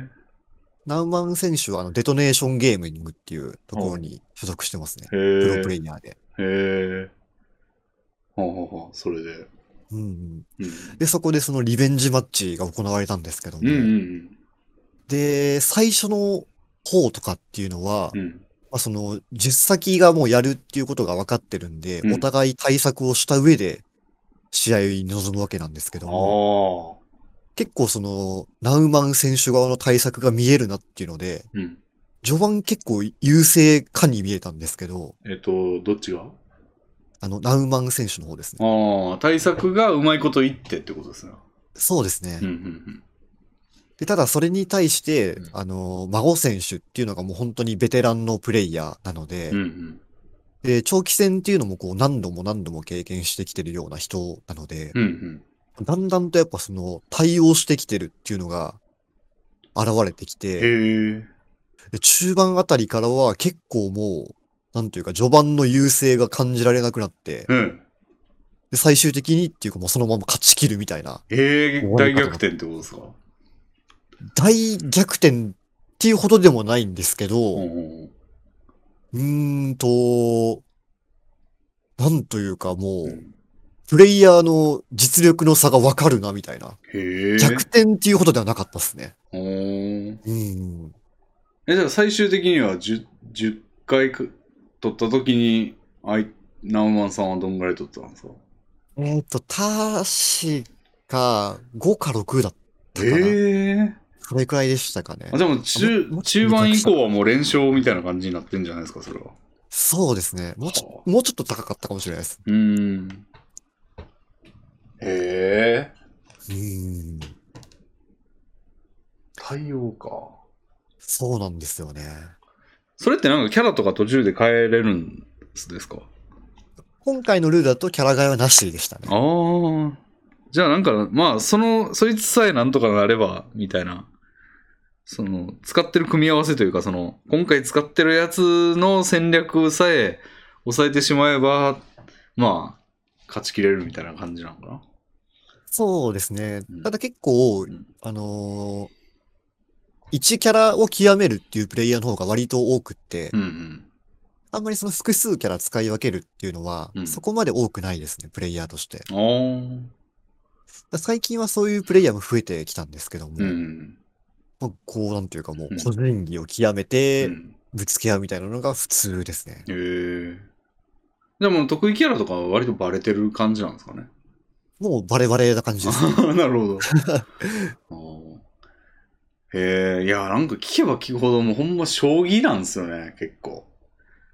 ナウマン選手はあのデトネーションゲーミングっていうところに所属してますね。へプえ。ロプレイヤーで。へえ。はあ、はあはあ、それで。うんううん。ん。で、そこでそのリベンジマッチが行われたんですけども、うんうんで、最初の方とかっていうのは、うん。うん。まあ、その、10先がもうやるっていうことが分かってるんで、うんお互い対策をした上で、試合に臨むわけなんですけどあも、あ。結構その、ナウマン選手側の対策が見えるなっていうので、うん。序盤結構優勢かに見えたんですけど、えっと、どっちがあの、ナウマン選手の方ですね。ああ、対策がうまいこと言ってってことですね。そうですねうん。うんで、ただそれに対してうん、あの、孫選手っていうのがもう本当にベテランのプレイヤーなのでうん。う、んで、長期戦っていうのもこう何度も何度も経験してきてるような人なのでうん。う、んだんだんとやっぱその対応してきてるっていうのが現れてきうん。て、へえ。で中盤あたりからは結構もう、なんというか序盤の優勢が感じられなくなって、うん。で最終的にっていうかもうそのまま勝ち切るみたいな、へえ、終わ大りかと逆転ってことですか大逆転っていうほどでもないんですけうんど、うんうん。うーんと、なんというかもうう、んプレイヤーの実力の差がわかるなみたいな。へえ。弱点っていうほどではなかったですね。ほーうん。え、じゃあ最終的には 10, 10回く取った時に、あい、ナウマンさんはどんぐらい取ったんですかえっと、確か、5か6だったかな。ええそれくらいでしたかねあ、。でも中あも、も中盤以降はもう連勝みたいな感じになってんじゃないですか、それは。そうですね。もうちょはもうちょっと高かったかもしれないです。うーん。へえ。うん。太陽か。そうなんですよね。それってなんかキャラとか途中で変えれるんですか今回のルールだとキャラ替えはなしでしたね。ああ。じゃあなんか、まあ、その、そいつさえなんとかなれば、みたいな。その、使ってる組み合わせというか、その、今回使ってるやつの戦略さえ抑えてしまえば、まあ、勝ち切れるみたいな感じなのかな。そうですねうん。ただ結構ん、あのー、1キャラを極めるっていうプレイヤーの方が割と多くってう、んうん。あんまりその複数キャラ使い分けるっていうのはう、んそこまで多くないですね、プレイヤーとして。だかああ。ら最近はそういうプレイヤーも増えてきたんですけどもう、ん。まあこうなんていうかもううん個人技を極めうてん。ぶつけ合うみたいなのが普通ですね。へえ。でも、得意キャラとかは割とバレてる感じなんですかね。もうバレバレな感じですね。あー なる ほど。あーへえ、いや、なんか聞けば聞くほど、もうほんま将棋なんですよね、結構。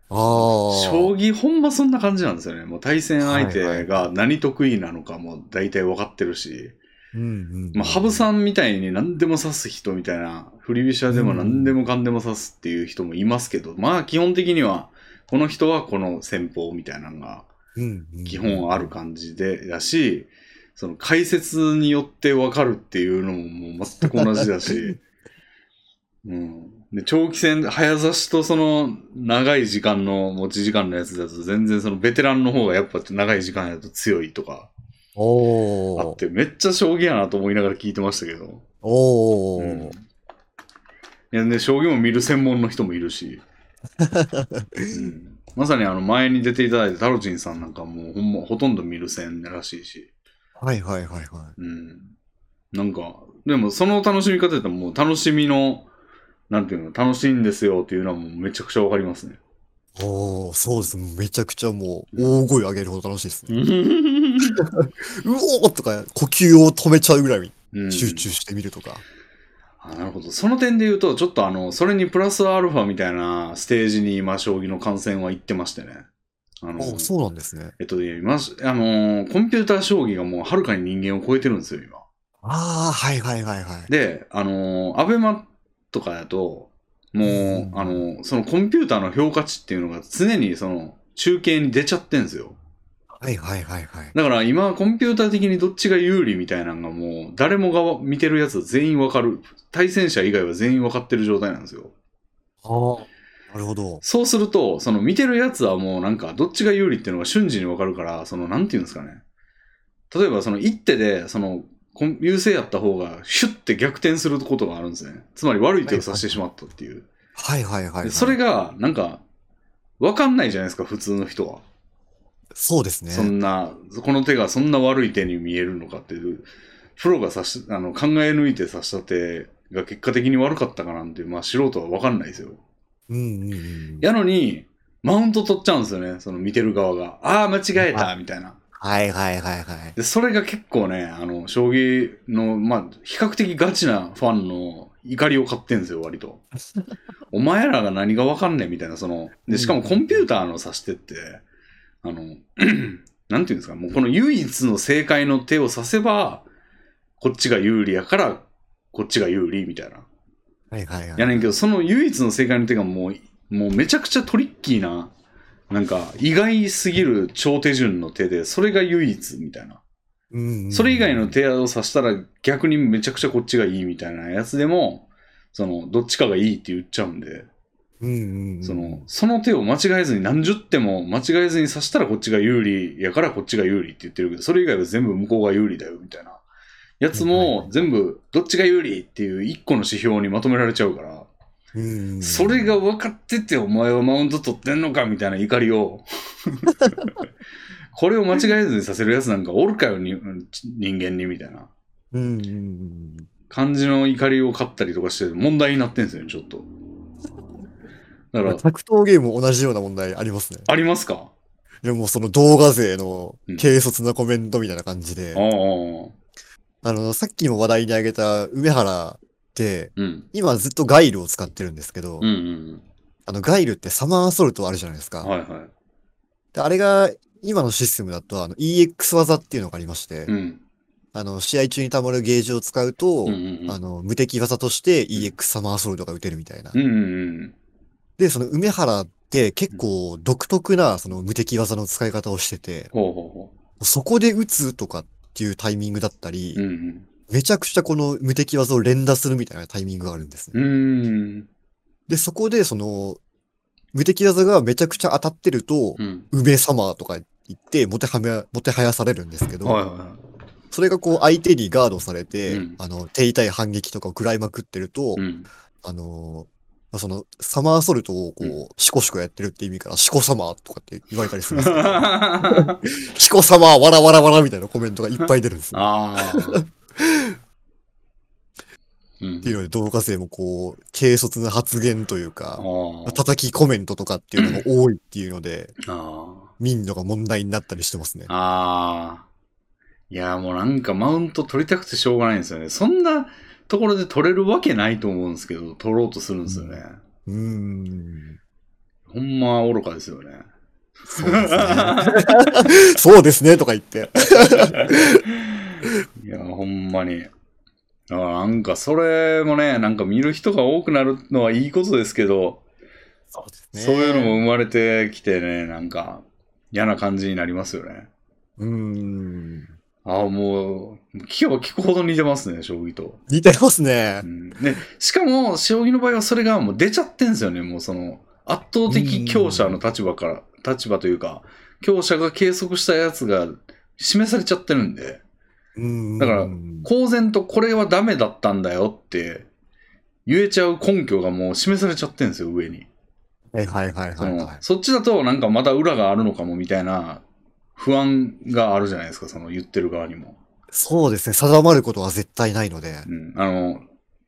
あ将あ。棋、ほんまそんな感じなんですよね。もう対戦相はいは手いが何得意なのかも大体分かってるし、うんうん。まあ、羽生さんみたいに何でも指す人みたいな、振り飛車でも何でもかんでも指すっていう人もいますけど、まあ、基本的には、この人はこの戦法みたいなのがうんうん。基本ある感じでだし、その解説によってわかるっていうのももう全く同じだし、うん、で長期戦、早指しとその長い時間の持ち時間のやつだと全然そのベテランの方がやっぱ長い時間やと強いとかおあっお。て、めっちゃ将棋やなと思いながら聞いてましたけど。おお。うんいやね、将棋も見る専門の人もいるし、うんまさにあの前に出ていただいたタロチンさんなんかもうほんまほとんど見る専らしいし、はいはいはいはうん。なんか、でもその楽しみ方ってもう楽しみの、なんていうの、楽しいんですよっていうのはもうめちゃくちゃわかりますね。い。おお、そうです。めちゃくちゃもう大声上げるほど楽しいですね。うおーとか呼吸を止めちゃうぐらいうん集中してみるとか。あなるほど。その点で言うと、ちょっとあの、それにプラスアルファみたいなステージに今、将棋の観戦は行ってましてね。あのお、そうなんですね。えっとね、今、あの、コンピューター将棋がもうはるかに人間を超えてるんですよ、今。ああ、はいはいはいはい。で、あのー、アベマとかだと、もう、うんあのーそのコンピューターの評価値っていうのが常にその中継に出ちゃってんですよ。はいはいはいはい。だから今、コンピューター的にどっちが有利みたいなのがもう、誰もが見てるやつは全員わかる。対戦者以外は全員わかってる状態なんですよ。ああ。なるほど。そうすると、その見てるやつはもうなんか、どっちが有利っていうのが瞬時にわかるから、その、なんていうんですかね。例えば、その一手で、その、こん優勢やった方が、シュッて逆転することがあるんですね。つまり悪い手を指してしまったっていう。はいはいはい、はでい。それが、なんか、わかんないじゃないですか、普通の人は。そうですね。そんな、この手がそんな悪い手に見えるのかっていう、プロが指しあの考え抜いて指した手が結果的に悪かったかなんて、まあ素人はわかんないですよ。うんうんうん。やのに、マウント取っちゃうんですよね、その見てる側が。ああ、間違えた、はみたいな。はいはいはいはい。で、それが結構ね、あの、将棋の、まあ、比較的ガチなファンの怒りを買ってんですよ、割と。お前らが何がわかんねん、みたいな、その、で、しかもコンピューターの指してって、あの、 なんていうんですか、もうこの唯一の正解の手を指せば、こっちが有利やから、こっちが有利、みたいな。はいはいはい。やねんけど、その唯一の正解の手がもう、もうめちゃくちゃトリッキーな、なんか意外すぎる超手順の手で、それが唯一みたいな。うんうんうんそれ以外の手を指したら逆にめちゃくちゃこっちがいいみたいなやつでも、その、どっちかがいいって言っちゃうんで、うんうんうん。その、その手を間違えずに何十手も間違えずに指したらこっちが有利やからこっちが有利って言ってるけど、それ以外は全部向こうが有利だよみたいな。やつも全部どっちが有利っていう一個の指標にまとめられちゃうから、うんうんうんそれが分かっててお前はマウント取ってんのかみたいな怒りを これを間違えずにさせるやつなんかおるかよに人間にみたいなうんうんうん。感じの怒りを買ったりとかして問題になってんですよねちょっとだから格闘ゲームも同じような問題ありますね。ありますかでもその動画勢のうん軽率なコメントみたいな感じで、あああの、さっきも話題に挙げた梅原って、うん今ずっとガイルを使ってるんですけど、うんうんあのガイルってサマーソルトあるじゃないですか。はいはいであれが今のシステムだと、あの、EX 技っていうのがありまして、うん。あの、試合中に溜まるゲージを使うと、うんうんうんあの、無敵技として EX サマーソルトが打てるみたいな。うんうんで、その梅原って結構独特なその無敵技の使い方をしてて、ほうほうほそこで打つとかっていうタイミングだったりう。う、んめちゃくちゃこの無敵技を連打するみたいなタイミングがあるんですうね。ん。うん。で、そこでその、無敵技がめちゃくちゃ当たってると、うん。梅様とか言って、もてはめ、もてはやされるんですけはいど、はそれがこう相手にガードされてうん、あの、手痛い反撃とかを食らいまくってるとい。う、 ん。あのーまあ、その、サマーソルトをこうう、シコシコやってるって意味から、シコサマーとかって言われたりするん ですけど、シコサマー、わらわらわらみたいなコメントがいっぱい出るんですよ。あ あ。うんっていうので、動画生もこう、軽率な発言というか、ああ叩きコメントとかっていうのが多いっていうので、あ民度が問題になったりしてますねあ。。ああ。いや、もうなんかマウント取りたくてしょうがないんですよね。そんなところで取れるわけないと思うんですけど、取ろうとするんですよね。うーん。ほんま愚かですよね。そうですね。 そうですね、とか言って。いや、ほんまに。あなんかそれもね、なんか見る人が多くなるのはいいことですけど、そうで すそういうのも。生まれてきてね、なんか嫌な感じになりますよね。うーん。ああ、もう、聞けば聞くほど似てますね、将棋と。似てますねう。ん、ねしかも、将棋の場合はそれがもう出ちゃってんですよね、もうその、圧倒的強者の立場から、立場というか、強者が計測したやつが示されちゃってるんで、うーん。だからうん公然とこれはダメだったんだよって言えちゃう根拠がもう示されちゃってるんですよ、上に。はいはいはいそはいのはい。そっちだとなんかまた裏があるのかもみたいな不安があるじゃないですか、その言ってる側にも。そうですね。定まることは絶対ないので。うん、あの、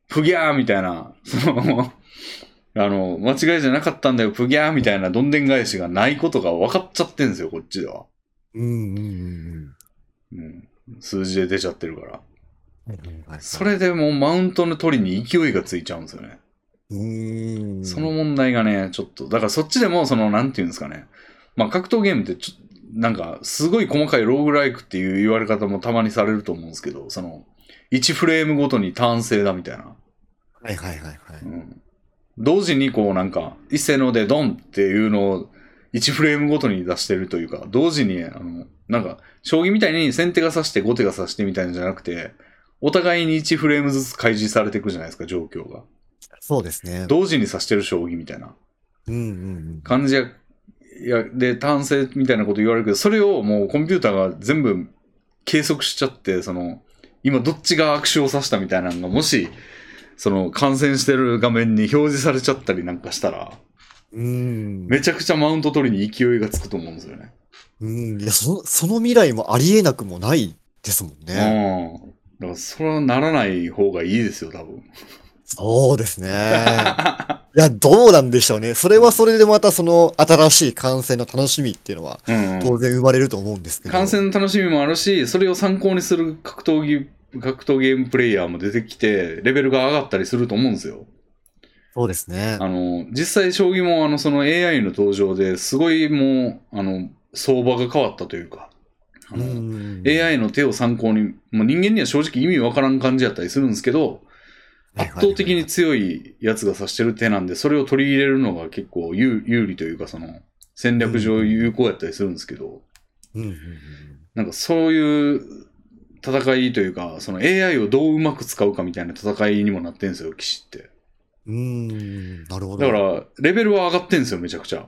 プギャーみたいな、 その、あの、間違いじゃなかったんだよ、プギャーみたいなどんでん返しがないことが分かっちゃってんですよ、こっちでは。うんうんうんうん。数字で出ちゃってるから。うん。そ。れでもうマウントの取りに勢いがついちゃうんですよね。うーん。その、問題がね、ちょっと、だからそっちでも、その、なんていうんですかね。まあ、格闘ゲームってちょ、なんか、すごい細かいローグライクっていう言われ方もたまにされると思うんですけど、その、1フレームごとにターン制だみたいな。はいはいはいはい。うん同時にこうなんか一斉のでドンっていうのを1フレームごとに出してるというか同時にあのなんか将棋みたいに先手が指して後手が指してみたいなんじゃなくてお互いに1フレームずつ開示されていくじゃないですか状況がそうですね。同時に指してる将棋みたいなうんうんうん。感じやいやで単性みたいなこと言われるけどそれをもうコンピューターが全部計測しちゃってその今どっちが握手を指したみたいなのがもしその感染してる画面に表示されちゃったりなんかしたらうーん。めちゃくちゃマウント取りに勢いがつくと思うんですよね。うん。いや、その、その未来もありえなくもないですもんね。うん。だからそれはならない方がいいですよ多分。そうで すね。いや、どうなんでしょうね。それはそれでまたその新しい感染の楽しみっていうのはうんうん当然生まれると思うんですけど。観戦の楽しみもあるし、それを参考にする格闘技、格闘ゲームプレイヤーも出てきて、レベルが上がったりすると思うんですよ。そうですね。あの、実際将棋もあの、その AI の登場ですごいもう、あの、相場が変わったというか、あうの、ん。 AI の手を参考に、もう人間には正直意味わからん感じやったりするんですけど、圧倒的に強いやつが指してる手なんで、それを取り入れるのが結構有有利というか、その、戦略上有効やったりするんですけど、うんうんうん。なんかそういう戦いというか、その AI をどううまく使うかみたいな戦いにもなってんですよ、棋士って。うーん。なるほど。だから、レベルは上がってんですよ、めちゃくちゃ。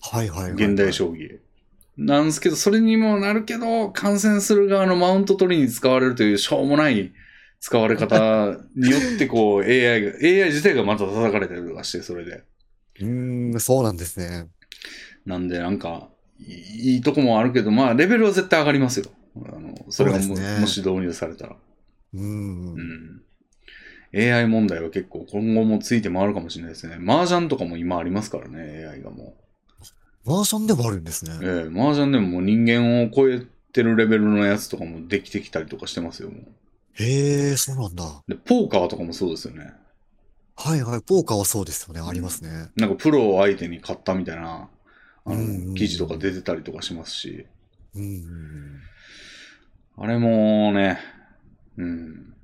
はいはいはいはい。現代将棋。なんですけど、それにもなるけど、感染する側のマウント取りに使われるという、しょうもない使われ方によって、こう、AI が、AI 自体がまた叩かれたりとかして、それで。うーん、そうなんですね。なんで、なんか、いいいとこもあるけど、まあ、レベルは絶対上がりますよ。あのそれがそうも,、ですねもし導入されたら。うーん。うん。AI 問題は結構今後もついて回るかもしれないですね。麻雀とかも今ありますからね、AI がもマーションでもあるんですねう。。ええ麻雀でももう人間を超えてるレベルのやつとかもできてきたりとかしてますよ、もう。へえ、そうなんだ。はで、ポーカーとかもそうですよね。いはい。ポーカーはそうですよね。ありますね。なんかプロを相手に買ったみたいな、あうんうんうの、ん記事とか出てたりとかしますし。うん。あれもね、うん。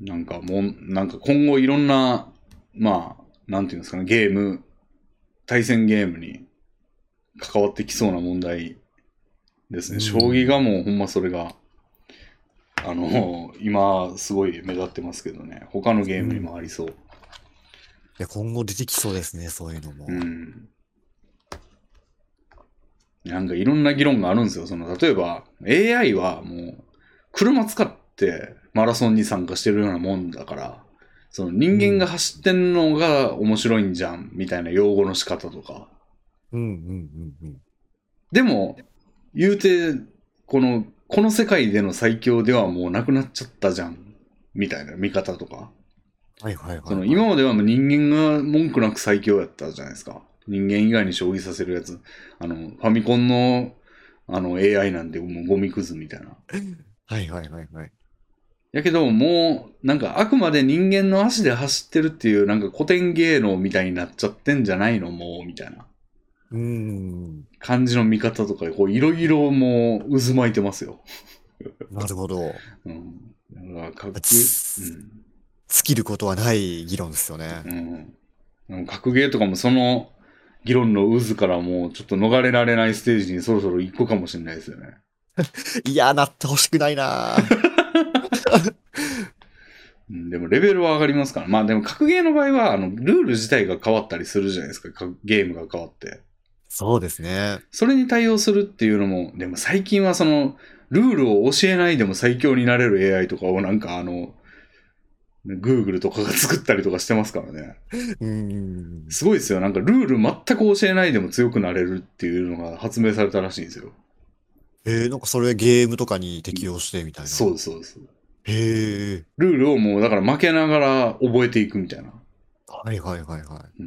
なんかもう、なんか今後いろんな、まあ、なんていうんですかね、ゲーム、対戦ゲームに関わってきそうな問題ですね。うん将棋がもうほんまそれが、あの、今すごい目立ってますけどね。他のゲームにもありそう。いや、今後出てきそうですね、そういうのも。うん。なんかいろんな議論があるんですよ。その例えば AI はもう車使ってマラソンに参加してるようなもんだから、その人間が走ってんのが面白いんじゃんみたいな用語の仕方とか。うん、うん、うん、でも、言うて、この、この世界での最強ではもうなくなっちゃったじゃんみたいな見方とか。うん。はいはいはい。その今まではもう人間が文句なく最強やったじゃないですか。人間以外に将棋させるやつ。あの、ファミコンのあの AI なんてもうゴミくずみたいな。はいはいはいはい。やけどもうなんかあくまで人間の足で走ってるっていうなんか古典芸能みたいになっちゃってんじゃないのもうみたいなうん。感じの見方とかこういろいろもう渦巻いてますよ。なるほど。うん。なんかかっこいい。つうん尽きることはない議論ですよね。うん。でも格ゲーとかもその議論の渦からもうちょっと逃れられないステージにそろそろ行くかもしれないですよね。いや、なってほしくない なぁうん、でもレベルは上がりますから。まあでも格ゲーの場合は、あの、ルール自体が変わったりするじゃないですか。かゲームが変わって。そうですね。それに対応するっていうのも、でも最近はその、ルールを教えないでも最強になれる AI とかをなんかあの、Google とかが作ったりとかしてますからね。うん。すごいですよ。なんかルール全く教えないでも強くなれるっていうのが発明されたらしいんですよ。えー、なんかそれゲームとかに適用してみたいな。そうです、そうです。へえ。ルールをもうだから負けながら覚えていくみたいな。はいはいはいはう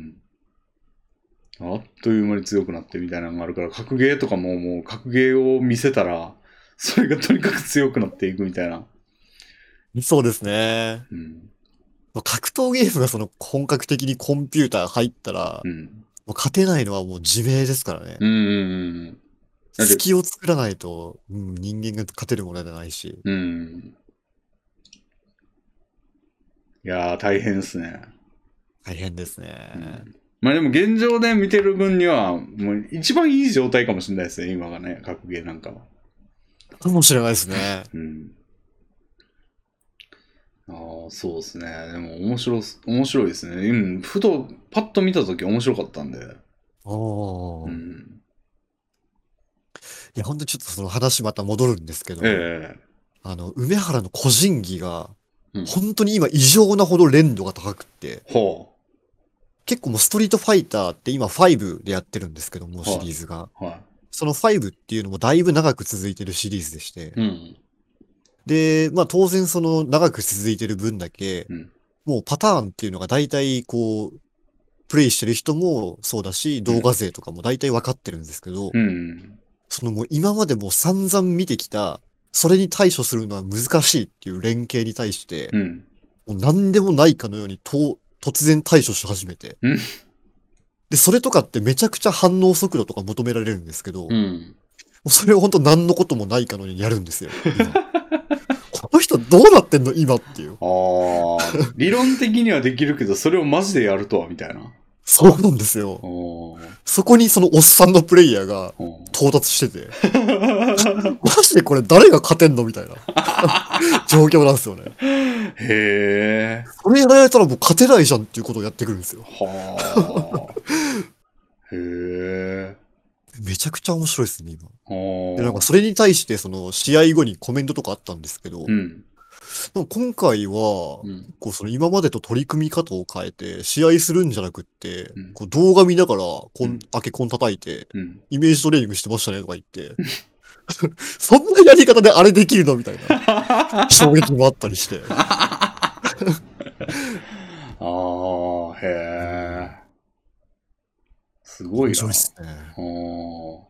ん。あっという間に強くなってみたいなのがあるから、格ゲーとかももう格ゲーを見せたら、それがとにかく強くなっていくみたいな。い。そうですね。うん。もう格闘ゲームがその本格的にコンピューター入ったら、うん。もう勝てないのはもう自明ですからねう。んうんだって隙を作らないと、うん、人間が勝てるものじゃないし。うん。うん。いやー、大変ですね。大変ですね。まあでも現状で見てる分には、もう一番いい状態かもしれないですね、今がね、格ゲーなんかは。かもしれないですね。うん。ああ、そうですね。でも面白す、面白いですね。うん。ふと、パッと見たとき面白かったんで。おうー。いん。や、ほんとちょっとその話また戻るんですけど、えあの、梅原の個人技がうん、本当に今異常なほど連度が高くって、えほ結構もうストリートファイターって今5でやってるんですけどはも、いシリーズが。う。はその5っていうのもだいぶ長く続いてるシリーズでしてい。、うん。で、まあ当然その長く続いてる分だけうん、もうパターンっていうのが大体こう、プレイしてる人もそうだし、動画勢とかも大体わかってるんですけど、うん。そのもう今までもう散々見てきた、それに対処するのは難しいっていう連携に対して、うん。もう何でもないかのようにと突然対処し始めてうん。で、それとかってめちゃくちゃ反応速度とか求められるんですけど、もうん。うそれを本当何のこともないかのようにやるんですよ。 今この人どうなってんの今っていう。ああ、 理論的にはできるけど、それをマジでやるとは、みたいな。そうなんですよ。おーそこにそのおっさんのプレイヤーがおー到達して て、マジでこれ誰が勝てんのみたいな 状況なんですよね。へえ。これやられたらもう勝てないじゃんっていうことをやってくるんですよ。は あ。へえ。めちゃくちゃ面白いですね、今。おで、なんかーそれに対して、その、試合後にコメントとかあったんですけど、うん。なんか今回は、うん。こう、その今までと取り組み方を変えて、試合するんじゃなくってうん、こう動画見ながら、こうんん、開けコン叩いて、うん。イメージトレーニングしてましたねとか言って、 そんなやり方であれできるのみたい な、衝撃もあったりして。ああ、へえ。すごい面な。白いっすね。おー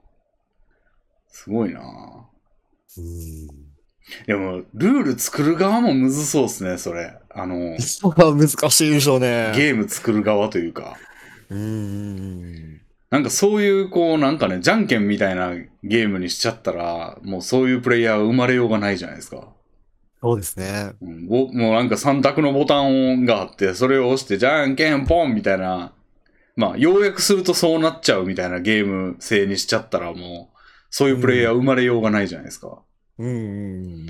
すごいな。うん。でも、ルール作る側もむずそうですね、それ。あの、 それは難しいでしょうね。ゲーム作る側というか。うーん。なんかそういう、こう、なんかね、じゃんけんみたいなゲームにしちゃったら、もうそういうプレイヤーは生まれようがないじゃないですか。そうですね。うん、おもうなんか3択のボタンがあって、それを押して、じゃんけんポンみたいな、まあ、要約するとそうなっちゃうみたいなゲーム性にしちゃったら、もう、そういうプレイヤーは生まれようがないじゃないですか。うんうんうん。い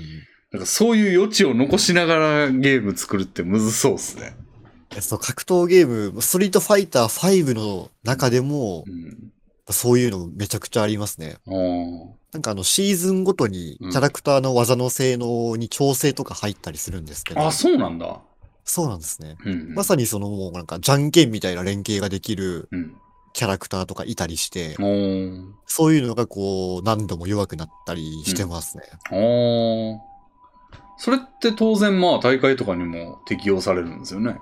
なんかそういう余地を残しながらゲーム作るってむずそうっすね。やそう、格闘ゲーム、ストリートファイター5の中でもう、ん。そういうのめちゃくちゃありますね。あなんかあの、シーズンごとに、キうんャラクターの技の性能に調整とか入ったりするんですけあ。どあ、、そうなんだ。そうなんですね。うんうん。まさにそのもうなんか、じゃんけんみたいな連携ができるうん。キャラクターとかいたりして、おー。そういうのがこう、何度も弱くなったりしてますね。おー。それって当然まあ大会とかにも適用されるんですよね。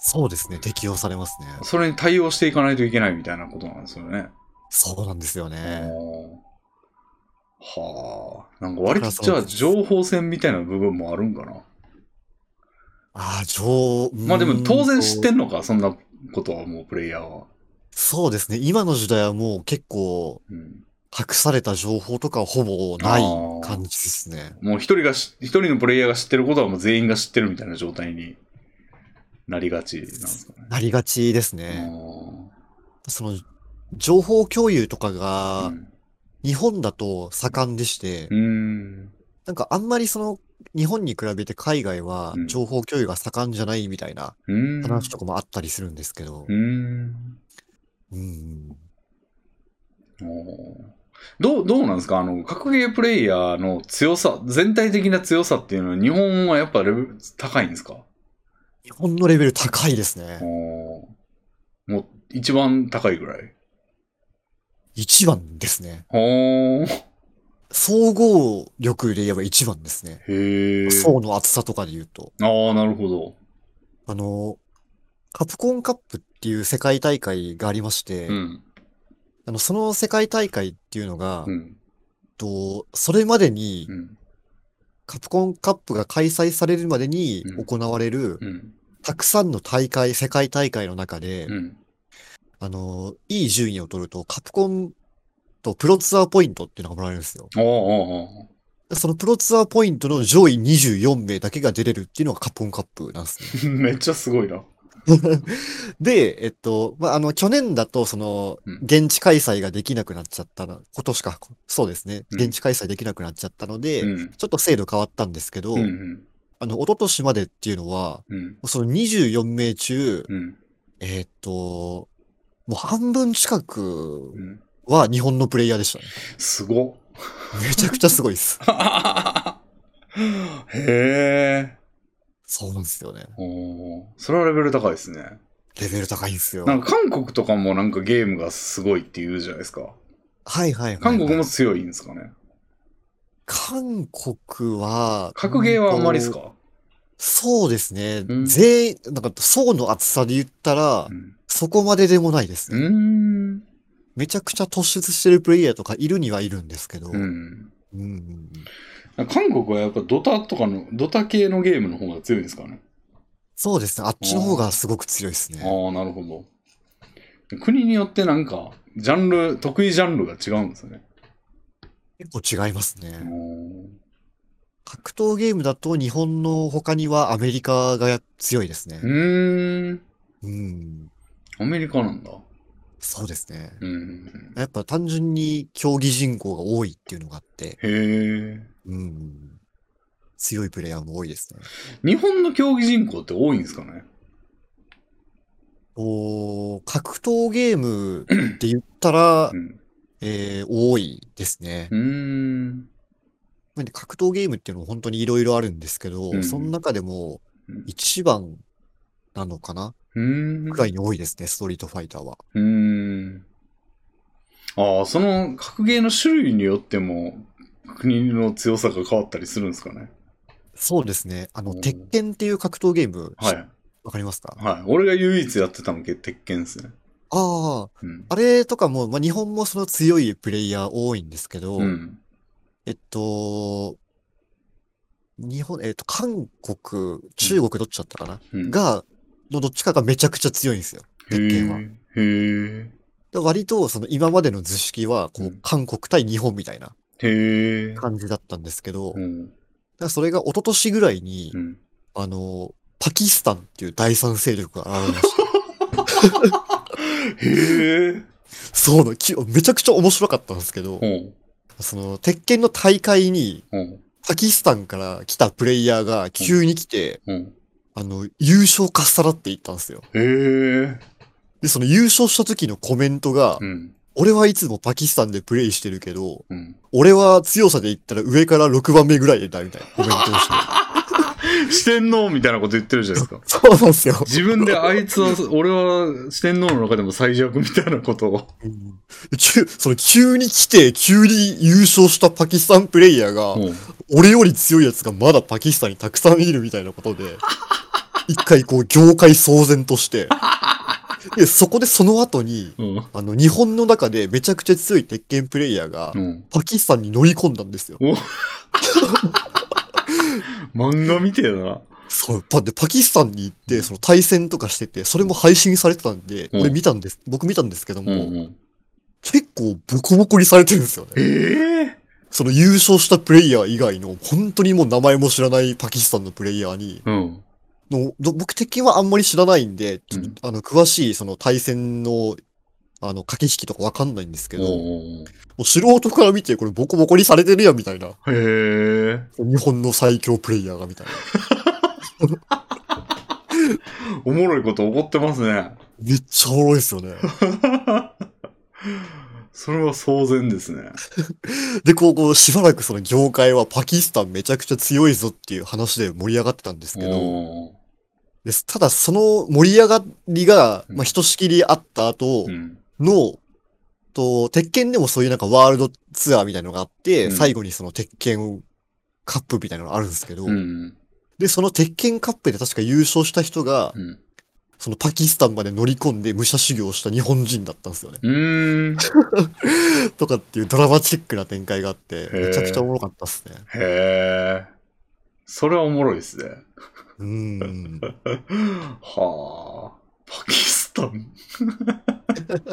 そうですね、適用されますね。それに対応していかないといけないみたいなことなんですよね。そうなんですよね。おーはあ。なんか割とじゃあ情報戦みたいな部分もあるんかな。ああ、上、まあでうーもん当然知ってとんのか、そんなことはもうプレイヤーは。そうですね、今の時代はもう結構、うん。隠された情報とかはほぼない感じですね。もう一人がし、一人のプレイヤーが知ってることはもう全員が知ってるみたいな状態になりがちなんですかね。なりがちですね。あその、情報共有とかーがう、ん日本だと盛んでして、うーん。なんかあんまりその、日本に比べて海外はうん情報共有が盛んじゃないみたいなうーん。話とかもあったりするんですけどう、ーん。うん。おーどう、どうなんですかあの、格ゲープレイヤーの強さ、全体的な強さっていうのは日本はやっぱレベル高いんですか日本のレベル高いですねお。ーもう一番高いぐらい。一番ですね。おー総合力で言えば一番ですね。へえ。層の厚さとかで言うと。ああ、なるほど。あの、カプコンカップっていう世界大会がありまして、うん。あの、その世界大会っていうのが、うん。と、それまでにう、ん。カプコンカップが開催されるまでにうん行われる、うん。たくさんの大会、世界大会の中で、うん。あの、いい順位を取ると、カプコンとプロツアーポイントっていうのがもらえるんですよ。おーおーおーそのプロツアーポイントの上位24名だけが出れるっていうのがカプコンカップなんで すね。めっちゃすごいな。で、えっと、まあ、あの、去年だと、そのうん、現地開催ができなくなっちゃったの、今年か、そうですね、うん現地開催できなくなっちゃったので、うん。ちょっと制度変わったんですけど、うんうん。あの、一昨年までっていうのは、うん。その24名中、うん。えっと、もう半分近くうん。は日本のプレイヤー でしたね。すごっ。 めちゃくちゃすごいです。へえ。そうなんですよね。おーそれはレベル高いですね。レベル高いんですよ。なんか韓国とかもなんかゲームがすごいって言うじゃないですか。はいはいはい。韓国も。強いんですかね。韓国は、格ゲーはあんまりですかそうですねう。ん全員、なんか層の厚さで言ったらう、ん。そこまででもないですうね。ん。めちゃくちゃ突出してるプレイヤーとかいるにはいるんですけど。ううん。んうんうん韓国はやっぱドタとかの、ドタ系のゲームの方が強いんですかね。そうですね。あっちの方がすごく強いですね。ああ、なるほど。国によってなんか、ジャンル、得意ジャンルが違うんですよね。結構違いますおね。ー格闘ゲームだと日本の他にはアメリカが強いですねう。ーん。うん。アメリカなんだ。そうですね。うん。やっぱ単純に競技人口が多いっていうのがあっへて、え。うん。強いプレイヤーも多いですね。日本の競技人口って多いんですかねお格闘ゲームって言ったらう、ん。えー多いですね。うーん。まあね格闘ゲームっていうのも本当にいろいろあるんですけど、うんその中でもうん一番なのかなうーん。くらいに多いですね、ストリートファイターは。うーん。ああ、その格ゲーの種類によっても、国の強さが変わったりするんですかねそうですね。あの、うん鉄拳っていう格闘ゲーム、はしい。わかりますかはい。俺が唯一やってたのけ鉄拳ですね。ああ、うん。あれとかも、まあ、日本もその強いプレイヤー多いんですけど、うん。えっと、日本、えっと、韓国、中国どっちだったかな、うん、が、のどっちかがめちゃくちゃ強いんですよ。へ鉄拳は。え。へえ。で割と、その今までの図式は、こう、うん韓国対日本みたいなへえ。感じだったんですけうど、だかん。らそれが一昨年ぐらいに、うん。あの、パキスタンっていう第三勢力が現れましへえ。た。そうなのきめちゃくちゃ面白かったんですけどほ、う。その、鉄拳の大会に、ほう。パキスタンから来たプレイヤーが急に来て、ほう。あの、優勝かっさらっていったんですよ。へえ。で、その優勝した時のコメントが、うん。俺はいつもパキスタンでプレイしてるけど、うん。俺は強さで言ったら上から6番目ぐらいだみたいなコメントをして。四天王みたいなこと言ってるじゃないですか。 そうなんですよ。自分であいつは、俺は四天王の中でも最弱みたいなことを。うん急その急に来て、急に優勝したパキスタンプレイヤーが、ほう。俺より強いやつがまだパキスタンにたくさんいるみたいなことで、一回こう業界騒然として、でそこでその後に、うん。あの日本の中でめちゃくちゃ強い鉄拳プレイヤーが、うん。パキスタンに乗り込んだんですよ。漫画みてえだな。そう。パで、パキスタンに行って、その対戦とかしてて、それも配信されてたんで、うん俺見たんです、僕見たんですけどうも、んうん。結構ボコボコにされてるんですよね。ええ。その優勝したプレイヤー以外の、本当にもう名前も知らないパキスタンのプレイヤーに、うん。のど僕的にはあんまり知らないんで、ちょっとうんあの、詳しいその対戦の、あの、駆け引きとかわかんないんですけど、もおうう素人から見て、これボコボコにされてるやんみたいな。おうへえ。日本の最強プレイヤーがみたいな。おもろいこと起こってますね。めっちゃおもろいですよね。それは騒然ですね。で、こう、こうしばらくその業界はパキスタンめちゃくちゃ強いぞっていう話で盛り上がってたんですけど、おーですただその盛り上がりが、うんまあ、ひとしきりあった後うん。の、と、鉄拳でもそういうなんかワールドツアーみたいなのがあって、うん最後にその鉄拳カップみたいなのがあるんですけど、うん。で、その鉄拳カップで確か優勝した人が、うん。そのパキスタンまで乗り込んで武者修行した日本人だったんですよね。うーん。とかっていうドラマチックな展開があって、ーめちゃくちゃおもろかったっすね。 へえ。それはおもろいですね。うーん。 はあ。パキスタン。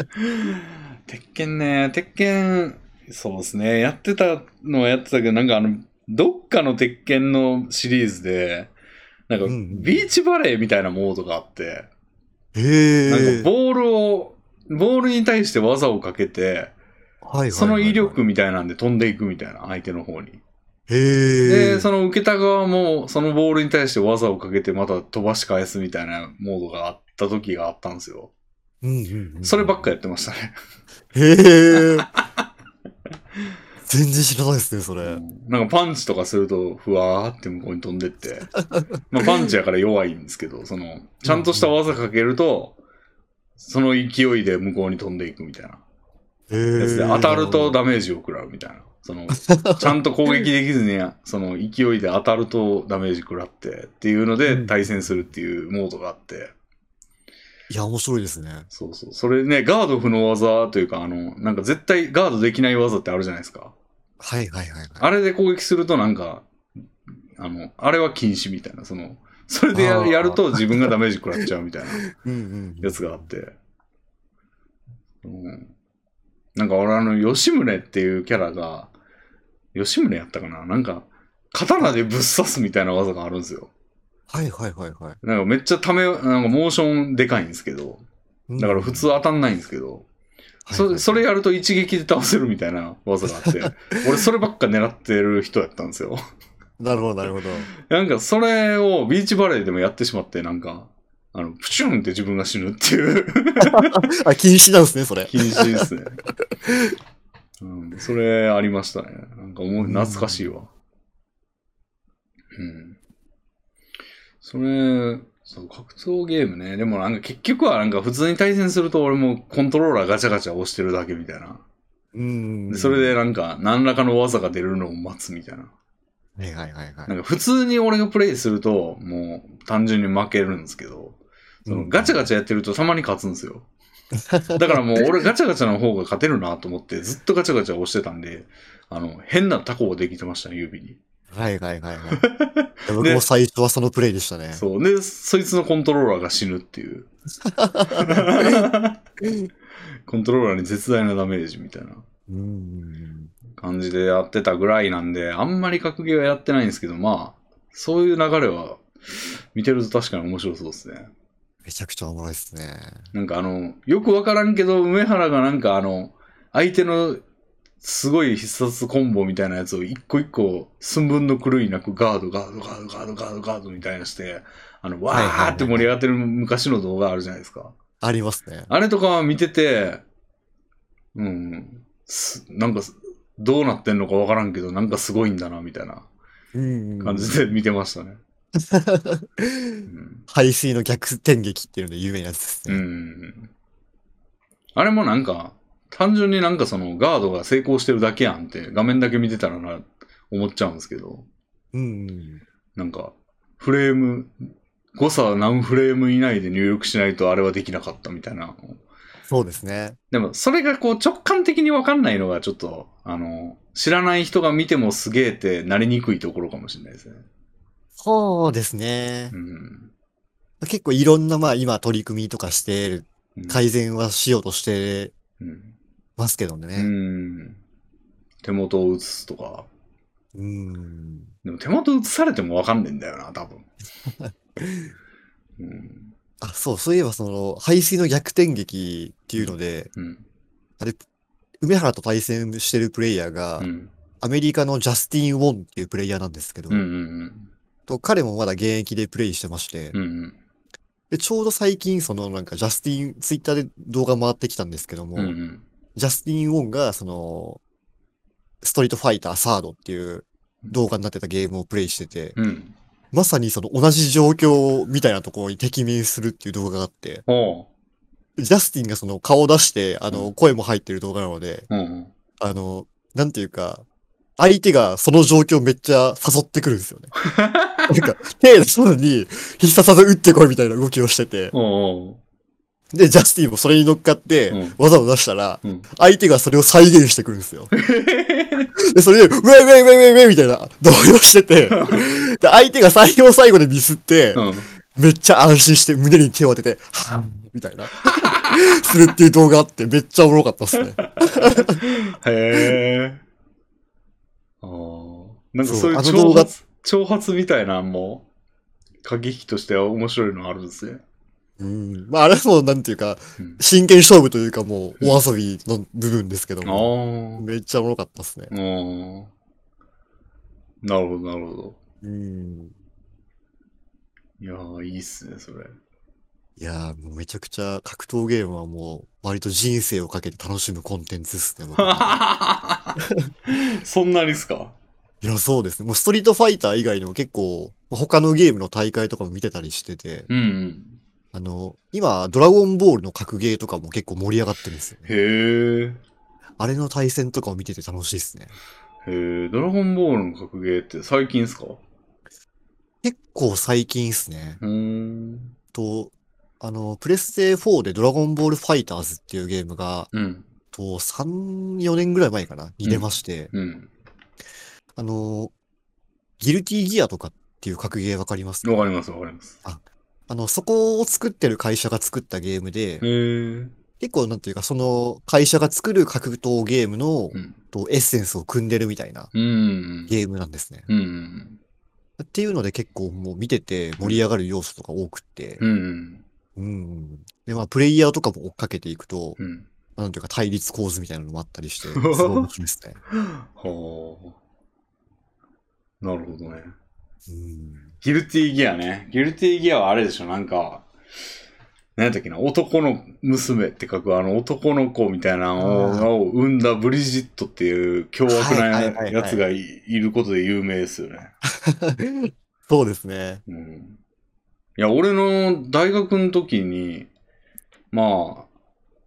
鉄拳ね、鉄拳、そうですね。やってたのはやってたけど、なんかあの、どっかの鉄拳のシリーズで、なんかうんうんビーチバレーみたいなモードがあって、へなんえか。ボールを、ボールに対して技をかけて、はいはいはいはいその威力みたいなんで飛んでいくみたいな、相手の方に。へえ。で、その受けた側も、そのボールに対して技をかけて、また飛ばし返すみたいなモードがあった時があったんですよ。うんうんうんそればっかやってましたね。へえ。 全然知らないですね、それ。なんかパンチとかすると、ふわーって向こうに飛んでって。まあパンチやから弱いんですけど、その、ちゃんとした技かけると、その勢いで向こうに飛んでいくみたいな。やつで当たるとだ。ダメージを食らうみたいな。そ の、ちゃんと攻撃できずに、その勢いで当たるとダメージ食らってっていうのでうん対戦するっていうモードがあって。いや、面白いですね。そうそう。それね、ガード不能技というか、あの、なんか絶対ガードできない技ってあるじゃないですか。はいはいはいはい。あれで攻撃するとなんか、あの、あれは禁止みたいな。その、それでやあーやると自分がダメージ食らっちゃうみたいな。うんうん。やつがあって、うん、なんか俺あの吉宗っていうキャラが吉宗やったかななんか刀でぶっ刺すみたいな技があるんですよはいはいはいはい。なんかめっちゃためなんかモーションでかいんですけどうんだから普通、当たんないんですけど、はいはそいそれやると一撃で倒せるみたいな技があ って俺そればっか狙ってる人やったんですよなるほどなるほど。なんかそれをビーチバレーでもやってしまってなんかあのプチュンって自分が死ぬっていうあ、禁止なんですね、それ。禁止です ね。うん、それありましたね。なんか思う、懐かしいわ。うん。それ、そう、格闘ゲームね。でもなんか結局はなんか普通に対戦すると俺もコントローラーガチャガチャ押してるだけみたいな。うん。でそれで。なんか何らかの技が出るのを待つみたいな。はいはいはいはいな。んか普通に俺がプレイするともう単純に負けるんですけど、そのガチャガチャやってるとたまに勝つんですよ。だからもう 俺ガチャガチャの方が勝てるなと思ってずっとガチャガチャ押してたんで、あの、変なタコができてましたね、指に。はいはいは いはい。いや僕も最初はそのプレイでした ね。そう。で、そいつのコントローラーが死ぬっていう。コントローラーに絶大なダメージみたいなうん。感じでやってたぐらいなんで、あんまり格ゲーはやってないんですけど、まあ、そういう流れは、見てると確かに面白そうですね。めちゃくちゃおもろいっすね。なんかあの、よくわからんけど、梅原がなんかあの、相手のすごい必殺コンボみたいなやつを一個一個寸分の狂いなくガード、ガード、ガード、ガード、ガード、ガードみたいなして、あの、わはいはいはいーって盛り上がってる昔の動画あるじゃないですか。ありますね。あれとかは見てて、うん、すなんかすどうなってんのかわからんけど、なんかすごいんだな、みたいなうん。感じで見てましたね。うん排水の逆転劇っていうので有名なやつうですね。ん。あれもなんか、単純になんかそのガードが成功してるだけやんって画面だけ見てたらな、思っちゃうんですけど、うん。うん、なんか、フレーム、誤差何フレーム以内で入力しないとあれはできなかったみたいな。そうですね。でも、それがこう直感的にわかんないのがちょっと、あの、知らない人が見てもすげえってなりにくいところかもしれないですね。そうですねう。ん。結構いろんな、まあ今取り組みとかしてる、うん改善はしようとしてうん。ますけどうね。ん。手元を映すとか。うん。でも手元映されてもわかんねえんだよな、多分。うん。あ、そう、そういえばその、排水の逆転劇っていうので、うん。あれ、梅原と対戦してるプレイヤーがう、ん。アメリカのジャスティン・ウォンっていうプレイヤーなんですけどうん。う、ん。と彼もまだ現役でプレイしてましてう、ん。で、ちょうど最近そのなんかジャスティン、ツイッターで動画回ってきたんですけどもうん。う、ん。ジャスティン・ウォンが、その、ストリートファイターサードっていう動画になってたゲームをプレイしてて、うん。まさにその同じ状況みたいなところに適面するっていう動画があって、おう。ジャスティンがその顔を出して、あうの、声も入ってる動画なので、うん。あの、なんていうか、相手がその状況めっちゃ誘ってくるん ですよね。なんか、手出したのに、必殺技打ってこいみたいな動きをしてて、おう。で、ジャスティンもそれに乗っかってうん、技を出したら、うん。相手がそれを再現してくるんですよ。で、それで、ウェイウェイウェイウェイウェイみたいな動揺してて、で、相手が最後の最後でミスって、うん。めっちゃ安心して胸に手を当てて、はぁみたいな、するっていう動画あって、めっちゃおもろかったっすね。へえ。ああ。なんかそういうそうあの動挑画発、挑発みたいなんも、駆け引きとしては面白いのあるんですね。うん。まあ、あれはもう、なんていうかうん、真剣勝負というかもう、お遊びの部分ですけどあも、あ。めっちゃおもろかったっすね。うん。なるほど、なるほど。うん。いやー、いいっすね、それ。いやー、もうめちゃくちゃ格闘ゲームはもう、割と人生をかけて楽しむコンテンツっすね、僕 そんなにっすかいや、そうですね。もうストリートファイター以外にも結構、他のゲームの大会とかも見てたりしてて、うんうん。あの、今、ドラゴンボールの格ゲーとかも結構盛り上がってるんですよね。へえ。あれの対戦とかを見てて楽しいですね。へえ、ドラゴンボールの格ゲーって最近っすか結構最近ですね。うーん。と、あの、プレステ4でドラゴンボールファイターズっていうゲームが、うん。と、3、4年ぐらい前かな、に出まして、うん。あの、ギルティギアとかっていう格ゲーわかりますわかります、わかります。あの、そこを作ってる会社が作ったゲームで、へえ。結構なんていうか、その会社が作る格闘ゲームの、うん。とエッセンスを組んでるみたいなうん。ゲームなんですね。うん。っていうので結構もう見てて盛り上がる要素とか多くて、うん。うん。で、まあプレイヤーとかも追っかけていくと、うん。なんていうか対立構図みたいなのもあったり して、すごい面白いですね。はあ。なるほどね。うん。ギルティギアね。ギルティギアはあれでしょ、なんか、何やったっけな、男の娘って書く、あの男の子みたいなあのーをを産んだブリジットっていう凶悪はいはいはいはないやつがいいることで有名ですよね。 そうですね。うん。いや、俺の大学の時に、まあ、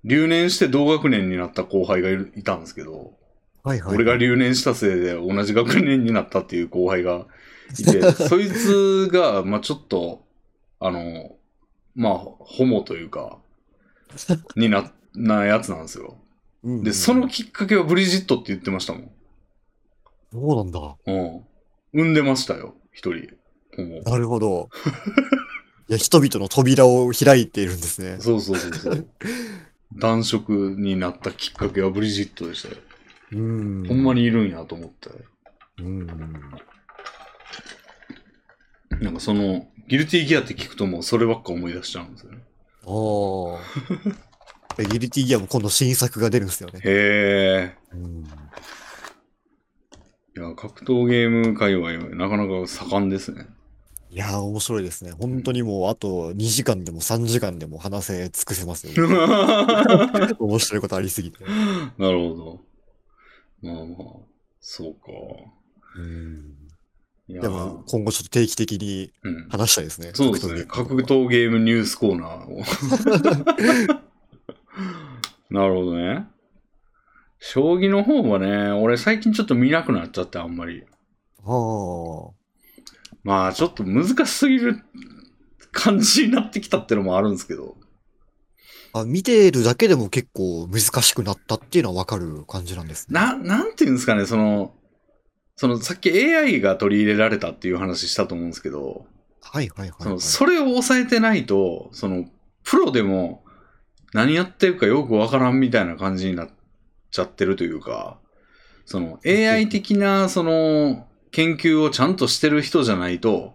留年して同学年になった後輩がいるいたんですけど、はいはい。俺が留年したせいで同じ学年になったっていう後輩がい て、そいつが、まあちょっと、あの、まあ、ホモという か、にな、なやつなんですよ。うんで、その、きっかけはブリジットって言ってましたもん。そうなんだ。うん。産んでましたよ、一人。ホモ。 なるほ ど。いや、人々の扉を開いているんですね。そうそうそうそう。男色になったきっかけはブリジットでしたよ。うん。ほんまにいるんやと思って。うん。なんかその、ギルティギアって聞くともうそればっか思い出しちゃうんですよね。ああ。 でギリティギアも今度新作が出るんですよね。へうん。え。いや、格闘ゲーム界隈はなかなか盛んです ね。 いやー、面白いですね。本当にもう、あと2時間でも3時間でも話せ尽くせます よ。な面白いことありすぎて。るほど。まあまあ、そうか。うん。いやでも、今後ちょっと定期的にうん、話したいですね。そうですね。格闘ゲームニュースコーナーを。 なるほどね。将棋の方はね、俺最近ちょっと見なくなっちゃって、あんまり。はまあ、ちょっと難しすぎる感じになってきたってのもあるんですけど。あ。あ、見てるだけでも結構難しくなったっていうのはわかる感じなんですね。な、なんていうんですかね、その、そのさっき AI が取り入れられたっていう話したと思うんですけど、はいはいはい、そはのい。それを抑えてないと、その、プロでも何やってるかよくわからんみたいな感じになっちゃってるというか、その AI 的な、その、研究をちゃんとしてる人じゃないと、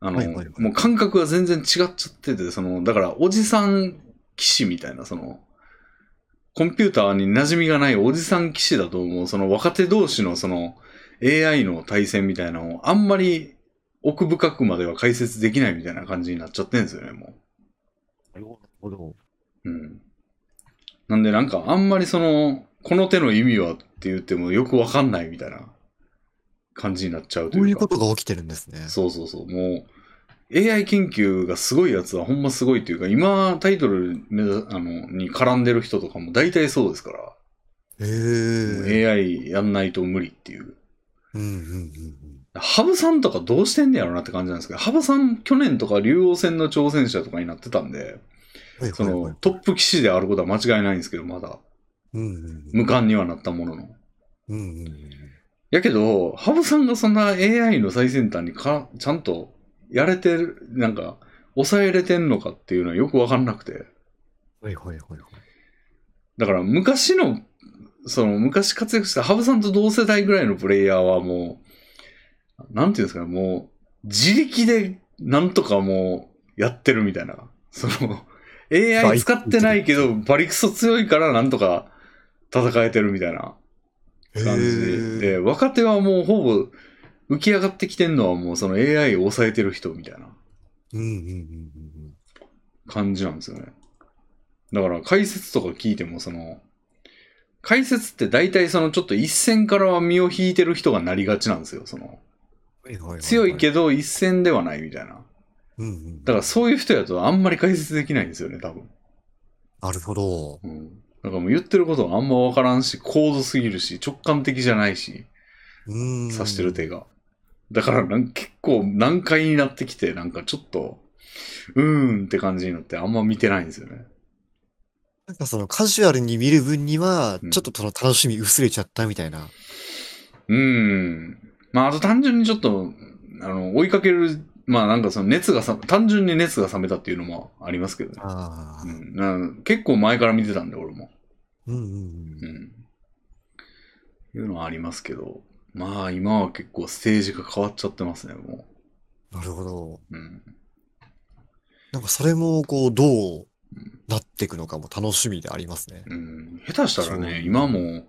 あの、はいはいはいもう感覚が全然違っちゃってて、その、だから、おじさん騎士みたいな、その、コンピューターに馴染みがないおじさん騎士だと思う、その若手同士のその AI の対戦みたいなのをあんまり奥深くまでは解説できないみたいな感じになっちゃってんですよね、もなるほど。う。うん。なんでなんかあんまりその、この手の意味はって言ってもよくわかんないみたいな感じになっちゃうとこいうか。ういうことが起きてるんですね。そうそうそう。もう、AI 研究がすごいやつはほんますごいというか、今タイトルめざあのに絡んでる人とかも大体そうですから。へえ。 AI やんないと無理っていう。うんうんうん羽生さんとかどうしてんねやろなって感じなんですけど、羽生さん去年とか竜王戦の挑戦者とかになってたんで、うん。はいそはいはのい。トップ棋士であることは間違いないんですけど、まだ。うんうんうん。無冠にはなったものの。うんうんうん。やけど、羽生さんがそんな AI の最先端にか、ちゃんとやれてる、なんか、抑えれてんのかっていうのはよくわかんなくて。はいはいはいはい。だから昔の、その昔活躍した羽生さんと同世代ぐらいのプレイヤーはもう、なんていうんですかね、もう自力でなんとかもうやってるみたいな。その AI 使ってないけど馬力素強いからなんとか戦えてるみたいな感じへで、え。若手はもうほぼ浮き上がってきてんのはもうその AI を抑えてる人みたいなうんうんうんうんうん。感じなんですよね。だから解説とか聞いてもその、解説って大体そのちょっと一線からは身を引いてる人がなりがちなんですよ。その、はいははは強いけど一線ではないみたいな。うんうん。だからそういう人やとあんまり解説できないんですよね、多分。なるほど。うん。だからもう言ってることがあんまわからんし、高度すぎるし、直感的じゃないし、うん。指してる手が。だからなん結構難解になってきて、なんかちょっと、うーんって感じになってあんま見てないんですよね。なんかそのカジュアルに見る分にはうん、ちょっとその楽しみ薄れちゃったみたいな。うーん。まあ、あと単純にちょっと、あの、追いかける、まあなんかその熱がさ、単純に熱が冷めたっていうのもありますけどね。ああう。ん、なん結構前から見てたんで、俺も。うんうんううん。ん。いうのはありますけど。まあ、今は結構ステージが変わっちゃってますね、もなるほど。う。うん。なんかそれも、こう、どうなっていくのかも楽しみでありますね。うん、下手したらそうね、今もう、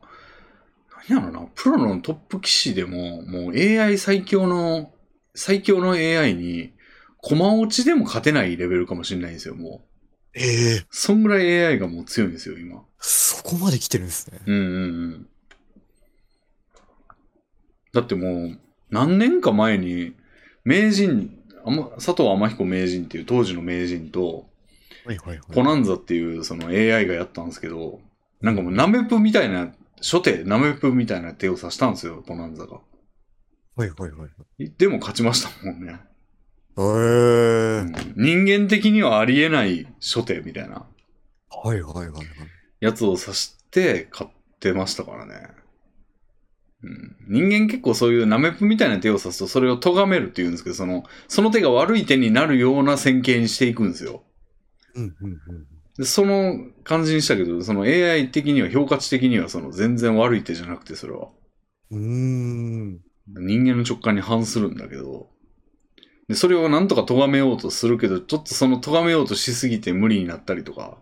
何やろな、プロのトップ棋士でも、もう AI 最強の、最強の AI に、駒落ちでも勝てないレベルかもしれないんですよ、もう。ええそんぐらい AI がもう強いんですよ、今。そこまで来てるんですね。うんうんうん。だってもう、何年か前に、名人、あま佐藤天彦名人っていう当時の名人と、はいはいはい。コナンザっていうその AI がやったんですけど、なんかもうナメプみたいな、初手ナメプみたいな手を指したんですよ、コナンザが。はいはいはい。でも勝ちましたもんね。ええうん人間的にはありえない初手みたいなはいはいはいはい。やつを指して買ってましたからね。うん、人間結構そういうナメプみたいな手を指すとそれを咎めるっていうんですけどそのその手が悪い手になるような線形にしていくんですようんうんうん。でその感じにしたけど、その AI 的には、評価値的には、その全然悪い手じゃなくて、それは。うーん。人間の直感に反するんだけど、で、それをなんとか咎めようとするけど、ちょっとその咎めようとしすぎて無理になったりとか、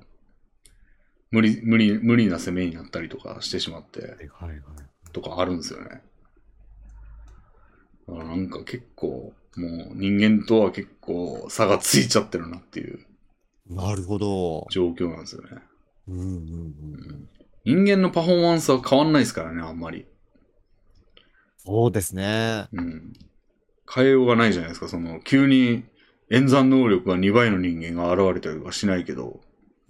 無理、無理、無理な攻めになったりとかしてしまって、はいはい。とかあるんですよね。だからなんか結構、もう人間とは結構差がついちゃってるなっていうなるほど。状況なんですよね。うんうんう。うんん人間のパフォーマンスは変わんないですからね、あんまり。そうですね。うん。変えようがないじゃないですか。その、急に演算能力が2倍の人間が現れたりはしないけど、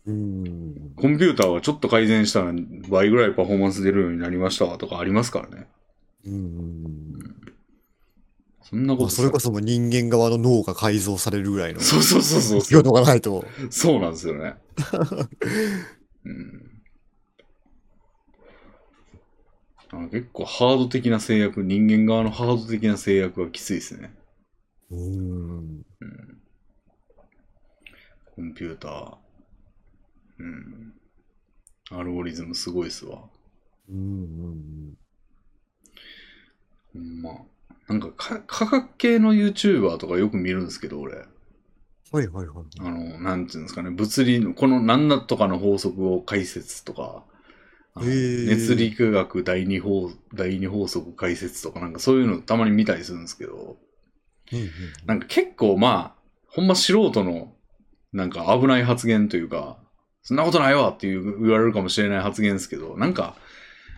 うん。コンピューターはちょっと改善したら倍ぐらいパフォーマンス出るようになりましたとかありますからね。うんうんうん。そんなこまあ、とそれこそもう人間側の脳が改造されるぐらいの。そうそうそうそうそ強う。度がないと。そうなんですよね。うん。あの結構ハード的な制約、人間側のハード的な制約はきついですね。うん。うんコンピューター、うん。アルゴリズムすごいっすわ。うんうんほんま。なんかか、科学系の YouTuber とかよく見るんですけど、俺。うん。はいはいはい。あの、なんていうんですかね、物理の、この何だとかの法則を解説とか、あのへー熱力学第二法、第二法則解説とか、なんかそういうのたまに見たりするんですけど、うんうんなんか結構まあ、ほんま素人の、なんか危ない発言というか、そんなことないわっていう言われるかもしれない発言ですけど、なんか、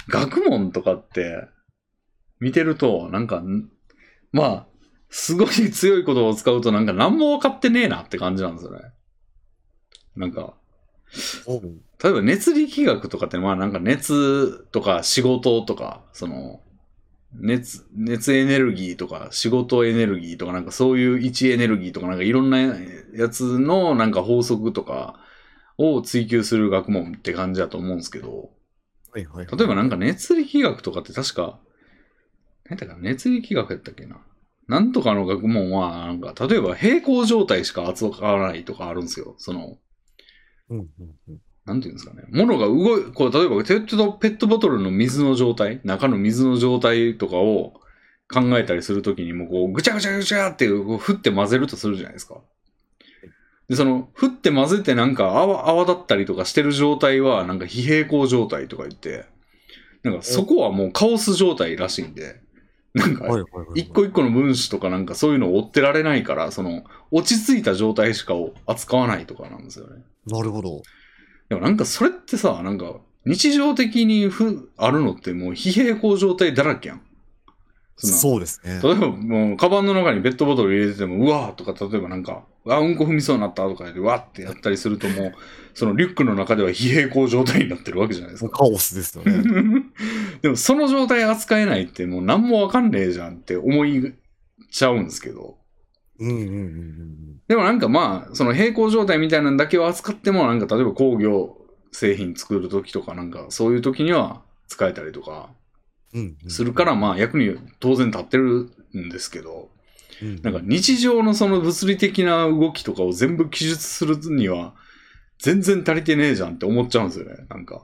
学問とかって、見てると、なんか、んまあ、すごい強い言葉を使うと、なんか何も分かってねえなって感じなんですよね。なんか、ほう例えば熱力学とかって、まあなんか熱とか仕事とか、その、熱、熱エネルギーとか仕事エネルギーとかなんかそういう位置エネルギーとかなんかいろんなやつのなんか法則とかを追求する学問って感じだと思うんですけど、はいはい。例えばなんんか熱力学とかって確か、何だか熱力学やったっけな。なんとかの学問は、なんか、例えば平行状態しか扱わないとかあるんですよ。その、うんうんうん。なんていうんですかね。物が動い、こう、例えばペット、ペットボトルの水の状態、中の水の状態とかを考えたりするときに、もうこう、ぐちゃぐちゃぐちゃっていう、こう、振って混ぜるとするじゃないですか。で、その、振って混ぜてなんか泡、泡だったりとかしてる状態は、なんか非平行状態とか言って、なんかそこはもうカオス状態らしいんで、なんかはい、はいはいはい。一個一個の分子とかなんかそういうのを追ってられないから、その、落ち着いた状態しかを扱わないとかなんですよね。なるほど。でもなんかそれってさ、なんか日常的にふあるのってもう非平行状態だらけやん。そんなそうですね。例えばもう、カバンの中にペットボトル入れてても、うわーとか、例えばなんか、あ、うんこ踏みそうになったとかで、わーってやったりするともう、そのリュックの中では非平行状態になってるわけじゃないですもうか。カオスですよね。 でもその状態扱えないってもう何もわかんねえじゃんって思いちゃうんですけど。うんうんうんうんでもなんかまあ、その平行状態みたいなのだけを扱っても、なんか例えば工業製品作るときとか、なんかそういうときには使えたりとかうん。うんうん。するから、まあ役に当然立ってるんですけど、ううなんか日常のその物理的な動きとかを全部記述するには、全然足りてねえじゃんって思っちゃうんですよね、なんか。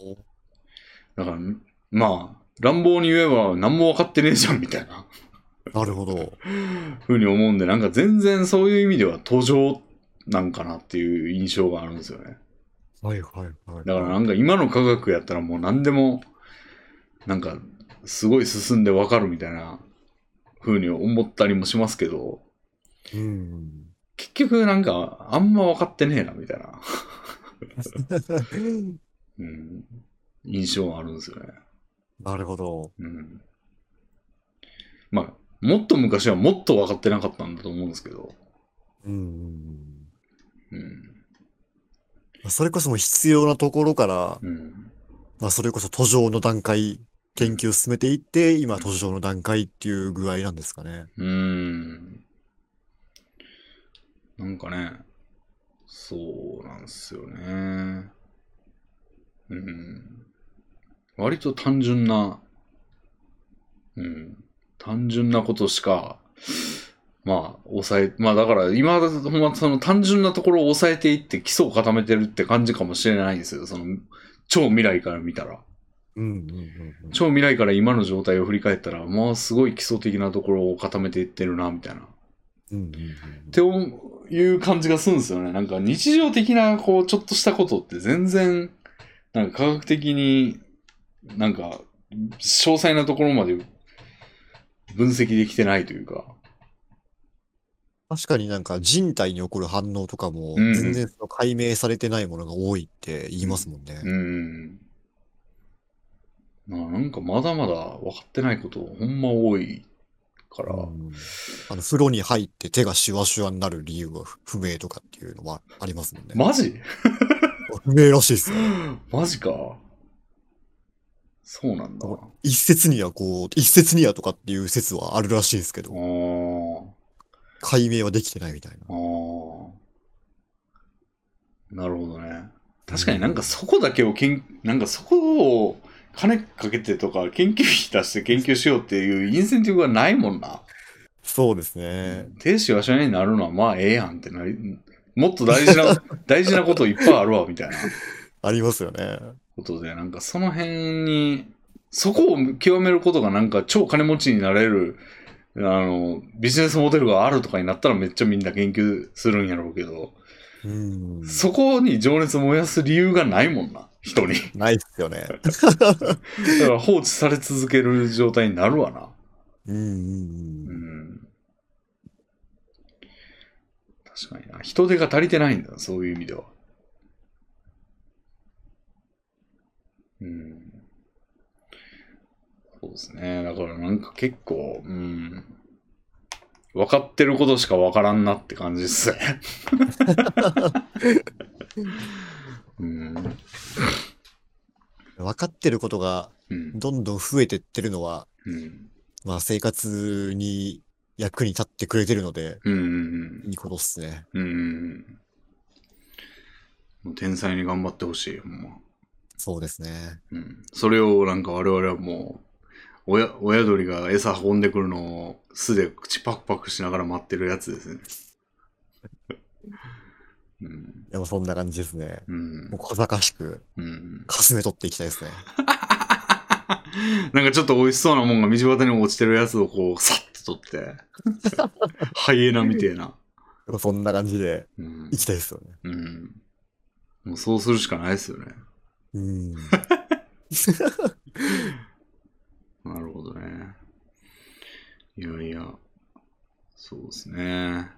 おだから、まあ、乱暴に言えば何も分かってねえじゃんみたいな。 なるほど。ふうに思うんで、なんか全然そういう意味では途上なんかなっていう印象があるんですよね。はいはいはい。だからなんか今の科学やったらもう何でも、なんかすごい進んでわかるみたいな風に思ったりもしますけど、うんうん。 結局なんかあんま分かってねえなみたいな、うん、印象があるんですよね。なるほど。うん。まあ、もっと昔はもっと分かってなかったんだと思うんですけど、うんうんううんん。まあそれこそもう必要なところから、うん。まあ、それこそ途上の段階、研究を進めていって、今途上の段階っていう具合なんですかね。うーん。なんかね、そうなんですよね。うん。割と単純な、うん。単純なことしかまあ、抑え、まあだから今、ほんまその単純なところを抑えていって基礎を固めてるって感じかもしれないんですよ。その、超未来から見たら。うんうんうんうん。超未来から今の状態を振り返ったら、まあすごい基礎的なところを固めていってるな、みたいな。うんうんっていう感じがするんですよね。なんか日常的な、こう、ちょっとしたことって全然、なんか科学的に、なんか、詳細なところまで分析できてないというか。確かになんか人体に起こる反応とかもうんうん全然その解明されてないものが多いって言いますもんね。うん。ななんかまだまだ分かってないことほんま多いから。うんあの風呂に入って手がシュワシュワになる理由は不明とかっていうのはありますもんね。マジ 不明らしいですよ。マジか。そうなんだ。あ一説にはこう、一説にはとかっていう説はあるらしいんですけど、ー解明はできてないみたいな。あー。なるほどね。確かになんかそこだけをけん、なんかそこを金かけてとか研究費出して研究しようっていうインセンティブがないもんな。そうですね。停止はしないになるのはまあええやんってなり、もっと大事な、大事なこといっぱいあるわみたいなありますよね。ことで、なんかその辺に、そこを極めることがなんか超金持ちになれる、あの、ビジネスモデルがあるとかになったらめっちゃみんな研究するんやろうけど、うん。そこに情熱燃やす理由がないもんな、人に。ないっすよね。だから放置され続ける状態になるわな。うんうんううん。ん。確かにな。人手が足りてないんだ、そういう意味では。うん。そうですね。だからなんか結構、うん。分かってることしか分からんなって感じですね。 うん。分かってることがうん。どんどん増えてってるのは、うん。まあ生活に役に立ってくれてるので、うんうんいいことっすね。うん。うん。もう天才に頑張ってほしい、ほんま。そうですね。うん。それをなんか我々はもう、親、親鳥が餌運んでくるのを巣で口パクパクしながら待ってるやつですね。 うん。でもそんな感じですね。うんもう。小賢しく、うん。かすめ取っていきたいですね。なんかちょっと美味しそうなもんが道端に落ちてるやつをこう、さっと取って。ハイエナみてえな。でもそんな感じでうんい。きたいですよね。うん。もうそうするしかないですよね。うん。なるほどね。いやいや、そうですね。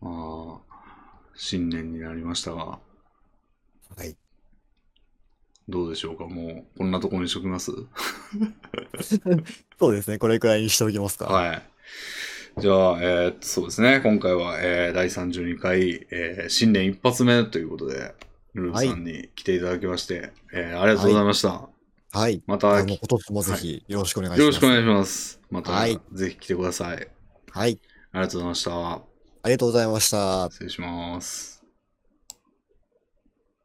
まあ、新年になりましたが、はい。どうでしょうかもう、こんなとこにしときます そうですね。これくらいにしておきますか。はい。じゃあ、えーっとそうですね。今回は、えー第32回、えー新年一発目ということで、ルーブさんに来ていただきまして、えーありがとうございました。はい。まあた、の今年もぜひよろしくお願いします。よろしくお願いします。また、はいぜひ来てください。はい。ありがとうございました。ありがとうございました。失礼します。